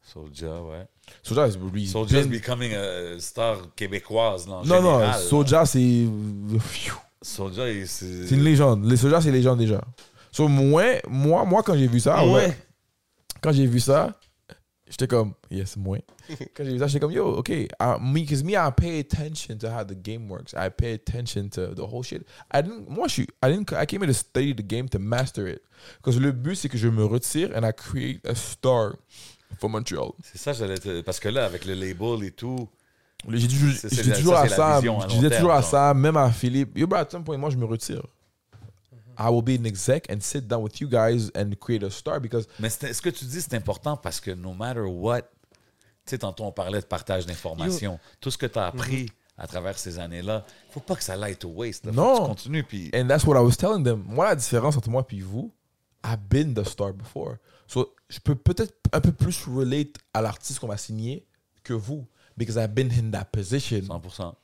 [SPEAKER 2] Soulja, ouais.
[SPEAKER 3] Soja, c'est- lui,
[SPEAKER 2] Soulja's
[SPEAKER 3] plein-
[SPEAKER 2] becoming a star québécoise, là, en
[SPEAKER 3] non, non,
[SPEAKER 2] général, là.
[SPEAKER 3] Soja, c'est.
[SPEAKER 2] Soulja, il-
[SPEAKER 3] C'est une légende. Les Soja, c'est légende déjà. So, moi, moi, moi, quand j'ai vu ça,
[SPEAKER 1] Eh Ouais.
[SPEAKER 3] ouais, quand j'ai vu ça, j'étais comme, yes, moi. quand j'ai vu ça, j'étais comme, yo, OK. Because me, 'cause me, I pay attention to how the game works. I pay attention to the whole shit. I didn't, moi, je suis, I didn't, I came here to study the game to master it. Because le but, c'est que je me retire and I create a star for Montreal.
[SPEAKER 2] C'est ça, j'allais te- Parce que là, avec le label et tout,
[SPEAKER 3] J'ai toujours,
[SPEAKER 2] C'est-
[SPEAKER 3] je
[SPEAKER 2] c'est
[SPEAKER 3] dis
[SPEAKER 2] la-
[SPEAKER 3] toujours
[SPEAKER 2] ça,
[SPEAKER 3] à
[SPEAKER 2] c'est la
[SPEAKER 3] ça,
[SPEAKER 2] vision à
[SPEAKER 3] je
[SPEAKER 2] long
[SPEAKER 3] disais
[SPEAKER 2] terme,
[SPEAKER 3] toujours à
[SPEAKER 2] genre.
[SPEAKER 3] ça, même à Philippe. Yo, bro, à un point, moi, je me retire. I will be an exec and sit down with you guys and create a star because
[SPEAKER 2] Mais c'est- ce que tu dis, c'est important parce que no matter what, tu sais, tantôt on parlait de partage d'informations. Tout ce que tu as appris à travers ces années-là, faut pas que ça l'aille to waste. là. Faut
[SPEAKER 3] Mm-hmm. Non. Eh.
[SPEAKER 2] que tu continues, puis
[SPEAKER 3] and that's what I was telling them. Moi, la différence entre moi puis vous, I've been the star before. So, je peux peut-être un peu plus relate à l'artiste qu'on va signer que vous because I've been in that position.
[SPEAKER 2] 100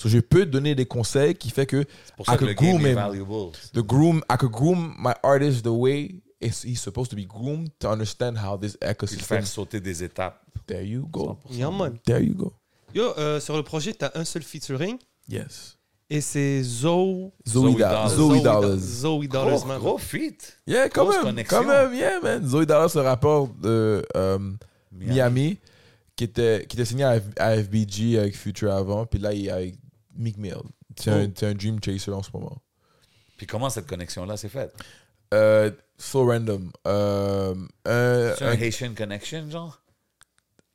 [SPEAKER 3] So, je peux donner des conseils qui fait que
[SPEAKER 2] C'est pour
[SPEAKER 3] I
[SPEAKER 2] ça que
[SPEAKER 3] could
[SPEAKER 2] le game
[SPEAKER 3] groom
[SPEAKER 2] est
[SPEAKER 3] him.
[SPEAKER 2] valuable.
[SPEAKER 3] the groom I could groom my artist the way it's, he's supposed to be groomed to understand how this
[SPEAKER 2] Puis le faire
[SPEAKER 3] ecosystem.
[SPEAKER 2] sauter des étapes.
[SPEAKER 3] There you go.
[SPEAKER 1] Yeah, man.
[SPEAKER 3] There you go.
[SPEAKER 1] Yo, euh, sur le projet, t'as un seul featuring
[SPEAKER 3] Yes.
[SPEAKER 1] et c'est Zoe.
[SPEAKER 3] Zoe,
[SPEAKER 2] Zoe Dollars.
[SPEAKER 3] Dollars. Zoe
[SPEAKER 1] Dollars.
[SPEAKER 3] Dollars.
[SPEAKER 1] Zoe
[SPEAKER 2] Gros,
[SPEAKER 1] Dollars, man.
[SPEAKER 2] gros feat.
[SPEAKER 3] Yeah, quand
[SPEAKER 2] Grosse
[SPEAKER 3] même.
[SPEAKER 2] connexion.
[SPEAKER 3] Quand même, yeah, man. Zoe Dollars se rapporte de euh, Miami, qui, était, qui était signé à, F- à FBG avec Future avant, puis là, il est avec Meek Mill. C'est
[SPEAKER 2] Oh.
[SPEAKER 3] un, c'est un Dream Chaser en ce moment.
[SPEAKER 2] Puis comment cette connexion-là s'est faite?
[SPEAKER 3] Euh, so random. Euh, un-
[SPEAKER 2] C'est un
[SPEAKER 3] un-
[SPEAKER 2] Haitian connection, genre?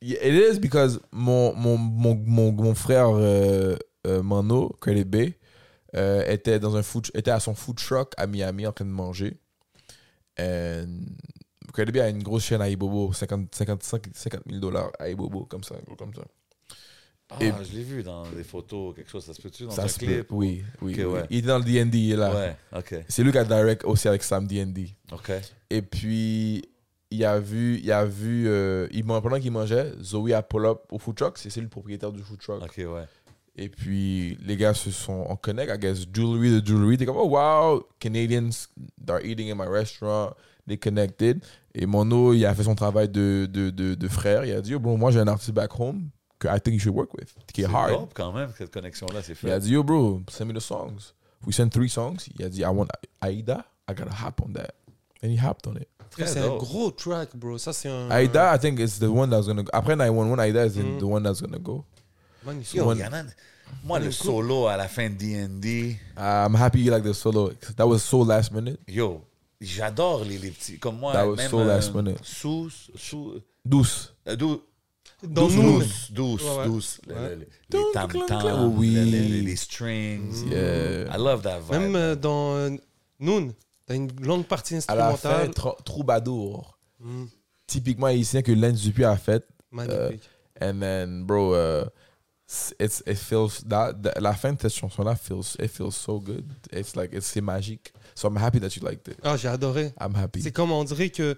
[SPEAKER 3] Yeah, It is because mon, mon, mon, mon, mon frère euh, euh, Mano, Credit Bay, euh, était, dans un food, était à son food truck à Miami en train de manger. And Credit Bay a une grosse chaîne à Ibobo, 50, 55 50 000 dollars à Ibobo, comme ça, gros, comme ça.
[SPEAKER 2] Ah,
[SPEAKER 3] Et-
[SPEAKER 2] je l'ai vu dans des photos, quelque chose. Ça se peut-tu dans
[SPEAKER 3] ça
[SPEAKER 2] un
[SPEAKER 3] se peut,
[SPEAKER 2] clip?
[SPEAKER 3] oui, oui,
[SPEAKER 2] Ok,
[SPEAKER 3] oui.
[SPEAKER 2] ouais.
[SPEAKER 3] Il est dans le DND, il est là.
[SPEAKER 2] Ouais, OK.
[SPEAKER 3] C'est lui qui a direct aussi avec Sam DND.
[SPEAKER 2] OK.
[SPEAKER 3] Et puis, il a vu, il a vu euh, il, man- pendant qu'il mangeait, Zoé a pull-up au food truck, c'est c'est le propriétaire du food truck.
[SPEAKER 2] OK, ouais.
[SPEAKER 3] Et puis, les gars se sont en connect, I guess, jewelry to jewelry. T'es comme, oh wow, Canadians are eating in my restaurant. They connected. Et Mono, il a fait son travail de, de, de, de frère. Il a dit, oh, bro, moi, j'ai un artiste back home que I think you should work with, qui est
[SPEAKER 2] C'est
[SPEAKER 3] hard.
[SPEAKER 2] dope quand même, que cette connexion-là s'est
[SPEAKER 3] Il a
[SPEAKER 2] faite.
[SPEAKER 3] dit, yo, bro, send me the songs. We sent three songs. Il a dit, I want Aida. I gotta hop on that. And he hopped on it.
[SPEAKER 2] Très
[SPEAKER 1] C'est un
[SPEAKER 2] dope.
[SPEAKER 1] gros track, bro. Ça, c'est
[SPEAKER 2] Mm-hmm.
[SPEAKER 1] un.
[SPEAKER 3] Aida, I think it's the one that's gonna go. Après 911, Aida is the- the one that's gonna go.
[SPEAKER 1] Magnifique.
[SPEAKER 2] Yo,
[SPEAKER 3] one-
[SPEAKER 2] il y en a- Moi, le solo à la fin de D&D...
[SPEAKER 3] I'm happy you like the solo. That was so last minute.
[SPEAKER 2] Yo, j'adore les, les petits. Comme moi,
[SPEAKER 3] That was
[SPEAKER 2] même
[SPEAKER 3] so
[SPEAKER 2] euh,
[SPEAKER 3] last minute.
[SPEAKER 2] sous, sous,
[SPEAKER 3] Douce.
[SPEAKER 2] euh, dou-
[SPEAKER 1] Dans
[SPEAKER 2] douce,
[SPEAKER 1] nous.
[SPEAKER 2] douce, douce,
[SPEAKER 1] Ouais,
[SPEAKER 2] douce. Le- le- le- les tam
[SPEAKER 3] clang.
[SPEAKER 2] tams,
[SPEAKER 3] Oui.
[SPEAKER 2] les, les strings.
[SPEAKER 3] Yeah.
[SPEAKER 2] I love that vibe.
[SPEAKER 1] Même euh, dans euh, Noon, t'as une longue partie
[SPEAKER 3] À la fin,
[SPEAKER 1] instrumentale.
[SPEAKER 3] tro- troubadour.
[SPEAKER 1] Hmm.
[SPEAKER 3] Typiquement haïtien que Lens Dupuis a fait.
[SPEAKER 1] Magnifique.
[SPEAKER 3] And then, bro, uh, it's, it feels that, that- la fin de cette chanson-là feels it feels so good. It's like it's c'est magique. So I'm happy that you liked it.
[SPEAKER 1] Ah, j'ai adoré.
[SPEAKER 3] I'm happy.
[SPEAKER 1] C'est comme on dirait que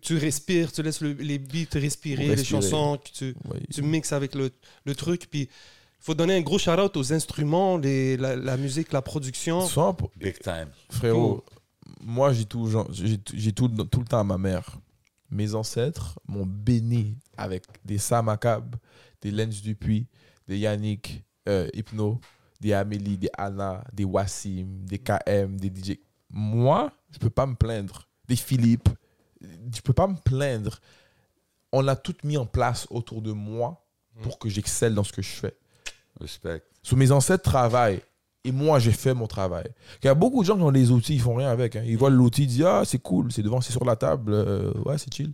[SPEAKER 1] tu respires, tu laisses le- les beats respirer, les
[SPEAKER 3] Respirer.
[SPEAKER 1] chansons, que tu,
[SPEAKER 3] Oui.
[SPEAKER 1] tu mixes avec le, le truc. Puis il faut donner un gros shout-out aux instruments, les, la, la musique, la production.
[SPEAKER 3] Sans-
[SPEAKER 2] Big time.
[SPEAKER 3] Frérot, moi j'ai tout, genre, j'ai tout- j'ai tout, tout le temps à ma mère. Mes ancêtres m'ont béni avec des Samakab, des Lens Dupuis, des Yannick euh, Hypno, des Amélie, des Anna, des Wassim, des KM, des DJ. Moi, je peux pas me plaindre. Des Philippe, je peux pas me plaindre. On a tout mis en place autour de moi pour que j'excelle dans ce que je fais.
[SPEAKER 2] Respect.
[SPEAKER 3] So, mes ancêtres travaillent. Et moi, j'ai fait mon travail. Il y a beaucoup de gens qui ont des outils, ils font rien avec. hein. Ils voient l'outil, ils disent Ah, c'est cool, c'est devant, c'est sur la table. euh, ouais, c'est chill.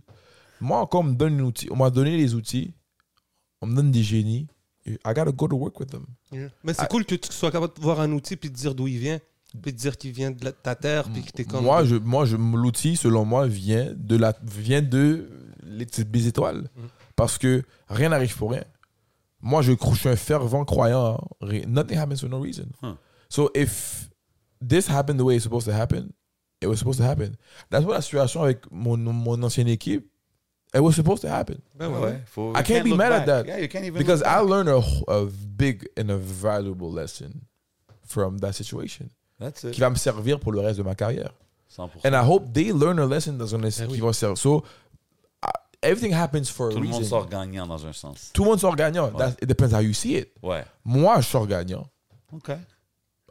[SPEAKER 3] Moi, encore, on me donne un outil. On m'a donné les outils. On me donne des génies. et I gotta go to work with them.
[SPEAKER 1] Mais c'est
[SPEAKER 3] Ah.
[SPEAKER 1] cool que tu sois capable de voir un outil puis de dire d'où il vient, puis de dire qu'il vient de la- ta terre, puis que t'es comme.
[SPEAKER 3] Moi, je, moi je, l'outil, selon moi, vient de, la, vient de les petites belles étoiles. Parce que rien n'arrive pour rien. Moi, je, cro- je suis un fervent croyant. en ré- Nothing happens for no reason.
[SPEAKER 2] Huh.
[SPEAKER 3] So if this happened the way it's supposed to happen, it was supposed to happen. That's what la situation avec mon, mon ancienne équipe, it was supposed to happen.
[SPEAKER 1] Ah, Bah
[SPEAKER 2] Ouais, faut-
[SPEAKER 3] I
[SPEAKER 2] you
[SPEAKER 3] can't be
[SPEAKER 2] look
[SPEAKER 3] mad at
[SPEAKER 2] back.
[SPEAKER 3] that.
[SPEAKER 2] Yeah, you can't even
[SPEAKER 3] because
[SPEAKER 2] look
[SPEAKER 3] I
[SPEAKER 2] back.
[SPEAKER 3] learned a, wh- a big and a valuable lesson from that situation
[SPEAKER 2] That's
[SPEAKER 3] qui
[SPEAKER 2] it.
[SPEAKER 3] va me servir pour le reste de ma carrière.
[SPEAKER 2] 100%.
[SPEAKER 3] And I hope they learn a lesson that's gonna, qui va servir. So I- everything happens for
[SPEAKER 2] Eh Tout
[SPEAKER 3] a
[SPEAKER 2] le
[SPEAKER 3] reason.
[SPEAKER 2] monde sort gagnant dans un sens.
[SPEAKER 3] Tout le monde sort gagnant. That- it depends how you see it.
[SPEAKER 2] Ouais.
[SPEAKER 3] Moi, je sors gagnant.
[SPEAKER 2] OK.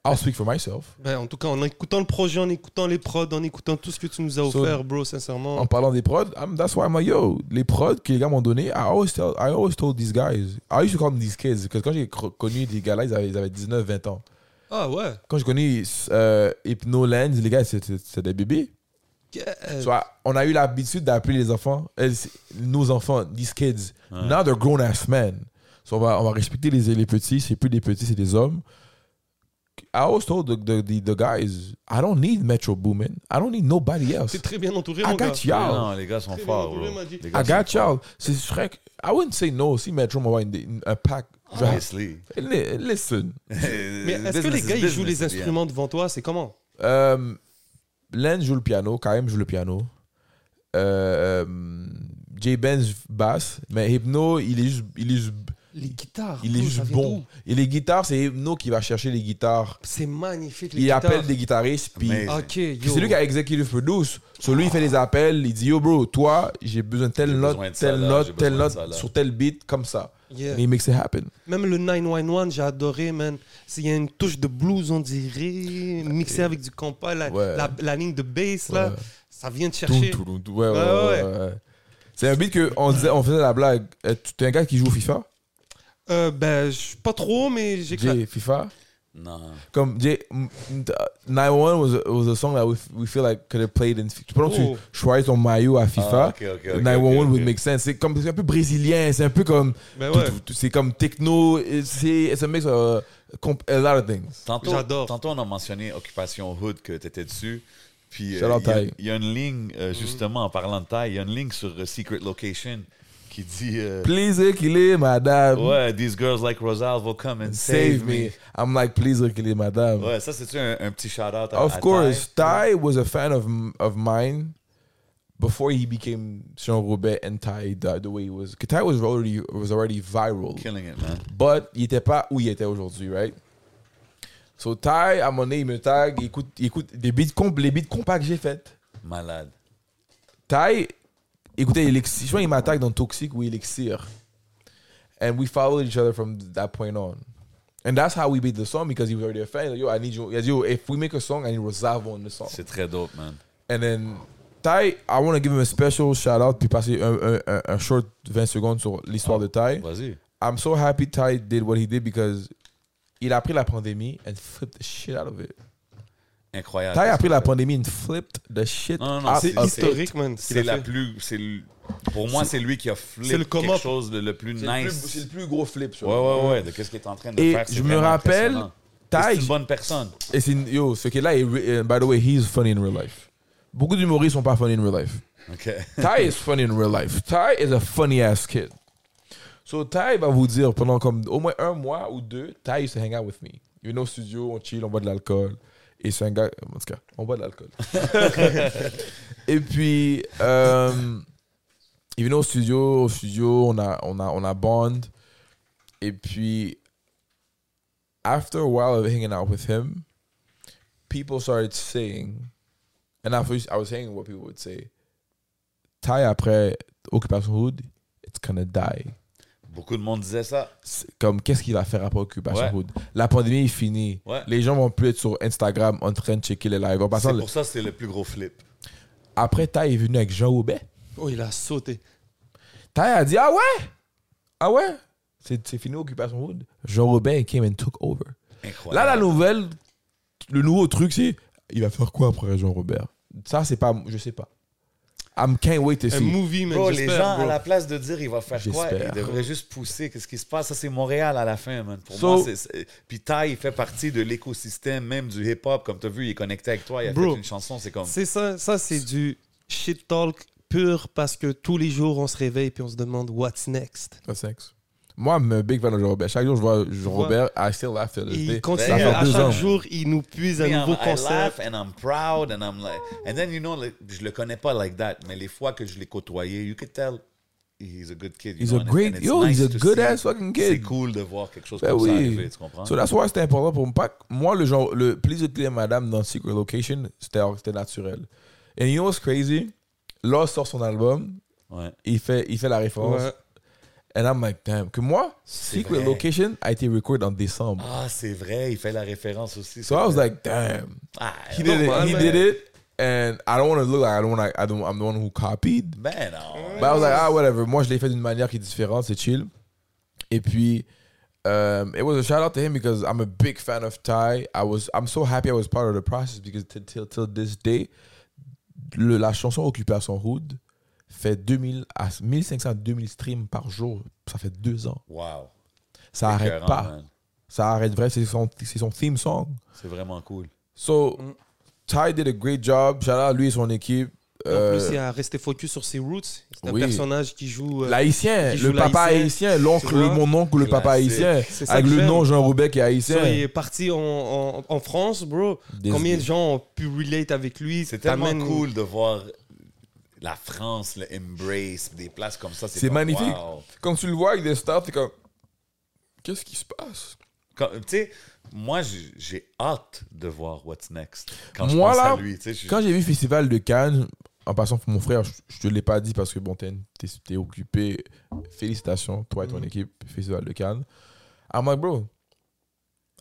[SPEAKER 3] I'll speak for myself.
[SPEAKER 1] Ben, en tout cas, en écoutant le projet, en écoutant les prods, en écoutant tout ce que tu nous as
[SPEAKER 3] So-
[SPEAKER 1] offert, bro, sincèrement.
[SPEAKER 3] En parlant des prods, I'm- that's why I'm like, yo, les prods que les gars m'ont donné, I always, tell, I always told these guys, I used to call them these kids, parce que quand j'ai cro- connu des gars là, ils avaient, ils avaient 19, 20 ans.
[SPEAKER 1] Ah ouais.
[SPEAKER 3] Quand j'ai connu euh, Hypno Lens, les gars, c'est- c'est c'est des bébés.
[SPEAKER 1] Yeah.
[SPEAKER 3] So, I- on a eu l'habitude d'appeler les enfants, euh, c'est- nos enfants, these kids. Now they're grown ass men. So, on va, on va respecter les, les petits, c'est plus des petits, c'est des hommes. I always told the, the, the, the guys, I don't need Metro Boomin. I don't need nobody else.
[SPEAKER 1] T'es très bien entouré,
[SPEAKER 3] I
[SPEAKER 1] mon gars.
[SPEAKER 3] got y'all.
[SPEAKER 2] Non, les gars sont
[SPEAKER 1] Très
[SPEAKER 2] forts.
[SPEAKER 1] bien,
[SPEAKER 2] bro.
[SPEAKER 1] m'a dit.
[SPEAKER 2] Les gars
[SPEAKER 3] I got
[SPEAKER 2] sont
[SPEAKER 3] y'all. C'est vrai que I wouldn't say no si Metro m'envoie une- une- un pack.
[SPEAKER 2] forts.
[SPEAKER 3] Je-
[SPEAKER 2] Obviously.
[SPEAKER 3] Li- Listen.
[SPEAKER 1] Mais est-ce que les gars, ils jouent les instruments devant toi C'est comment
[SPEAKER 3] Euh, Len joue le piano, Karim joue le piano. Euh, euh, Jay Benz basse, mais Hypno, il est juste, il est juste,
[SPEAKER 1] Les guitares.
[SPEAKER 3] il est
[SPEAKER 1] bro,
[SPEAKER 3] juste
[SPEAKER 1] ça vient
[SPEAKER 3] bon.
[SPEAKER 1] d'où
[SPEAKER 3] Et les guitares, c'est Hypno qui va chercher les guitares.
[SPEAKER 1] C'est magnifique, les
[SPEAKER 3] il
[SPEAKER 1] guitares.
[SPEAKER 3] appelle des guitaristes, puis
[SPEAKER 2] Amazing.
[SPEAKER 1] Ok, yo.
[SPEAKER 3] puis c'est lui qui a executive produce. So lui, il fait les appels, il dit Yo, bro, toi, j'ai besoin de telle
[SPEAKER 2] J'ai
[SPEAKER 3] note,
[SPEAKER 2] besoin de ça,
[SPEAKER 3] telle
[SPEAKER 2] là, j'ai
[SPEAKER 3] note, telle
[SPEAKER 2] besoin de ça,
[SPEAKER 3] note,
[SPEAKER 2] là.
[SPEAKER 3] sur tel beat, comme ça.
[SPEAKER 1] Yeah.
[SPEAKER 3] Et il makes it happen.
[SPEAKER 1] Même le 911, j'ai adoré, man. S'il y a une touche de blues, on dirait, mixée avec du compas, la,
[SPEAKER 3] Ouais.
[SPEAKER 1] la, la ligne de bass, là,
[SPEAKER 3] Ouais.
[SPEAKER 1] ça vient de
[SPEAKER 3] Tout,
[SPEAKER 1] chercher.
[SPEAKER 3] tout, tout, tout. Ouais, ouais,
[SPEAKER 1] Ouais,
[SPEAKER 3] ouais,
[SPEAKER 1] ouais.
[SPEAKER 3] ouais. C'est un beat que on disait, on faisait la blague. Euh, Tu es un gars qui joue au FIFA
[SPEAKER 1] Euh, ben, je suis pas trop, mais j'éclate.
[SPEAKER 3] Jay, FIFA
[SPEAKER 2] Non.
[SPEAKER 3] Comme Jay, m- m- t- 911 was a, was a song that we, f- we feel like could have played in. Tu penses que tu
[SPEAKER 1] Oh.
[SPEAKER 3] choisis ton maillot à FIFA,
[SPEAKER 2] Ah, ok, ok, ok,
[SPEAKER 3] 911
[SPEAKER 2] ok, ok.
[SPEAKER 3] would make sense. C'est comme c'est un peu brésilien, c'est un peu comme
[SPEAKER 1] Ben
[SPEAKER 3] tout-
[SPEAKER 1] ouais.
[SPEAKER 3] tout- c'est comme techno, et c'est it's a mix of comp- a lot of things.
[SPEAKER 2] Tantôt,
[SPEAKER 1] J'adore.
[SPEAKER 2] Tantôt, on a mentionné Occupation Hood que tu étais dessus. Puis, euh,
[SPEAKER 3] Shout out
[SPEAKER 2] il y a-
[SPEAKER 3] Ty.
[SPEAKER 2] il y, a une ligne, euh,
[SPEAKER 1] Mm-hmm.
[SPEAKER 2] justement, en parlant de taille, il y a une ligne sur euh, Secret Location qui dit euh,
[SPEAKER 3] Please équilé madame,
[SPEAKER 2] Ouais, these girls like Rosal will come and
[SPEAKER 3] save me. I'm like please équilé madame.
[SPEAKER 2] Ouais, ça, c'est-tu un, un petit shout-out à, à
[SPEAKER 3] Of
[SPEAKER 2] Ty?
[SPEAKER 3] course, Ty was a fan of of mine before he became Sean Robert and Ty the, the way he was. 'Cause Ty was already was already viral,
[SPEAKER 2] Killing it, man.
[SPEAKER 3] but il était pas où il était aujourd'hui, right? So Ty, à mon nez, il me tag, il écoute, il écoute des beats comp, les beats compacts que j'ai faites.
[SPEAKER 2] Malade.
[SPEAKER 3] Ty, écoutez, Elixir, je crois qu'il m'attaque dans Toxic ou Elixir. And we followed each other from that point on. And that's how we beat the song because he was already a fan. Yo, I need you. Yo, if we make a song, I need Rosavo on the song.
[SPEAKER 2] C'est très dope, man.
[SPEAKER 3] And then Ty, I want to give him a special shout out puis passer un, un- un- un short 20 secondes sur l'histoire de Ty.
[SPEAKER 2] Ah, Vas-y.
[SPEAKER 3] I'm so happy Ty did what he did because il a pris la pandémie and flipped the shit out of it.
[SPEAKER 2] Incroyable.
[SPEAKER 3] Ty a pris la pandémie and flipped the shit
[SPEAKER 2] Non, non, non,
[SPEAKER 3] out
[SPEAKER 2] c'est-
[SPEAKER 1] C'est
[SPEAKER 3] of
[SPEAKER 2] c'est-
[SPEAKER 3] it.
[SPEAKER 1] historique, man.
[SPEAKER 2] C'est la plus. c'est le- Pour moi, c'est lui qui a flippé
[SPEAKER 1] C'est le come
[SPEAKER 2] quelque
[SPEAKER 1] up.
[SPEAKER 2] chose de le plus
[SPEAKER 3] C'est le plus-
[SPEAKER 2] nice.
[SPEAKER 3] c'est le plus gros flip. sur
[SPEAKER 2] Ouais, ouais, ouais, de qu'est-ce qu'il est en train de
[SPEAKER 3] Et
[SPEAKER 2] faire. c'est
[SPEAKER 3] je me
[SPEAKER 2] vraiment
[SPEAKER 3] rappelle,
[SPEAKER 2] impressionnant.
[SPEAKER 3] Ty,
[SPEAKER 2] Et C'est
[SPEAKER 3] je-
[SPEAKER 2] une bonne personne.
[SPEAKER 3] Et c'est une- yo, ce kid-là, est re- and by the way, he's funny in real life. Beaucoup d'humoristes sont pas funny in real life.
[SPEAKER 2] OK.
[SPEAKER 3] Ty is funny in real life. Ty is a funny ass kid. So Ty va vous dire pendant comme au moins un mois ou deux, Ty used to hang out with me. You know, studio, on chill, on boit de l'alcool. Et c'est un gars, en tout cas, on boit de l'alcool. Et puis, euh, il venait au studio, au studio, on a, on a, on a bond. Et puis, after a while of hanging out with him, people started saying, and I was, I was saying what people would say, Ty après Occupation Hood, it's gonna die.
[SPEAKER 2] Beaucoup de monde disait ça.
[SPEAKER 3] C'est Comme qu'est-ce qu'il va faire après Occupation
[SPEAKER 2] Ouais.
[SPEAKER 3] Hood La pandémie est finie.
[SPEAKER 2] Ouais.
[SPEAKER 3] Les gens vont plus être sur Instagram en train de checker les lives. En passant,
[SPEAKER 2] C'est
[SPEAKER 3] Bah, le-
[SPEAKER 2] pour ça que c'est le plus gros flip.
[SPEAKER 3] après Ty est venu avec Jean Aubert.
[SPEAKER 1] Oh, il a sauté.
[SPEAKER 3] Ty a dit ah ouais, ah ouais, c'est c'est fini Occupation Hood. Jean Aubert came and took over. Là, la
[SPEAKER 2] Incroyable.
[SPEAKER 3] nouvelle, le nouveau truc, c'est il va faire quoi après Jean Robert Ça, c'est pas, je sais pas. I'm can't wait to
[SPEAKER 1] Un
[SPEAKER 3] see.
[SPEAKER 1] movie, man.
[SPEAKER 2] Bro, les
[SPEAKER 1] j'espère,
[SPEAKER 2] gens,
[SPEAKER 1] bro.
[SPEAKER 2] à la place de dire il va faire quoi,
[SPEAKER 3] J'espère.
[SPEAKER 2] ils devraient juste pousser. Qu'est-ce qui se passe? Ça, c'est Montréal à la fin, man. Pour
[SPEAKER 3] So-
[SPEAKER 2] moi, c'est- c'est. Puis Ty, il fait partie de l'écosystème même du hip-hop. Comme tu as vu, il est connecté avec toi. Il a
[SPEAKER 1] Bro.
[SPEAKER 2] fait une chanson. C'est comme.
[SPEAKER 1] C'est ça, ça c'est du shit talk pur parce que tous les jours on se réveille puis on se demande what's next.
[SPEAKER 3] What's next Moi, I'm a big fan de Robert. Chaque jour, je vois Robert, I still laugh to this
[SPEAKER 1] Et
[SPEAKER 3] day.
[SPEAKER 1] il continue,
[SPEAKER 3] Ça fait
[SPEAKER 1] à
[SPEAKER 3] deux
[SPEAKER 1] chaque
[SPEAKER 3] ans.
[SPEAKER 1] jour, il nous puise un
[SPEAKER 2] Yeah,
[SPEAKER 1] nouveau
[SPEAKER 2] I laugh
[SPEAKER 1] concept.
[SPEAKER 2] and I'm proud and I'm like and then you know like, je le connais pas like that mais les fois que je l'ai côtoyé you could tell he's a good kid you
[SPEAKER 3] He's
[SPEAKER 2] know,
[SPEAKER 3] a
[SPEAKER 2] and-
[SPEAKER 3] great-
[SPEAKER 2] and it's
[SPEAKER 3] yo, he's a
[SPEAKER 2] to
[SPEAKER 3] good
[SPEAKER 2] see.
[SPEAKER 3] ass fucking kid.
[SPEAKER 2] c'est cool hein. de voir quelque chose
[SPEAKER 3] Ben
[SPEAKER 2] comme ça
[SPEAKER 3] oui.
[SPEAKER 2] arriver tu comprends
[SPEAKER 3] So that's why c'était important pour moi. Pas que- Moi, le genre, le plaisir de clé madame dans Secret Location, c'était c'était naturel. And you know what's crazy? Là, sort son album,
[SPEAKER 2] ouais
[SPEAKER 3] il fait, il fait la référence.
[SPEAKER 1] Ouais.
[SPEAKER 3] And I'm like, damn. Que moi, Secret
[SPEAKER 2] vrai.
[SPEAKER 3] Location a été recordé en décembre.
[SPEAKER 2] ah c'est vrai il fait la référence aussi
[SPEAKER 3] So I was like, damn.
[SPEAKER 2] ah,
[SPEAKER 3] He did
[SPEAKER 1] Normal,
[SPEAKER 3] it. He
[SPEAKER 1] man.
[SPEAKER 3] did it. And I don't want to look like I don't want I don't, I'm the one who copied.
[SPEAKER 2] ben non
[SPEAKER 3] But I was like, ah, whatever. Moi, je l'ai fait d'une manière qui est différente, c'est chill. Et puis, um, it was a shout out to him because I'm a big fan of Ty. I was, I'm so happy I was part of the process because t- till till this day, le, la chanson Occupation Hood fait 2000 à 1500 2000 streams par jour. Ça fait deux ans.
[SPEAKER 2] wow
[SPEAKER 3] Ça arrête
[SPEAKER 2] Écœurant,
[SPEAKER 3] pas.
[SPEAKER 2] man.
[SPEAKER 3] Ça arrête vrai. C'est son, c'est son theme song.
[SPEAKER 2] c'est vraiment cool
[SPEAKER 3] So,
[SPEAKER 1] Mm.
[SPEAKER 3] Ty did a great job. Shout out à lui et son équipe.
[SPEAKER 1] En
[SPEAKER 3] Euh,
[SPEAKER 1] plus, il a resté focus sur ses roots. C'est un
[SPEAKER 3] oui.
[SPEAKER 1] personnage qui joue. euh,
[SPEAKER 3] L'haïtien,
[SPEAKER 1] qui
[SPEAKER 3] le
[SPEAKER 1] joue
[SPEAKER 3] papa
[SPEAKER 1] l'haïtien,
[SPEAKER 3] haïtien, l'oncle,
[SPEAKER 1] tu vois.
[SPEAKER 3] mon oncle, le papa
[SPEAKER 2] Classique.
[SPEAKER 3] haïtien,
[SPEAKER 1] C'est ça
[SPEAKER 3] avec
[SPEAKER 1] que
[SPEAKER 3] le
[SPEAKER 1] j'aime.
[SPEAKER 3] nom Jean Roubaix qui est
[SPEAKER 1] tu vois, il
[SPEAKER 3] haïtien.
[SPEAKER 1] est parti en, en- en France, bro.
[SPEAKER 3] Des-
[SPEAKER 1] Combien de gens ont pu relate avec lui
[SPEAKER 2] c'est tellement
[SPEAKER 1] T'amènes-
[SPEAKER 2] cool de voir la France le embrace des places comme ça
[SPEAKER 3] C'est
[SPEAKER 2] comme,
[SPEAKER 3] magnifique.
[SPEAKER 2] wow.
[SPEAKER 3] Quand tu le vois avec des stars, t'es comme, qu'est-ce qui se passe?
[SPEAKER 2] Comme- Tu sais, moi, j'ai- j'ai hâte de voir what's next. Quand
[SPEAKER 3] Moi,
[SPEAKER 2] je pense
[SPEAKER 3] là,
[SPEAKER 2] à lui, tu sais, je-
[SPEAKER 3] Quand j'ai vu Festival de Cannes, en passant pour mon frère, je, je te l'ai pas dit parce que bon, t'es t'es- t'es occupé. Félicitations, toi
[SPEAKER 1] Mhm.
[SPEAKER 3] et ton équipe, Festival de Cannes. I'm like, bro,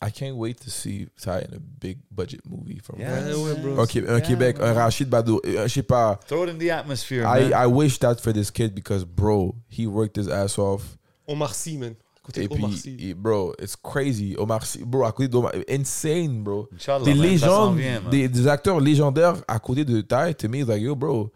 [SPEAKER 3] I can't wait to see Ty in a big budget movie from
[SPEAKER 2] Yeah.
[SPEAKER 1] Ouais, ouais, bro.
[SPEAKER 3] un, Qué- un Québec, un Rachid Bado, euh, je sais pas.
[SPEAKER 2] Throw it in the atmosphere,
[SPEAKER 3] I,
[SPEAKER 2] man.
[SPEAKER 3] I wish that for this kid because bro, he worked his ass off.
[SPEAKER 1] Omar Sy, man.
[SPEAKER 3] Et
[SPEAKER 1] Écoutez, Omar
[SPEAKER 3] puis,
[SPEAKER 1] Sy.
[SPEAKER 3] et- bro, it's crazy. Omar Sy, bro, à côté d'Omar, insane, bro.
[SPEAKER 2] Inch'Allah,
[SPEAKER 3] Des
[SPEAKER 2] man, ça s'en
[SPEAKER 3] légendes,
[SPEAKER 2] vient, man.
[SPEAKER 3] des, des acteurs légendaires à côté de Ty, to me, it's like, yo, bro,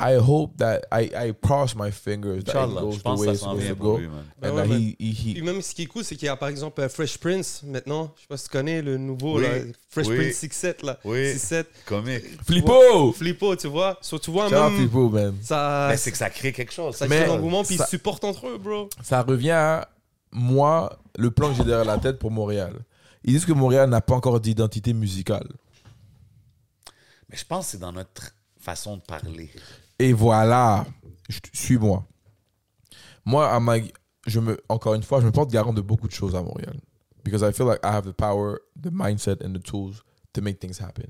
[SPEAKER 3] I hope that I, I cross my fingers that it
[SPEAKER 2] Inch'Allah,
[SPEAKER 3] goes
[SPEAKER 2] je
[SPEAKER 3] the
[SPEAKER 2] pense
[SPEAKER 3] way
[SPEAKER 2] que ça
[SPEAKER 3] it's
[SPEAKER 2] s'en
[SPEAKER 3] supposed
[SPEAKER 2] vient
[SPEAKER 3] to
[SPEAKER 2] pour
[SPEAKER 3] go.
[SPEAKER 2] lui, man.
[SPEAKER 1] Ben
[SPEAKER 3] And
[SPEAKER 1] ouais,
[SPEAKER 3] that
[SPEAKER 1] man.
[SPEAKER 3] he, he, he-
[SPEAKER 1] Puis même ce qui est cool, c'est qu'il y a par exemple euh, Fresh Prince maintenant. Je sais pas si tu connais le nouveau
[SPEAKER 2] Oui.
[SPEAKER 1] là, Fresh
[SPEAKER 2] Oui.
[SPEAKER 1] Prince 6-7 là.
[SPEAKER 2] Oui.
[SPEAKER 1] 6-7.
[SPEAKER 2] Comique.
[SPEAKER 3] Flippo!
[SPEAKER 1] Flippo, tu vois. So, tu vois,
[SPEAKER 3] Shout out
[SPEAKER 2] Mm.
[SPEAKER 1] même
[SPEAKER 3] Flippo, man.
[SPEAKER 1] ça,
[SPEAKER 2] Mais c'est que ça crée quelque chose.
[SPEAKER 1] ça
[SPEAKER 3] Mais-
[SPEAKER 1] crée l'engouement puis
[SPEAKER 3] ça-
[SPEAKER 1] ils supportent entre eux, bro.
[SPEAKER 3] ça revient à moi, le plan que j'ai derrière la tête pour Montréal. Ils disent que Montréal n'a pas encore d'identité musicale.
[SPEAKER 2] Mais je pense que c'est dans notre façon de parler.
[SPEAKER 3] Et voilà, Je- suis-moi. Moi, I'm like- je me, encore une fois, je me porte garant de beaucoup de choses à Montréal. Because I feel like I have the power, the mindset and the tools to make things happen.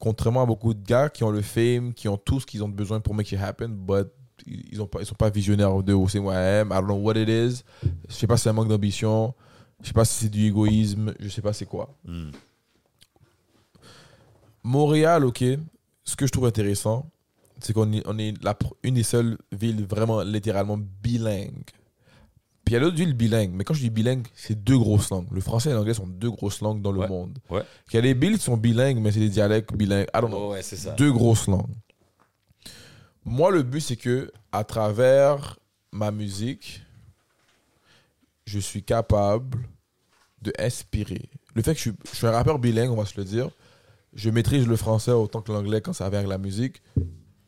[SPEAKER 3] Contrairement à beaucoup de gars qui ont le fame, qui ont tout ce qu'ils ont besoin pour make it happen, but ils ont pas, ils sont pas visionnaires de c'est moi-même, I don't know what it is. Je sais pas si c'est un manque d'ambition, je sais pas si c'est du égoïsme, je sais pas c'est quoi.
[SPEAKER 2] Hmm.
[SPEAKER 3] Montréal, ok, ce que je trouve intéressant, c'est qu'on est, on est la pr- une des seules villes vraiment littéralement bilingues. Puis il y a d'autres villes bilingues, mais quand je dis bilingue, c'est deux grosses langues. Le français et l'anglais sont deux grosses langues dans le
[SPEAKER 2] Ouais,
[SPEAKER 3] monde.
[SPEAKER 2] ouais.
[SPEAKER 3] Il y a des villes qui sont bilingues, mais c'est des dialectes bilingues. I don't know.
[SPEAKER 2] Oh, ouais, c'est ça.
[SPEAKER 3] Deux grosses langues. Moi, le but, c'est que à travers ma musique, je suis capable de inspirer. Le fait que je suis, je suis un rappeur bilingue, on va se le dire, je maîtrise le français autant que l'anglais quand ça vient avec la musique.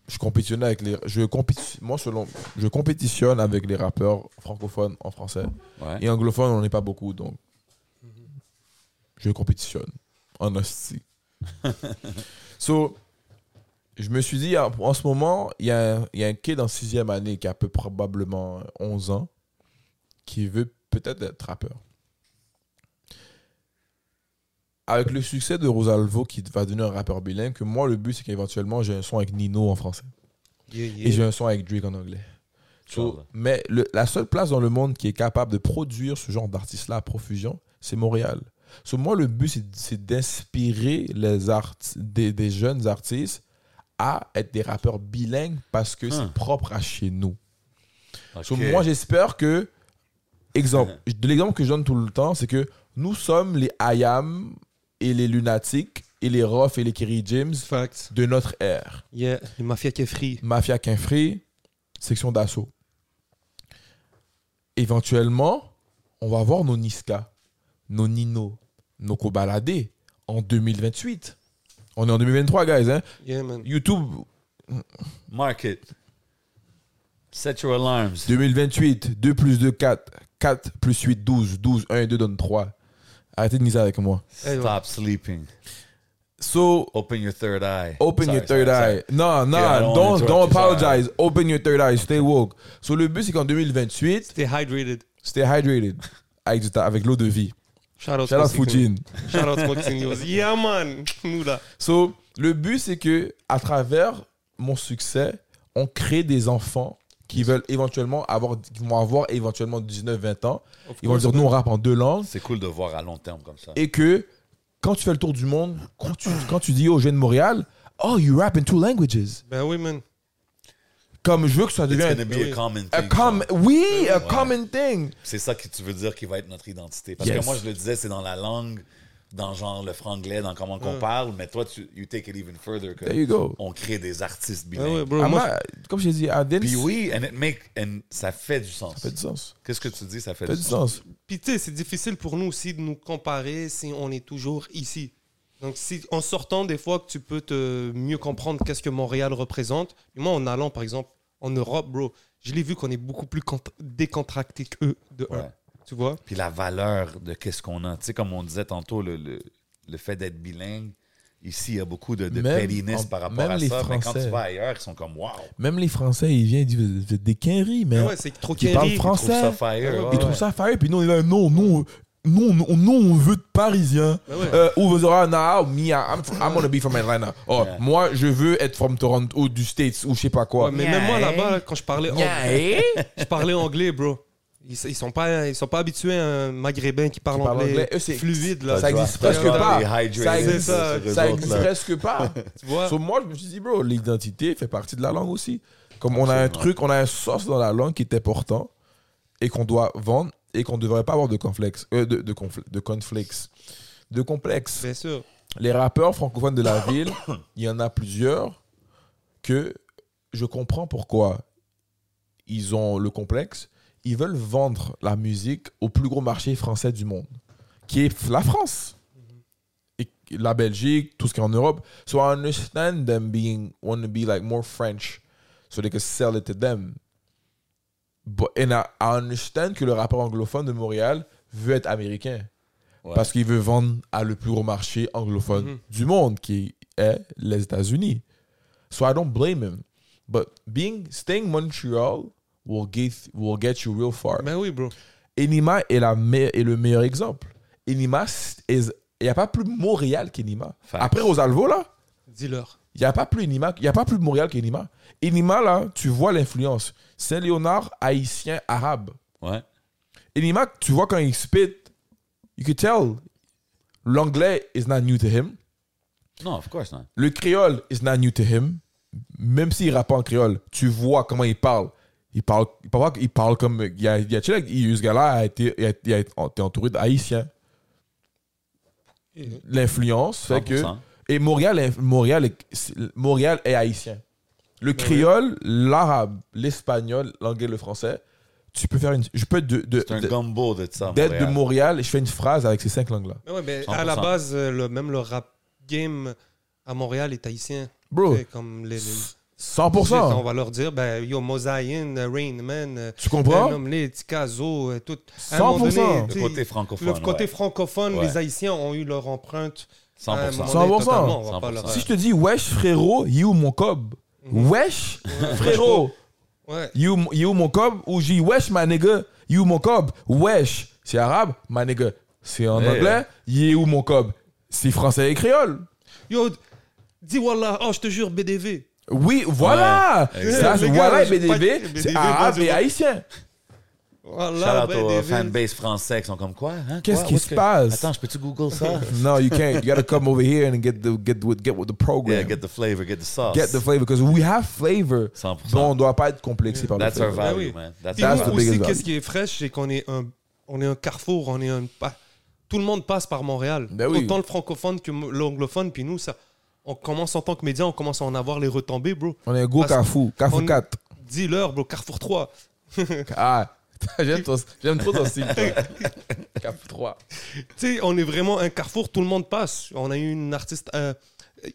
[SPEAKER 3] Je compétitionne avec les, je compéti- moi selon, je compétitionne avec les rappeurs francophones en français
[SPEAKER 2] Ouais.
[SPEAKER 3] et anglophones, on n'est pas beaucoup, donc je compétitionne en hostie. so, je me suis dit, en en ce moment, il y, a un- il y a un kid en sixième année qui a peu probablement 11 ans qui veut peut-être être rappeur. Avec le succès de Rosalvo qui va devenir un rappeur bilingue, que moi, le but, c'est qu'éventuellement, j'ai un son avec Nino en français. Et j'ai un son avec Drake en anglais. So,
[SPEAKER 2] Inch'Allah.
[SPEAKER 3] mais le- la seule place dans le monde qui est capable de produire ce genre d'artiste-là à profusion, c'est Montréal. So, moi, le but, c'est- c'est d'inspirer les arti- des, des jeunes artistes à être des rappeurs bilingues parce que
[SPEAKER 2] Hein.
[SPEAKER 3] c'est propre à chez nous. So,
[SPEAKER 2] Ok.
[SPEAKER 3] moi, j'espère que. Exemple, de l'exemple que je donne tout le temps, c'est que nous sommes les Ayam et les Lunatiques et les Roth et les Kerry James
[SPEAKER 1] Fact.
[SPEAKER 3] de notre ère.
[SPEAKER 1] Yeah, le mafia qui est free.
[SPEAKER 3] Mafia Quinfré, section d'assaut. Éventuellement, on va voir nos Niska, nos Nino, nos Kobalade en 2028. On est en 2023, guys. Hein?
[SPEAKER 1] Yeah, man.
[SPEAKER 3] YouTube,
[SPEAKER 2] Market. Set your alarms.
[SPEAKER 3] 2028, 2 plus 2, 4. 4 plus 8, 12. 12, 1 et 2 donne 3. Arrêtez de miser avec moi.
[SPEAKER 2] Stop sleeping.
[SPEAKER 3] So,
[SPEAKER 2] Open your third eye.
[SPEAKER 3] Open
[SPEAKER 2] Sorry,
[SPEAKER 3] your third
[SPEAKER 2] sorry, sorry.
[SPEAKER 3] eye. No, no,
[SPEAKER 2] Yeah, I don't wanna
[SPEAKER 3] don't, don't
[SPEAKER 2] interrupt you, sorry.
[SPEAKER 3] apologize. Open your third eye. Stay woke. So, le but, c'est qu'en 2028,
[SPEAKER 1] T'es hydrated.
[SPEAKER 3] stay hydrated avec, du- avec l'eau de vie.
[SPEAKER 1] Shout out,
[SPEAKER 3] Shout out
[SPEAKER 1] Smoke
[SPEAKER 3] Fujin.
[SPEAKER 1] Signals. Shout out Smoke Signals. Yeah, man. Nous là.
[SPEAKER 3] So, le but, c'est que à travers mon succès, on crée des enfants qui veulent éventuellement avoir, qui vont avoir éventuellement 19, 20 ans. Ils vont dire, nous, on rappe en deux langues.
[SPEAKER 2] C'est cool de voir à long terme comme ça.
[SPEAKER 3] Et que quand tu fais le tour du monde, quand tu, quand tu dis aux jeunes de Montréal, oh, you rap in two languages.
[SPEAKER 1] Ben oui, man.
[SPEAKER 3] Comme je veux que ça
[SPEAKER 2] It's
[SPEAKER 3] devienne
[SPEAKER 2] gonna be a common thing.
[SPEAKER 3] A com oui, a common thing.
[SPEAKER 2] C'est ça que tu veux dire qui va être notre identité. Parce
[SPEAKER 3] Yes.
[SPEAKER 2] que moi, je le disais, c'est dans la langue, dans genre le franglais, dans comment qu'on parle, mais toi, tu you take it even further que
[SPEAKER 3] There you go.
[SPEAKER 2] on crée des artistes
[SPEAKER 1] Ben ouais,
[SPEAKER 2] bilingues.
[SPEAKER 1] bro.
[SPEAKER 3] Ah,
[SPEAKER 1] Moi,
[SPEAKER 3] moi, comme je t'ai dit, Adin,
[SPEAKER 2] Puis
[SPEAKER 3] ça
[SPEAKER 2] oui, and it make, and ça fait du sens.
[SPEAKER 3] fait du sens.
[SPEAKER 2] Qu'est-ce que tu dis, ça fait
[SPEAKER 3] Ça fait
[SPEAKER 2] du
[SPEAKER 3] du
[SPEAKER 2] sens?
[SPEAKER 3] sens.
[SPEAKER 1] Puis tu sais, c'est difficile pour nous aussi de nous comparer si on est toujours ici. Donc si en sortant des fois que tu peux te mieux comprendre qu'est-ce que Montréal représente. Et moi en allant par exemple en Europe, bro, je l'ai vu qu'on est beaucoup plus cont- décontracté qu'eux de un.
[SPEAKER 2] Ouais.
[SPEAKER 1] Tu vois
[SPEAKER 2] Puis la valeur de qu'est-ce qu'on a. Tu sais, comme on disait tantôt, le, le, le fait d'être bilingue, ici, il y a beaucoup de, de
[SPEAKER 3] Même
[SPEAKER 2] pettiness
[SPEAKER 3] en-
[SPEAKER 2] par rapport
[SPEAKER 3] même
[SPEAKER 2] à
[SPEAKER 3] les
[SPEAKER 2] ça. Mais quand
[SPEAKER 3] Français.
[SPEAKER 2] tu vas ailleurs, ils sont comme « wow
[SPEAKER 3] Même les Français, ils viennent, ils disent, vous êtes des quinries, mais
[SPEAKER 1] Ouais, c'est trop
[SPEAKER 3] ils parlent
[SPEAKER 1] carré.
[SPEAKER 2] Je trouve
[SPEAKER 3] français.
[SPEAKER 2] ça fire.
[SPEAKER 3] Ils trouvent ça fire, puis nous, on est là, non, non, non, non, non, on veut de Parisiens.
[SPEAKER 1] Ben ouais.
[SPEAKER 3] Euh, ou vous aurez, nah, me, I'm, I'm gonna be from Atlanta. Oh,
[SPEAKER 2] Yeah.
[SPEAKER 3] moi, je veux être from Toronto, ou du States, ou je sais pas quoi.
[SPEAKER 1] Ouais, mais même moi là-bas là, quand je parlais anglais, je parlais anglais, bro. Ils, ils sont pas ils sont pas habitués à un maghrébin qui parle
[SPEAKER 3] Qui parle
[SPEAKER 1] anglais,
[SPEAKER 3] anglais. Eux, c'est-
[SPEAKER 1] fluide là.
[SPEAKER 3] Ça existe presque pas. Ça existe,
[SPEAKER 1] ça,
[SPEAKER 3] ça existe presque pas.
[SPEAKER 1] Tu vois
[SPEAKER 3] So, moi, je me suis dit, bro, l'identité fait partie de la langue aussi. Comme on a un truc, on a un source dans la langue qui est important et qu'on doit vendre et qu'on ne devrait pas avoir de complexe. euh, de, de, confl- de conflex. De complexe.
[SPEAKER 1] Bien sûr.
[SPEAKER 3] Les rappeurs francophones de la ville, il y en a plusieurs que je comprends pourquoi ils ont le complexe. Ils veulent vendre la musique au plus gros marché français du monde, qui est la France. Et la Belgique, tout ce qui est en Europe. So I understand them being, want to be like more French, so they can sell it to them. But, and I, I understand que le rappeur anglophone de Montréal veut être américain.
[SPEAKER 2] Ouais.
[SPEAKER 3] Parce qu'il veut vendre à le plus gros marché anglophone du monde, qui est les États-Unis. So I don't blame him. But being staying Montreal will get will get you real far.
[SPEAKER 1] Ben oui, bro.
[SPEAKER 3] Enima est la me- est le meilleur exemple. Enima s- is il n'y a pas plus Montréal qu'Enima.
[SPEAKER 2] Facts.
[SPEAKER 3] Après Rosalvo là,
[SPEAKER 1] Dis-leur.
[SPEAKER 3] il n'y a pas plus Enima, il y a pas plus Montréal qu'Enima. Enima là, tu vois l'influence Saint-Léonard haïtien arabe.
[SPEAKER 2] Ouais.
[SPEAKER 3] Enima, tu vois quand il spit, you could tell l'anglais is not new to him.
[SPEAKER 2] Non, of course hein. not.
[SPEAKER 3] Le créole is not new to him. Même s'il rappe en créole, tu vois comment il parle. Il parle, il parle, il parle comme. Il y a, il y a, tu sais, il- ce gars-là a été, il a, il a été entouré d'Haïtiens. L'influence fait que.
[SPEAKER 2] 100%.
[SPEAKER 3] Et Montréal, est- Montréal, est, c'est- Montréal est haïtien. Le créole, l'arabe, l'espagnol, l'anglais, le français. Tu peux faire une. Je peux de, de,
[SPEAKER 2] C'est un
[SPEAKER 3] de-
[SPEAKER 2] gumbo de ça.
[SPEAKER 3] d'être de
[SPEAKER 2] Montréal.
[SPEAKER 3] Montréal et je fais une phrase avec ces cinq langues-là.
[SPEAKER 1] Mais ouais, mais
[SPEAKER 2] 100%.
[SPEAKER 1] à la base, euh, le, même le rap game à Montréal est haïtien.
[SPEAKER 3] Bro,
[SPEAKER 1] C'est comme les, les- On
[SPEAKER 3] 100%.
[SPEAKER 1] va leur dire, ben, yo, Mosaïen, euh, Rain Man, euh,
[SPEAKER 3] Tu
[SPEAKER 1] Ben,
[SPEAKER 3] comprends?
[SPEAKER 1] Homme, les Tikazo, euh, tout. À un moment
[SPEAKER 3] 100%.
[SPEAKER 1] donné,
[SPEAKER 2] Le côté francophone.
[SPEAKER 1] Le côté
[SPEAKER 2] ouais.
[SPEAKER 1] francophone,
[SPEAKER 2] Ouais.
[SPEAKER 1] les haïtiens ont eu leur empreinte. à un
[SPEAKER 2] 100%.
[SPEAKER 1] moment donné,
[SPEAKER 3] 100%.
[SPEAKER 1] totalement, on va pas
[SPEAKER 2] 100%.
[SPEAKER 1] leur-
[SPEAKER 3] Si je te dis wesh frérot, you mon cob.
[SPEAKER 2] Mhm.
[SPEAKER 3] Wesh frérot,
[SPEAKER 1] Ouais.
[SPEAKER 3] you, you mon cob ou j'ai wesh ma nigga, you mon cob. Wesh, c'est arabe, ma nigga, c'est en
[SPEAKER 2] Ouais.
[SPEAKER 3] anglais, you mon cob. C'est français et créole.
[SPEAKER 1] Yo, dis Wallah, oh, je te jure, BDV.
[SPEAKER 3] Oui, voilà.
[SPEAKER 2] Ouais. Eh,
[SPEAKER 3] Ça, c'est
[SPEAKER 1] Les gars,
[SPEAKER 3] voilà
[SPEAKER 1] j'ai pas-
[SPEAKER 3] BDV,
[SPEAKER 1] BDV,
[SPEAKER 3] c'est arabe
[SPEAKER 1] vas-y,
[SPEAKER 3] et
[SPEAKER 1] vas-y.
[SPEAKER 3] haïtien.
[SPEAKER 1] Wallah,
[SPEAKER 2] Shout out aux euh,
[SPEAKER 1] BDV.
[SPEAKER 2] fanbase français qui sont comme quoi? hein,
[SPEAKER 3] Qu'est-ce
[SPEAKER 2] quoi?
[SPEAKER 3] qui
[SPEAKER 2] Où est-ce
[SPEAKER 3] se
[SPEAKER 2] que-
[SPEAKER 3] passe?
[SPEAKER 2] Attends, je peux-tu Google ça?
[SPEAKER 3] No, you can't. You gotta come over here and get the get with get with the
[SPEAKER 2] yeah,
[SPEAKER 3] program.
[SPEAKER 2] get the flavor, get the sauce.
[SPEAKER 3] Get the flavor because we have flavor.
[SPEAKER 2] 100%.
[SPEAKER 3] Donc on doit pas être complexé par le
[SPEAKER 2] That's our
[SPEAKER 3] flavor.
[SPEAKER 1] Ben
[SPEAKER 2] value,
[SPEAKER 1] oui.
[SPEAKER 2] man. That's
[SPEAKER 1] Puis
[SPEAKER 2] our
[SPEAKER 3] That's
[SPEAKER 1] nous
[SPEAKER 3] the
[SPEAKER 2] value.
[SPEAKER 3] biggest
[SPEAKER 1] aussi,
[SPEAKER 3] value.
[SPEAKER 1] qu'est-ce qui est fraîche, c'est qu'on est un, on est un carrefour, on est un pa- tout le monde passe par Montréal.
[SPEAKER 3] Ben oui.
[SPEAKER 1] Autant le francophone que m- l'anglophone, puis nous, ça, on commence en tant que média, on commence à en avoir les retombées, bro.
[SPEAKER 3] On est un gros
[SPEAKER 1] Parce-
[SPEAKER 3] cafou, cafou
[SPEAKER 1] on-
[SPEAKER 3] 4.
[SPEAKER 1] Dis-leur, bro, Carrefour 3.
[SPEAKER 3] Ah, j'aime, ton- j'aime trop ton style. toi. Cap 3.
[SPEAKER 1] Tu sais, on est vraiment un carrefour, tout le monde passe. On a eu une artiste euh,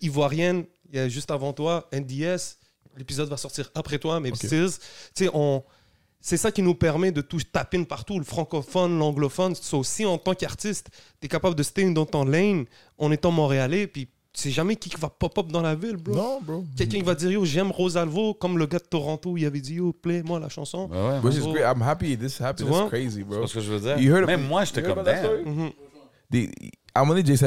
[SPEAKER 1] ivoirienne, il y a juste avant toi, NDS, L'épisode va sortir après toi, mais Sears, tu sais, on. C'est ça qui nous permet de tout taper partout, le francophone, l'anglophone. So, aussi en tant qu'artiste, tu es capable de stay dans ton lane en étant montréalais, puis tu sais jamais qui qui va pop-up dans la ville, bro.
[SPEAKER 3] Non, bro.
[SPEAKER 1] Quelqu'un qui va dire, yo, j'aime Rosalvo, comme le gars de Toronto, il avait dit, yo, play-moi la chanson.
[SPEAKER 2] Ouais, ouais.
[SPEAKER 3] Which is
[SPEAKER 1] Oh.
[SPEAKER 3] great. I'm happy this happened.
[SPEAKER 1] Tu vois?
[SPEAKER 3] That's crazy, bro.
[SPEAKER 2] C'est ce que je veux dire.
[SPEAKER 3] You heard of-
[SPEAKER 2] Même moi, j'étais
[SPEAKER 3] you heard
[SPEAKER 2] comme
[SPEAKER 3] about that
[SPEAKER 2] damn.
[SPEAKER 3] story?
[SPEAKER 1] Mhm.
[SPEAKER 3] They- à un moment donné, J7,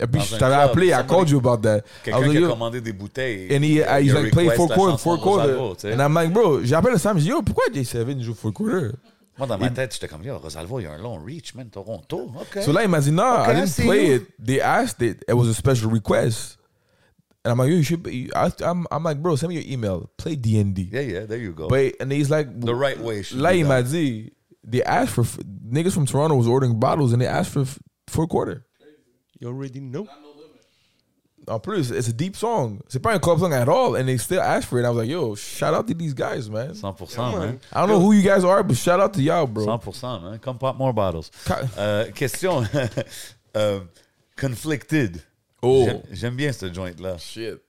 [SPEAKER 3] et puis
[SPEAKER 2] Dans
[SPEAKER 3] je
[SPEAKER 2] un
[SPEAKER 3] t'avais
[SPEAKER 2] club,
[SPEAKER 3] appelé, I
[SPEAKER 2] somebody-
[SPEAKER 3] called you about that. I was
[SPEAKER 2] Quelqu'un
[SPEAKER 3] like,
[SPEAKER 2] qui a
[SPEAKER 3] yo-
[SPEAKER 2] commandé des bouteilles.
[SPEAKER 3] And he, I, he's
[SPEAKER 2] il
[SPEAKER 3] like, play
[SPEAKER 2] request
[SPEAKER 3] four
[SPEAKER 2] la
[SPEAKER 3] quarter,
[SPEAKER 2] chanson
[SPEAKER 3] four
[SPEAKER 2] Rosalvo,
[SPEAKER 3] quarter.
[SPEAKER 2] tu sais.
[SPEAKER 3] And I'm like, bro, j'appelle Sam, je dis, yo, pourquoi J7 joue four quarter?
[SPEAKER 2] Moi, dans ma tête, j'étais comme, yo, Rosalvo, il y a un long reach, man, Toronto. OK.
[SPEAKER 3] So là, il m'a dit, nah,
[SPEAKER 2] Okay,
[SPEAKER 3] I
[SPEAKER 2] I
[SPEAKER 3] didn't
[SPEAKER 2] see
[SPEAKER 3] play
[SPEAKER 2] you.
[SPEAKER 3] it. They asked it. It was a special request. And I'm like, yo, you should be, I, I'm, I'm like, bro, send me your email. Play DND.
[SPEAKER 2] yeah, yeah, there you go.
[SPEAKER 3] But, and he's like,
[SPEAKER 2] The right way. should
[SPEAKER 3] Là,
[SPEAKER 2] be
[SPEAKER 3] il
[SPEAKER 2] done.
[SPEAKER 3] m'a dit, they asked for, niggas from Toronto was ordering bottles and they asked for four quarter.
[SPEAKER 1] You already know.
[SPEAKER 3] En plus, Oh, it's a deep song. C'est pas un club song at all. And they still asked for it. And I was like, yo, shout out to these guys, man.
[SPEAKER 2] 100%, man.
[SPEAKER 3] I don't know who you guys are, but shout out to y'all, bro.
[SPEAKER 2] 100%, man. Come pop more bottles.
[SPEAKER 3] Ca-
[SPEAKER 2] Euh, question. euh, conflicted.
[SPEAKER 3] Oh.
[SPEAKER 2] J'aime- J'aime bien ce joint-là.
[SPEAKER 3] Shit.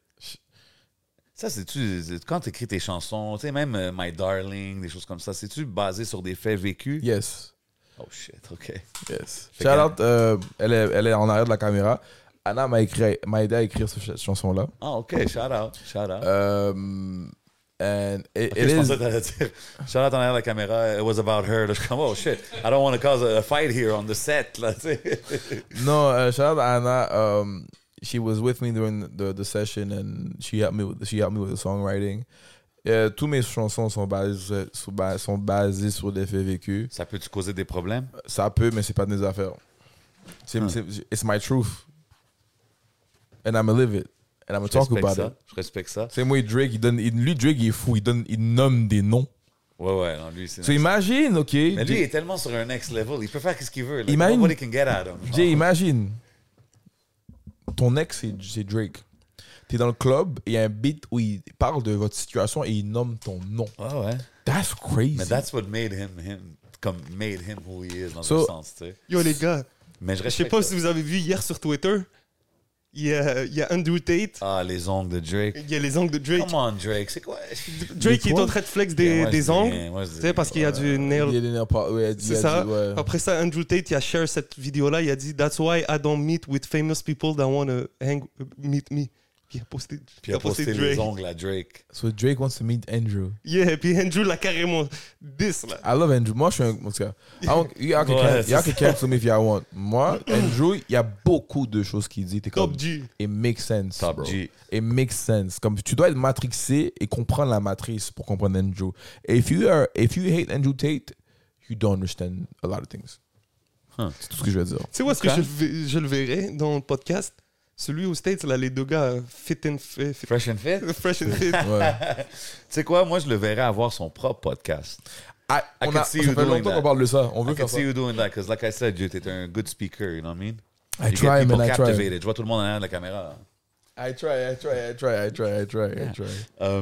[SPEAKER 2] Ça, c'est-tu, c'est- quand tu écris tes chansons, tu sais, même euh, My Darling, des choses comme ça, c'est-tu basé sur des faits vécus?
[SPEAKER 3] Yes.
[SPEAKER 2] Oh shit, OK.
[SPEAKER 3] Yes.
[SPEAKER 2] Fait
[SPEAKER 3] Shout
[SPEAKER 2] que-
[SPEAKER 3] out, euh, elle, est, elle est en arrière de la caméra. Anna m'a écrit- m'a aidé à écrire ce- cette chanson-là.
[SPEAKER 2] Ah, OK, shout out, shout out.
[SPEAKER 3] Euh, and it,
[SPEAKER 2] Ok,
[SPEAKER 3] it
[SPEAKER 2] je
[SPEAKER 3] is-
[SPEAKER 2] pensais que t'allais dire, shout out en arrière de la caméra, it was about her. Là, je suis comme, oh shit, I don't want to cause a, a fight here on the set, là, tu sais.
[SPEAKER 3] No, uh, shout out to Anna. Um, she was with me during the, the session, and she helped me. With, she helped me with the songwriting. Euh, tous mes chansons sont basées, sont basées, sont basées sur des faits vécus.
[SPEAKER 2] Ça peut-tu causer des problèmes?
[SPEAKER 3] Ça peut, mais c'est pas de mes affaires. C'est,
[SPEAKER 2] Hmm.
[SPEAKER 3] c'est, it's my truth, and I'ma live it, and I'ma
[SPEAKER 2] Je
[SPEAKER 3] talk
[SPEAKER 2] respecte
[SPEAKER 3] about
[SPEAKER 2] ça,
[SPEAKER 3] it.
[SPEAKER 2] je respecte ça.
[SPEAKER 3] C'est moi Drake, il donne, il- lui Drake il est fou, il donne, il nomme des noms.
[SPEAKER 2] Ouais, ouais, non, lui, c'est...
[SPEAKER 3] So imagine, ok,
[SPEAKER 2] Mais lui, il est
[SPEAKER 3] Jay,
[SPEAKER 2] tellement sur un next level, il peut faire ce qu'il veut. Là.
[SPEAKER 3] Imagine-
[SPEAKER 2] Nobody can get at him.
[SPEAKER 3] Jay, imagine, ton ex c'est, c'est Drake. T'es dans le club et il y a un beat où il parle de votre situation et il nomme ton nom.
[SPEAKER 2] Ah ouais.
[SPEAKER 3] That's crazy.
[SPEAKER 2] Mais that's what made him, him, comme made him who he is, dans
[SPEAKER 3] So-
[SPEAKER 2] un sens, tu sais.
[SPEAKER 1] Yo, les gars,
[SPEAKER 2] Mais je
[SPEAKER 1] je sais
[SPEAKER 2] respecte
[SPEAKER 1] pas
[SPEAKER 2] ça.
[SPEAKER 1] si vous avez vu hier sur Twitter, il y a, il y a Andrew Tate,
[SPEAKER 2] Ah, les ongles de Drake.
[SPEAKER 1] il y a les angles de Drake.
[SPEAKER 2] Come on, Drake, c'est quoi?
[SPEAKER 1] Drake il est en train de flex des,
[SPEAKER 2] Ouais,
[SPEAKER 1] des
[SPEAKER 2] c'est
[SPEAKER 1] angles,
[SPEAKER 2] bien, ouais, c'est
[SPEAKER 1] tu sais,
[SPEAKER 2] bien,
[SPEAKER 1] parce qu'il y a
[SPEAKER 2] ouais.
[SPEAKER 1] du
[SPEAKER 3] Il
[SPEAKER 1] nail.
[SPEAKER 3] est né en par- ouais, il a dit-
[SPEAKER 1] C'est
[SPEAKER 3] il a
[SPEAKER 1] ça.
[SPEAKER 3] dit, ouais.
[SPEAKER 1] Après ça, Andrew Tate, il a share cette vidéo-là. Il a dit That's why I don't meet with famous people that want to hang, meet me. Puis il a posté,
[SPEAKER 2] Puis il a posté les ongles à Drake.
[SPEAKER 3] So Drake wants to meet Andrew.
[SPEAKER 1] Yeah, puis Andrew l'a carrément this là.
[SPEAKER 3] I love Andrew. Moi, je suis un. En tout cas, I don't- y'all can,
[SPEAKER 2] Ouais,
[SPEAKER 3] can-
[SPEAKER 2] c'est
[SPEAKER 3] y'all can
[SPEAKER 2] ça.
[SPEAKER 3] cancel me if y'all want. Moi, Andrew, il y a beaucoup de choses qu'il dit. T'es comme.
[SPEAKER 1] Top G.
[SPEAKER 3] It makes sense.
[SPEAKER 2] Top
[SPEAKER 3] bro.
[SPEAKER 2] G.
[SPEAKER 3] It makes sense. Comme tu dois être matrixé et comprendre la matrice pour comprendre Andrew. Et if you are, if you hate Andrew Tate, you don't understand a lot of things.
[SPEAKER 2] Huh.
[SPEAKER 3] C'est tout ce que je veux dire.
[SPEAKER 1] Tu sais où est-ce
[SPEAKER 2] Ok.
[SPEAKER 1] que je, le vais- je le verrai dans le podcast Celui aux States, là, les deux gars, euh, fit and fit. fit-
[SPEAKER 2] Fresh and fit. Tu
[SPEAKER 1] Fresh and fit.
[SPEAKER 3] Ouais.
[SPEAKER 2] sais quoi, moi, je le verrais avoir son propre podcast.
[SPEAKER 3] I-
[SPEAKER 2] I
[SPEAKER 3] on
[SPEAKER 2] can
[SPEAKER 3] a,
[SPEAKER 2] see
[SPEAKER 3] ça
[SPEAKER 2] you
[SPEAKER 3] fait
[SPEAKER 2] doing
[SPEAKER 3] longtemps
[SPEAKER 2] that.
[SPEAKER 3] qu'on parle de ça. On
[SPEAKER 2] I
[SPEAKER 3] veut
[SPEAKER 2] can
[SPEAKER 3] faire ça.
[SPEAKER 2] see you doing that, because like I said, you, t'es un good speaker, you know what I mean?
[SPEAKER 3] I
[SPEAKER 2] You get
[SPEAKER 3] try,
[SPEAKER 2] people
[SPEAKER 3] man. I try.
[SPEAKER 2] captivated. Je vois tout le monde derrière la caméra.
[SPEAKER 3] I try. I try. I try. I try. I try. I try.
[SPEAKER 2] Euh,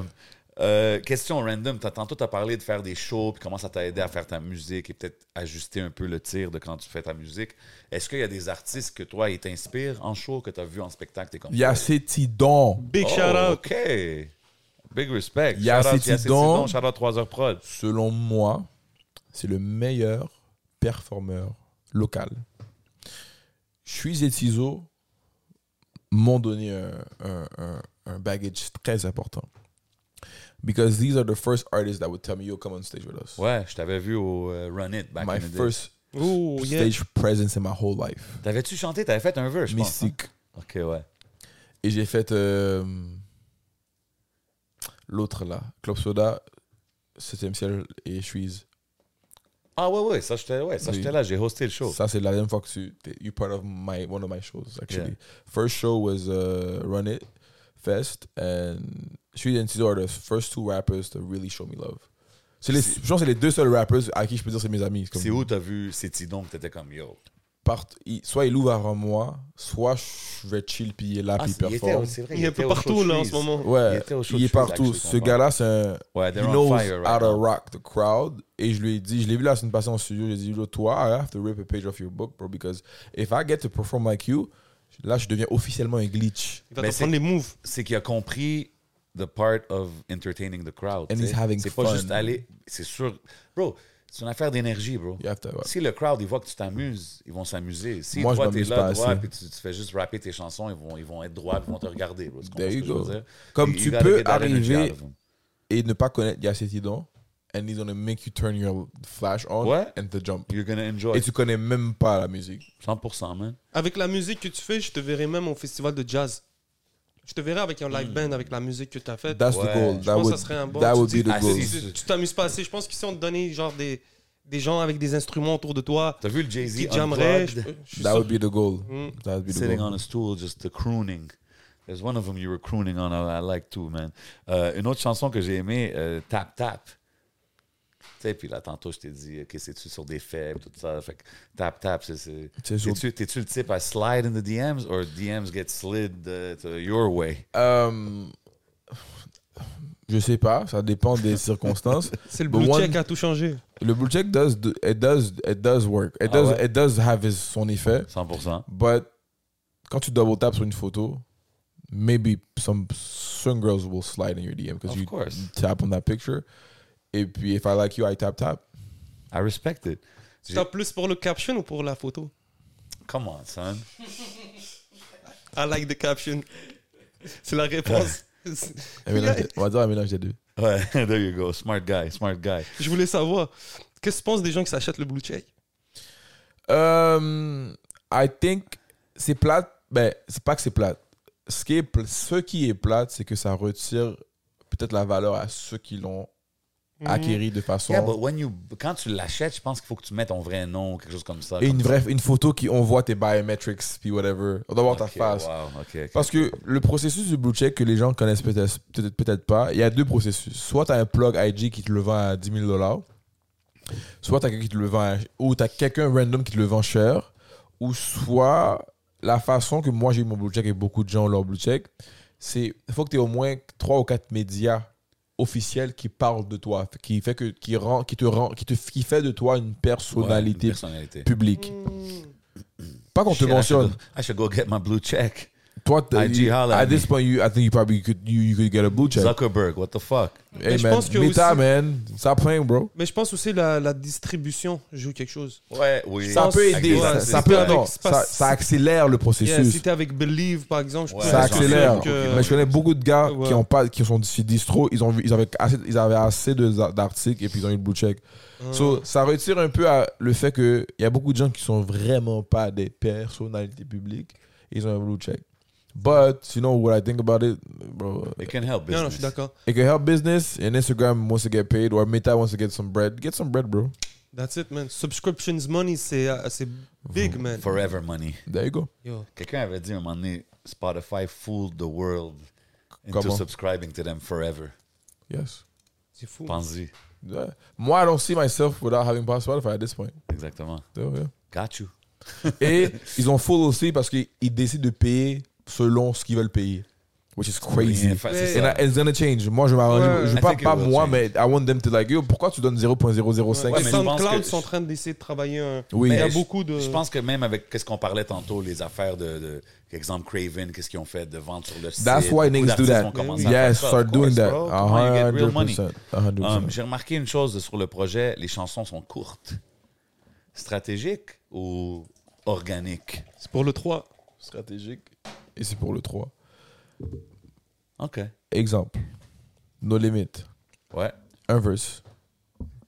[SPEAKER 2] euh, question random. T'as- Tantôt, tu as parlé de faire des shows, puis comment ça t'a aidé à faire ta musique et peut-être ajuster un peu le tir de quand tu fais ta musique. Est-ce qu'il y a des artistes que toi, ils t'inspirent en show, que tu as vu en spectacle? T'es comme,
[SPEAKER 3] Il y a ces tidons.
[SPEAKER 1] Big
[SPEAKER 2] Oh,
[SPEAKER 1] shout out.
[SPEAKER 2] OK. Big respect.
[SPEAKER 3] Yacé
[SPEAKER 2] Shout out Yacé
[SPEAKER 3] Tidon.
[SPEAKER 2] Tidon, shout out 3 heures prod.
[SPEAKER 3] selon moi, c'est le meilleur performeur local. Je suis et Tizo m'ont donné un, un- un- un baggage très important. Because these are the first artists that would tell me, yo, come on stage with us.
[SPEAKER 2] Ouais, je t'avais vu au euh, Run It back
[SPEAKER 3] my
[SPEAKER 2] in the day.
[SPEAKER 3] first
[SPEAKER 1] Oh, yeah.
[SPEAKER 3] stage presence in my whole life.
[SPEAKER 2] T'avais-tu chanté? T'avais fait un verse, je pense. hein?
[SPEAKER 3] Mystique.
[SPEAKER 2] OK, ouais.
[SPEAKER 3] Et j'ai fait euh, l'autre là, Club Soda, 7e ciel et Suisse.
[SPEAKER 2] Ah ouais, ouais, ça, j'étais ouais, ça,
[SPEAKER 3] Oui.
[SPEAKER 2] j'étais là. J'ai hosté le show.
[SPEAKER 3] Ça, c'est la dernière fois que tu t'es- you part of my one of my shows actually.
[SPEAKER 2] Yeah.
[SPEAKER 3] First show was uh, Run It Fest and Street and Tizo are the first two rappers to really show me love. C'est les, je pense que c'est les deux seuls rappers à qui je peux dire c'est mes amis. Comme
[SPEAKER 2] C'est où t'as vu ces Tidons que t'étais comme, yo.
[SPEAKER 3] part- il- soit il ouvre avant moi, soit je vais chill puis il est là
[SPEAKER 2] Ah,
[SPEAKER 3] puis il
[SPEAKER 2] c'est- il était,
[SPEAKER 3] performe.
[SPEAKER 2] c'est vrai,
[SPEAKER 1] Il est un
[SPEAKER 2] était
[SPEAKER 1] peu
[SPEAKER 2] au
[SPEAKER 1] partout
[SPEAKER 2] show
[SPEAKER 1] là en
[SPEAKER 2] Trees.
[SPEAKER 1] ce moment.
[SPEAKER 3] Ouais,
[SPEAKER 2] Il était au show
[SPEAKER 3] il est
[SPEAKER 2] de Freeze,
[SPEAKER 3] partout.
[SPEAKER 2] actually,
[SPEAKER 3] Ce
[SPEAKER 2] son
[SPEAKER 3] gars-là, c'est un.
[SPEAKER 2] Ouais,
[SPEAKER 3] he
[SPEAKER 2] they're on
[SPEAKER 3] knows
[SPEAKER 2] fire right
[SPEAKER 3] how to
[SPEAKER 2] now.
[SPEAKER 3] rock the crowd. Et je lui ai dit, je l'ai vu la semaine passée en studio, j'ai dit, Yo, toi, I have to rip a page off your book, bro, because if I get to perform like you, là, je deviens officiellement un glitch.
[SPEAKER 1] Il va
[SPEAKER 2] Mais
[SPEAKER 1] t'en prendre
[SPEAKER 2] c'est-
[SPEAKER 1] les moves.
[SPEAKER 2] c'est qu'il a compris the part of entertaining the crowd.
[SPEAKER 3] And
[SPEAKER 2] tu
[SPEAKER 3] he's
[SPEAKER 2] sais.
[SPEAKER 3] having
[SPEAKER 2] c'est pas
[SPEAKER 3] fun.
[SPEAKER 2] juste aller. C'est sûr. Bro, c'est une affaire d'énergie, bro.
[SPEAKER 3] You have to- ouais.
[SPEAKER 2] Si le crowd, ils voit que tu t'amuses, ils vont s'amuser. Si
[SPEAKER 3] Moi, je
[SPEAKER 2] toi, t'es
[SPEAKER 3] m'amuse
[SPEAKER 2] là,
[SPEAKER 3] pas
[SPEAKER 2] droit,
[SPEAKER 3] assez.
[SPEAKER 2] puis tu, tu fais juste rapper tes chansons, ils vont, ils vont être droits, puis ils vont te regarder, bro. Tu comprends
[SPEAKER 3] There
[SPEAKER 2] ce
[SPEAKER 3] you
[SPEAKER 2] que je veux
[SPEAKER 3] go.
[SPEAKER 2] dire?
[SPEAKER 3] Comme
[SPEAKER 2] You-
[SPEAKER 3] tu
[SPEAKER 2] you gotta
[SPEAKER 3] peux
[SPEAKER 2] get that energy out
[SPEAKER 3] arriver-
[SPEAKER 2] of them.
[SPEAKER 3] Et ne pas connaître Yaceti Don, and he's gonna make you turn your flash on
[SPEAKER 2] Ouais.
[SPEAKER 3] and the jump.
[SPEAKER 2] You're gonna enjoy.
[SPEAKER 3] Et tu connais même pas la musique.
[SPEAKER 2] 100%, man.
[SPEAKER 1] Avec la musique que tu fais, je te verrai même au festival de jazz. Je te verrai avec un live
[SPEAKER 2] Hmm.
[SPEAKER 1] band, avec la musique que tu as faite.
[SPEAKER 3] That's
[SPEAKER 2] Ouais.
[SPEAKER 3] the goal.
[SPEAKER 2] Je
[SPEAKER 3] That
[SPEAKER 1] pense que
[SPEAKER 3] would,
[SPEAKER 1] ça serait un bon
[SPEAKER 3] that would
[SPEAKER 1] petit-
[SPEAKER 3] be the
[SPEAKER 2] Ah,
[SPEAKER 3] goal.
[SPEAKER 2] si, si.
[SPEAKER 1] Tu tu t'amuses pas assez. Je pense qu'ici, on te donnait genre des, des gens avec des instruments autour de toi
[SPEAKER 2] T'as vu le Jay-Z
[SPEAKER 1] qui jammeraient. Je,
[SPEAKER 2] Unplugged?
[SPEAKER 1] je suis
[SPEAKER 3] That
[SPEAKER 1] sûr-
[SPEAKER 3] would be the goal.
[SPEAKER 1] Mm.
[SPEAKER 3] That would be the
[SPEAKER 2] sitting
[SPEAKER 3] goal.
[SPEAKER 2] on a stool, just the crooning. There's one of them you were crooning on. I, I like too, man. Euh, une autre chanson que j'ai aimée, euh, Tap Tap. Tu sais, puis là, tantôt, je t'ai dit, OK, c'est-tu sur des faibles, tout ça. Fait que Tap Tap, c'est. c'est-
[SPEAKER 3] C'est sur-
[SPEAKER 2] T'es-tu t'es-tu le type à slide in the DMs or DMs get slid uh, to your way?
[SPEAKER 3] Euh, je sais pas, ça dépend des circonstances.
[SPEAKER 1] C'est le
[SPEAKER 3] But
[SPEAKER 1] blue
[SPEAKER 3] one-
[SPEAKER 1] check hein. qui a tout changé.
[SPEAKER 3] Le blue check does do- it does it does work. It
[SPEAKER 2] Ah
[SPEAKER 3] does
[SPEAKER 2] ouais?
[SPEAKER 3] it does have his- son effet.
[SPEAKER 2] 100%.
[SPEAKER 3] But quand tu double tap sur une photo, maybe some some girls will slide in your DM because
[SPEAKER 2] Of
[SPEAKER 3] you
[SPEAKER 2] course.
[SPEAKER 3] tap on that picture. Et puis if I like you, I tap tap.
[SPEAKER 2] I respect it.
[SPEAKER 1] Tu t'as plus pour le caption ou pour la photo
[SPEAKER 2] Come on, son.
[SPEAKER 1] I like the caption. C'est la réponse.
[SPEAKER 3] Un mélange des- on va dire un mélange des deux.
[SPEAKER 2] Ouais, there you go. Smart guy, smart guy.
[SPEAKER 1] je voulais savoir, qu'est-ce que tu penses des gens qui s'achètent le blue check
[SPEAKER 3] Euh, I think c'est plate. Ben, c'est pas que c'est plate. Ce qui est, pl- ce qui est plate, c'est que ça retire peut-être la valeur à ceux qui l'ont acquéri de façon.
[SPEAKER 2] Yeah, but when you, quand tu l'achètes, je pense qu'il faut que tu mettes ton vrai nom ou quelque chose comme ça.
[SPEAKER 3] et
[SPEAKER 2] comme
[SPEAKER 3] une,
[SPEAKER 2] ça.
[SPEAKER 3] vraie, une photo qui on voit tes biometrics, puis whatever. On doit voir ta
[SPEAKER 2] Ok,
[SPEAKER 3] face.
[SPEAKER 2] wow, ok, ok.
[SPEAKER 3] Parce que le processus du blue check que les gens connaissent peut-être peut peut-être pas, il y a deux processus. Soit tu as un plug IG qui te le vend à 10 000 dollars, soit tu as quelqu'un qui te le vend à- ou tu as quelqu'un random qui te le vend cher, ou soit la façon que moi j'ai eu mon blue check et beaucoup de gens ont leur blue check, c'est il faut que tu aies au moins 3 ou 4 médias officiels qui parlent de toi, qui fait que qui rend qui te rend qui te qui fait de toi une personnalité
[SPEAKER 2] Ouais, une personnalité.
[SPEAKER 3] publique. Pas qu'on te
[SPEAKER 2] Shit, I should
[SPEAKER 3] mentionne
[SPEAKER 2] go- I should go get my blue check.
[SPEAKER 3] toi, t-
[SPEAKER 2] IG
[SPEAKER 3] you-
[SPEAKER 2] holla
[SPEAKER 3] at
[SPEAKER 2] at me.
[SPEAKER 3] this point, you, I think you probably could you, you could get a blue check.
[SPEAKER 2] Zuckerberg, what the fuck?
[SPEAKER 3] hey
[SPEAKER 1] je
[SPEAKER 3] man,
[SPEAKER 1] pense que
[SPEAKER 3] Meta
[SPEAKER 1] aussi-
[SPEAKER 3] man, stop playing bro.
[SPEAKER 1] Mais je pense aussi la, la distribution joue quelque chose.
[SPEAKER 2] Ouais, oui.
[SPEAKER 3] Ça peut aider,
[SPEAKER 1] Ouais,
[SPEAKER 3] ça,
[SPEAKER 1] c'est
[SPEAKER 3] ça peut
[SPEAKER 1] ça.
[SPEAKER 3] non,
[SPEAKER 1] C'est pas-
[SPEAKER 3] ça, ça accélère le
[SPEAKER 1] Yeah,
[SPEAKER 3] processus.
[SPEAKER 1] si t'es avec Believe, par exemple, je
[SPEAKER 2] Ouais.
[SPEAKER 1] peux
[SPEAKER 3] ça
[SPEAKER 2] je suis
[SPEAKER 3] accélère.
[SPEAKER 2] sûr que-
[SPEAKER 3] Mais je connais beaucoup de gars
[SPEAKER 1] Ouais.
[SPEAKER 3] qui ont pas, qui sont d'ici distro, ils ont vu, ils avaient assez, ils avaient assez de- d'articles et puis ils ont eu le blue check. So, ça retire un peu à le fait que il y a beaucoup de gens qui sont vraiment pas des personnalités publiques, et ils ont un blue check. But you know what I think about it, bro.
[SPEAKER 2] It can help business.
[SPEAKER 1] Non, non, je suis d'accord.
[SPEAKER 3] It can help business, and Instagram wants to get paid, or Meta wants to get some bread. Get some bread, bro.
[SPEAKER 1] That's it, man. Subscriptions money, c'est euh, c'est big, man.
[SPEAKER 2] Forever money.
[SPEAKER 3] There you go.
[SPEAKER 1] Yo.
[SPEAKER 2] Quelqu'un avait dit un moment donné, Spotify fooled the world into
[SPEAKER 3] Comment?
[SPEAKER 2] subscribing to them forever.
[SPEAKER 3] Yes.
[SPEAKER 1] C'est fou.
[SPEAKER 2] Pense-y.
[SPEAKER 3] Yeah. Moi, I don't see myself without having past Spotify at this point.
[SPEAKER 2] Exactement.
[SPEAKER 3] So, yeah.
[SPEAKER 2] Got you.
[SPEAKER 3] Et ils ont full aussi parce qu'ils ils décident de payer selon ce qu'ils veulent payer, which is crazy.
[SPEAKER 2] Rien, fa- c'est
[SPEAKER 3] And
[SPEAKER 2] ça.
[SPEAKER 3] I- it's gonna change. Moi, je m'arrange.
[SPEAKER 1] Ouais.
[SPEAKER 3] Je
[SPEAKER 2] I
[SPEAKER 3] parle
[SPEAKER 2] think it
[SPEAKER 3] pas
[SPEAKER 2] will
[SPEAKER 3] moi,
[SPEAKER 2] change.
[SPEAKER 3] mais I want them to like, yo, pourquoi tu donnes 0.005
[SPEAKER 2] Ouais,
[SPEAKER 1] Les
[SPEAKER 2] mais je pense
[SPEAKER 1] SoundCloud
[SPEAKER 2] que-
[SPEAKER 1] sont en train d'essayer de travailler un.
[SPEAKER 3] Oui.
[SPEAKER 1] Il y a
[SPEAKER 2] Mais je-
[SPEAKER 1] beaucoup de.
[SPEAKER 2] Je pense que même avec qu'est-ce qu'on parlait tantôt, les affaires de, de exemple Craven, qu'est-ce qu'ils ont fait de vente sur le site.
[SPEAKER 3] That's
[SPEAKER 2] beaucoup
[SPEAKER 3] why niggas do
[SPEAKER 2] d'artistes
[SPEAKER 3] that.
[SPEAKER 2] vont commencer à faire
[SPEAKER 3] Yes,
[SPEAKER 2] ça,
[SPEAKER 3] start
[SPEAKER 2] of
[SPEAKER 3] doing
[SPEAKER 2] course,
[SPEAKER 3] that.
[SPEAKER 2] bro. Come on, you get real money.
[SPEAKER 3] 100%. 100%.
[SPEAKER 2] Um, J'ai remarqué une chose sur le projet, les chansons sont courtes. Stratégique ou organique?
[SPEAKER 1] C'est pour le 3.
[SPEAKER 3] Stratégique. Et c'est pour le 3.
[SPEAKER 2] OK.
[SPEAKER 3] Exemple. Nos limites.
[SPEAKER 2] Ouais.
[SPEAKER 3] un verse,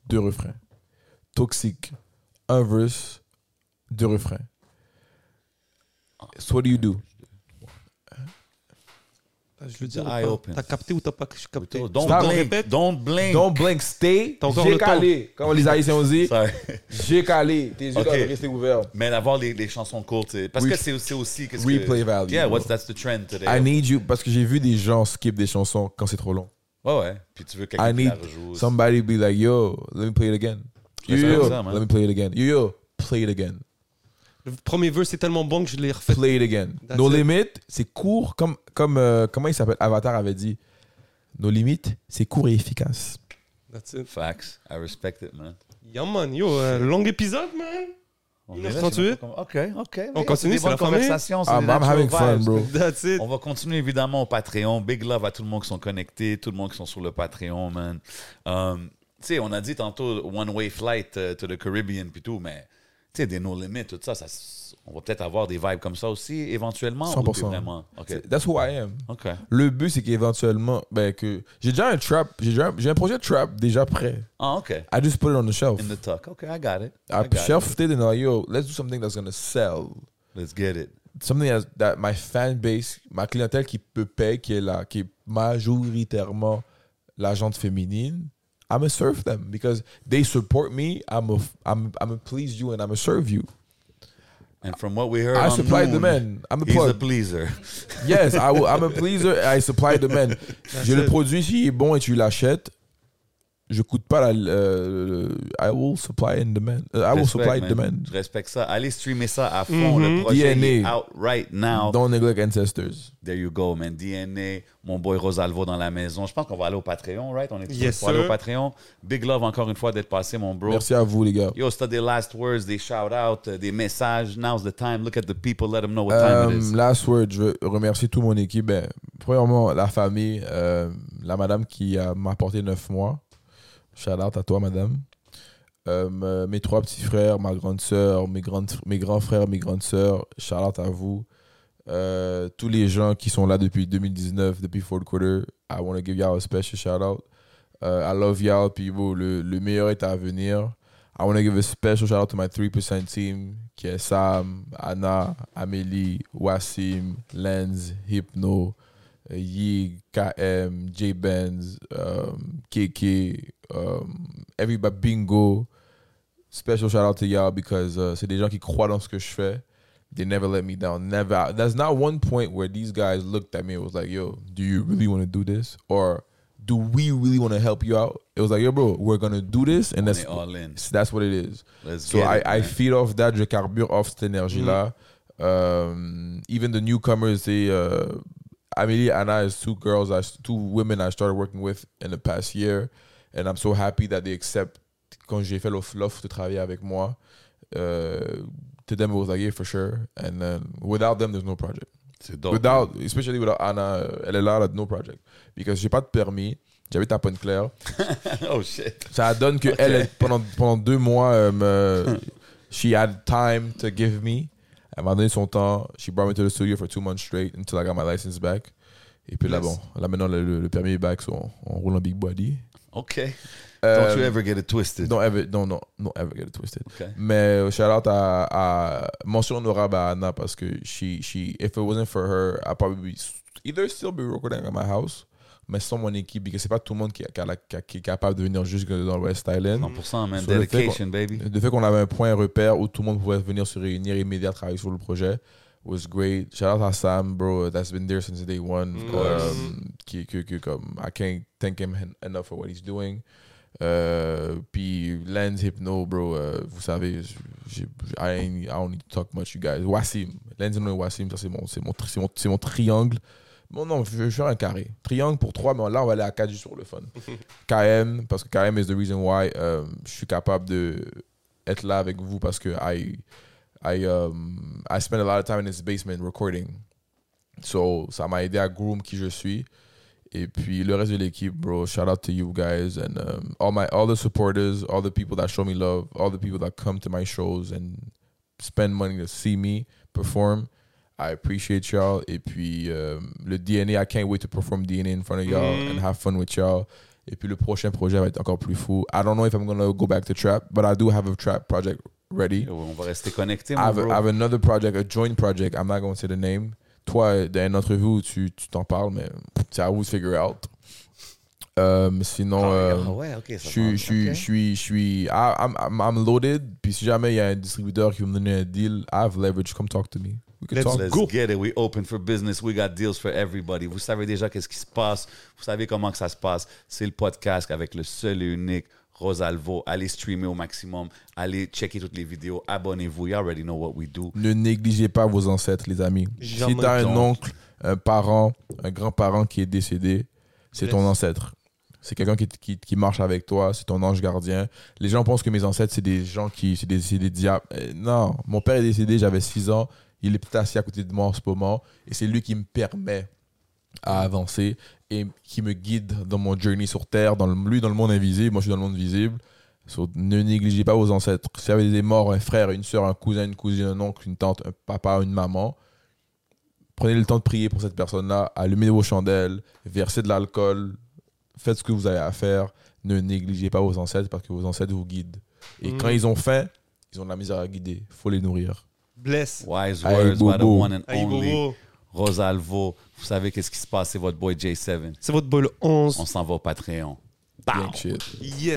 [SPEAKER 3] deux refrains. Toxique, un verse, deux refrains. So what do you do?
[SPEAKER 1] Je veux dire,
[SPEAKER 2] The eye
[SPEAKER 1] ou pas?
[SPEAKER 2] open.
[SPEAKER 1] t'as capté ou t'as pas capté
[SPEAKER 2] Don't
[SPEAKER 3] Stop.
[SPEAKER 2] blink.
[SPEAKER 1] Répète.
[SPEAKER 2] Don't blink.
[SPEAKER 3] Don't blink, stay.
[SPEAKER 1] T'as encore
[SPEAKER 3] J'ai
[SPEAKER 1] le temps.
[SPEAKER 3] calé. Comme les Haïtiens ont dit,
[SPEAKER 2] Sorry.
[SPEAKER 3] j'ai calé. Tes yeux
[SPEAKER 2] Ok.
[SPEAKER 3] doivent rester ouverts.
[SPEAKER 2] Mais d'avoir les, les chansons courtes, c'est- parce
[SPEAKER 3] Re-
[SPEAKER 2] que c'est aussi, aussi qu'est-ce que-
[SPEAKER 3] replay value,
[SPEAKER 2] Yeah,
[SPEAKER 3] bro.
[SPEAKER 2] what's that's the trend today.
[SPEAKER 3] I need you parce que j'ai vu des gens skip des chansons quand c'est trop long.
[SPEAKER 2] ouais ouais. Puis tu veux
[SPEAKER 3] I
[SPEAKER 2] quelqu'un qui
[SPEAKER 3] need
[SPEAKER 2] la rejoue.
[SPEAKER 3] somebody be like yo, let me play it again. Yo,
[SPEAKER 2] Ouais, c'est
[SPEAKER 3] yo,
[SPEAKER 2] comme ça, man.
[SPEAKER 3] let me play it again. Yo yo, play it again.
[SPEAKER 1] Le premier verse c'est tellement bon que je l'ai refait.
[SPEAKER 3] Play it again.
[SPEAKER 1] That's
[SPEAKER 3] Nos
[SPEAKER 1] it.
[SPEAKER 3] limites, c'est court, comme, comme euh, comment il s'appelle Avatar avait dit. Nos limites, c'est court et efficace.
[SPEAKER 1] That's it.
[SPEAKER 2] Facts. I respect it, man.
[SPEAKER 1] Yeah, man. Yo, euh, long épisode, man.
[SPEAKER 2] On est là,
[SPEAKER 1] 1938.
[SPEAKER 2] je sais même pas comment- OK, OK.
[SPEAKER 1] On continue,
[SPEAKER 2] des
[SPEAKER 1] c'est
[SPEAKER 2] bonnes
[SPEAKER 1] la famille.
[SPEAKER 2] conversations, c'est des
[SPEAKER 3] Ah, I'm, I'm
[SPEAKER 2] natural
[SPEAKER 3] having fun,
[SPEAKER 2] vibes.
[SPEAKER 3] bro.
[SPEAKER 1] That's it.
[SPEAKER 2] On va continuer évidemment au Patreon. Big love à tout le monde qui sont connectés, tout le monde qui sont sur le Patreon, man. Um, tu sais, on a dit tantôt One Way Flight euh, to the Caribbean puis tout, mais tu sais, des No Limit, tout ça, ça s- on va peut-être avoir des vibes comme ça aussi éventuellement. ou
[SPEAKER 3] 100%.
[SPEAKER 2] t'es vraiment. OK.
[SPEAKER 3] That's who I am.
[SPEAKER 2] OK.
[SPEAKER 3] Le but, c'est qu'éventuellement, ben, que j'ai déjà un trap, j'ai déjà un, j'ai un projet trap déjà prêt.
[SPEAKER 2] Ah, OK.
[SPEAKER 3] I just put it on the shelf.
[SPEAKER 2] In the tuck. OK, I got it. I
[SPEAKER 3] I
[SPEAKER 2] got it.
[SPEAKER 3] shelved it and like, yo, let's do something that's gonna sell.
[SPEAKER 2] Let's get it.
[SPEAKER 3] Something that, that my fan base, ma clientèle qui peut payer, qui est là, qui est majoritairement la gente féminine, I'm gonna serve them because they support me. I'm a, I'm, I'm gonna please you and I'm gonna serve you.
[SPEAKER 2] And from what we heard,
[SPEAKER 3] I
[SPEAKER 2] on
[SPEAKER 3] supplied the
[SPEAKER 2] Moon,
[SPEAKER 3] men. I'm a
[SPEAKER 2] He's a
[SPEAKER 3] plug.
[SPEAKER 2] pleaser.
[SPEAKER 3] Yes, I will, I'm a pleaser. I supply the man. J'ai le produit, s'il est bon et tu l'achètes, je coûte pas la. euh, le- I will supply and demand. Uh, I will
[SPEAKER 2] Respect,
[SPEAKER 3] supply
[SPEAKER 2] man.
[SPEAKER 3] demand. Mm-hmm.
[SPEAKER 2] Je respecte ça. Allez streamer ça à fond. Le projet
[SPEAKER 3] DNA.
[SPEAKER 2] est out right now.
[SPEAKER 3] Don't neglect ancestors.
[SPEAKER 2] There you go, man. DNA, mon boy Rosalvo dans la maison. Je pense qu'on va aller au Patreon, right? On est tous
[SPEAKER 1] Yes,
[SPEAKER 2] pour aller
[SPEAKER 1] sir.
[SPEAKER 2] au Patreon. Big love encore une fois d'être passé, mon bro.
[SPEAKER 3] Merci à vous, les gars.
[SPEAKER 2] Yo, si t'as des last words, des shout-outs, euh, des messages, now's the time. Look at the people, let them know what time it
[SPEAKER 3] Um,
[SPEAKER 2] is.
[SPEAKER 3] last word, je veux remercier toute mon équipe. Ben, premièrement, la famille, euh, la madame qui euh, m'a apporté 9 mois. Shout out à toi, madame. Euh, me- mes trois petits frères, ma grande sœur, mes, grandes, mes grands frères, mes grandes sœurs. Shout out à vous. Euh, tous les gens qui sont là depuis 2019, depuis fourth quarter, I want to give y'all a special shout out. Euh, I love y'all. Puis bon, le, le meilleur est à venir. I want to give a special shout out to my 3% team, qui est Sam, Anna, Amélie, Wassim, Lenz, Hypno, euh, Yig, KM, J-Benz, um, KK, um, everybody, Bingo. Special shout out to y'all because uh, c'est des gens qui croient dans ce que je fais. They never let me down. Never. There's not one point where these guys looked at me and was like, yo, do you really want to do this? Or do we really want to help you out? It was like, yo, bro, we're going to do this. And
[SPEAKER 2] On
[SPEAKER 3] that's
[SPEAKER 2] est all in.
[SPEAKER 3] So that's what it is.
[SPEAKER 2] Let's
[SPEAKER 3] so
[SPEAKER 2] get
[SPEAKER 3] I,
[SPEAKER 2] it,
[SPEAKER 3] I
[SPEAKER 2] man. Mm-hmm.
[SPEAKER 3] feed off that. Je carbure off cette énergie-là. Um, even the newcomers, they, uh, Amelie and I, is two girls, I, two women I started working with in the past year. And I'm so happy that they accept quand j'ai fait l'off- l'offre de travailler avec moi. Uh, to them, it was like, yeah, for sure. And then without them, there's no project.
[SPEAKER 2] C'est dope.
[SPEAKER 3] Without, especially without Anna, euh, elle est là, là, no project. Because j'ai pas de permis, j'habite à Pointe-Claire.
[SPEAKER 2] oh, shit.
[SPEAKER 3] Ça donne que elle, elle, pendant, pendant deux mois, euh,
[SPEAKER 2] Hmm.
[SPEAKER 3] me- she had time to give me. Elle m'a donné son temps. She brought me to the studio for two months straight until I got my license back. Et puis là,
[SPEAKER 2] Nice.
[SPEAKER 3] bon, là maintenant, le, le- le permis est back, so on, on roule en big body.
[SPEAKER 2] OK.
[SPEAKER 3] Euh,
[SPEAKER 2] Don't you ever get it twisted.
[SPEAKER 3] Don't ever, don't, non, don't ever get it twisted.
[SPEAKER 2] OK.
[SPEAKER 3] Mais euh, shout out à, à mention honorable à Anna parce que she, she, if it wasn't for her, I'd probably be either still be recording at my house, mais sans mon équipe, parce que c'est pas tout le monde qui, qui, a la- qui a- qui est capable de venir jusque dans le West Island.
[SPEAKER 2] 100%, man.
[SPEAKER 3] Sur le fait qu'on-
[SPEAKER 2] Dedication, baby.
[SPEAKER 3] Le fait qu'on avait un point repère où tout le monde pouvait venir se réunir immédiatement travailler sur le projet was great. Shout out à Sam, bro, that's been there since day one. Um, qui, qui- qui- comme, I can't thank him en- enough for what he's doing. Euh, puis Lens Hypno, bro, euh, vous savez, je- j'ai- I, ain't- I don't need to talk much, you guys. Wassim, Lens Hypno et Wassim, ça c'est mon, c'est mon, tri- c'est mon, c'est mon triangle. Bon, non, je vais faire un carré. Triangle pour 3, mais là, on va aller à 4 juste pour le fun. KM, parce que KM is the reason why euh, je suis capable de être là avec vous parce que I, I, um, I spend a lot of time in his basement recording. So, ça m'a aidé à groom qui je suis. Et puis, le reste de l'équipe, bro, shout out to you guys and um, all my all the supporters, all the people that show me love, all the people that come to my shows and spend money to see me perform. I appreciate y'all. Et puis, euh, le DNA, I can't wait to perform DNA in front of y'all and have fun with y'all. Et puis, le prochain projet va être encore plus fou. I don't know if I'm going to go back to trap, but I do have a trap project ready.
[SPEAKER 2] Yo, On va rester connecté,
[SPEAKER 3] I
[SPEAKER 2] mon
[SPEAKER 3] have,
[SPEAKER 2] bro.
[SPEAKER 3] I have another project, a joint project. I'm not going to say the name. Toi, dans une entrevue, tu tu t'en parles, mais c'est à vous de figure out. Euh, sinon, euh,
[SPEAKER 2] Ah ouais, OK. ça
[SPEAKER 3] je suis, je suis,
[SPEAKER 2] marche, OK.
[SPEAKER 3] je suis, je suis, I- I'm, I'm, I'm loaded. Puis si jamais il y a un distributeur qui veut me donner un deal, I have leverage. Come talk to me. We can
[SPEAKER 1] Let's
[SPEAKER 3] talk.
[SPEAKER 2] Let's get it. We open for business. We got deals for everybody. Vous savez déjà qu'est-ce qui se passe. Vous savez comment que ça se passe. C'est le podcast avec le seul et unique Rosalvo. Allez streamer au maximum. Allez checker toutes les vidéos. Abonnez-vous. You already know what we do.
[SPEAKER 3] Ne négligez pas vos ancêtres, les amis.
[SPEAKER 1] Jamais.
[SPEAKER 3] Si t'as un
[SPEAKER 2] Donc.
[SPEAKER 3] oncle, un parent, un grand-parent qui est décédé, c'est ton
[SPEAKER 1] Yes.
[SPEAKER 3] ancêtre. C'est quelqu'un qui, qui, qui marche avec toi, c'est ton ange gardien. Les gens pensent que mes ancêtres, c'est des gens qui. C'est des, c'est des diables. Euh, non, mon père est décédé, j'avais 6 ans. Il est peut-être assis à côté de moi en ce moment. Et c'est lui qui me permet à avancer et qui me guide dans mon journey sur Terre, dans le, lui dans le monde invisible, moi je suis dans le monde visible. So, ne négligez pas vos ancêtres. Si vous avez des morts, un frère, une soeur, un cousin, une cousine, un oncle, une tante, un papa, une maman, prenez le temps de prier pour cette personne-là, allumez vos chandelles, versez de l'alcool, faites ce que vous avez à faire. Ne négligez pas vos ancêtres parce que vos ancêtres vous guident. Et quand ils ont faim, ils ont de la misère à guider. faut les nourrir.
[SPEAKER 1] Bless.
[SPEAKER 2] Wise
[SPEAKER 3] Aïe,
[SPEAKER 2] words by the
[SPEAKER 3] Bobo.
[SPEAKER 2] one and
[SPEAKER 1] Aïe,
[SPEAKER 2] only.
[SPEAKER 1] Bobo.
[SPEAKER 2] Rosalvo, vous savez qu'est-ce qui se passe, c'est votre boy J7.
[SPEAKER 1] C'est votre bol
[SPEAKER 2] On
[SPEAKER 1] 11.
[SPEAKER 2] s'en va au Patreon.
[SPEAKER 3] Gang shit.
[SPEAKER 1] Yes.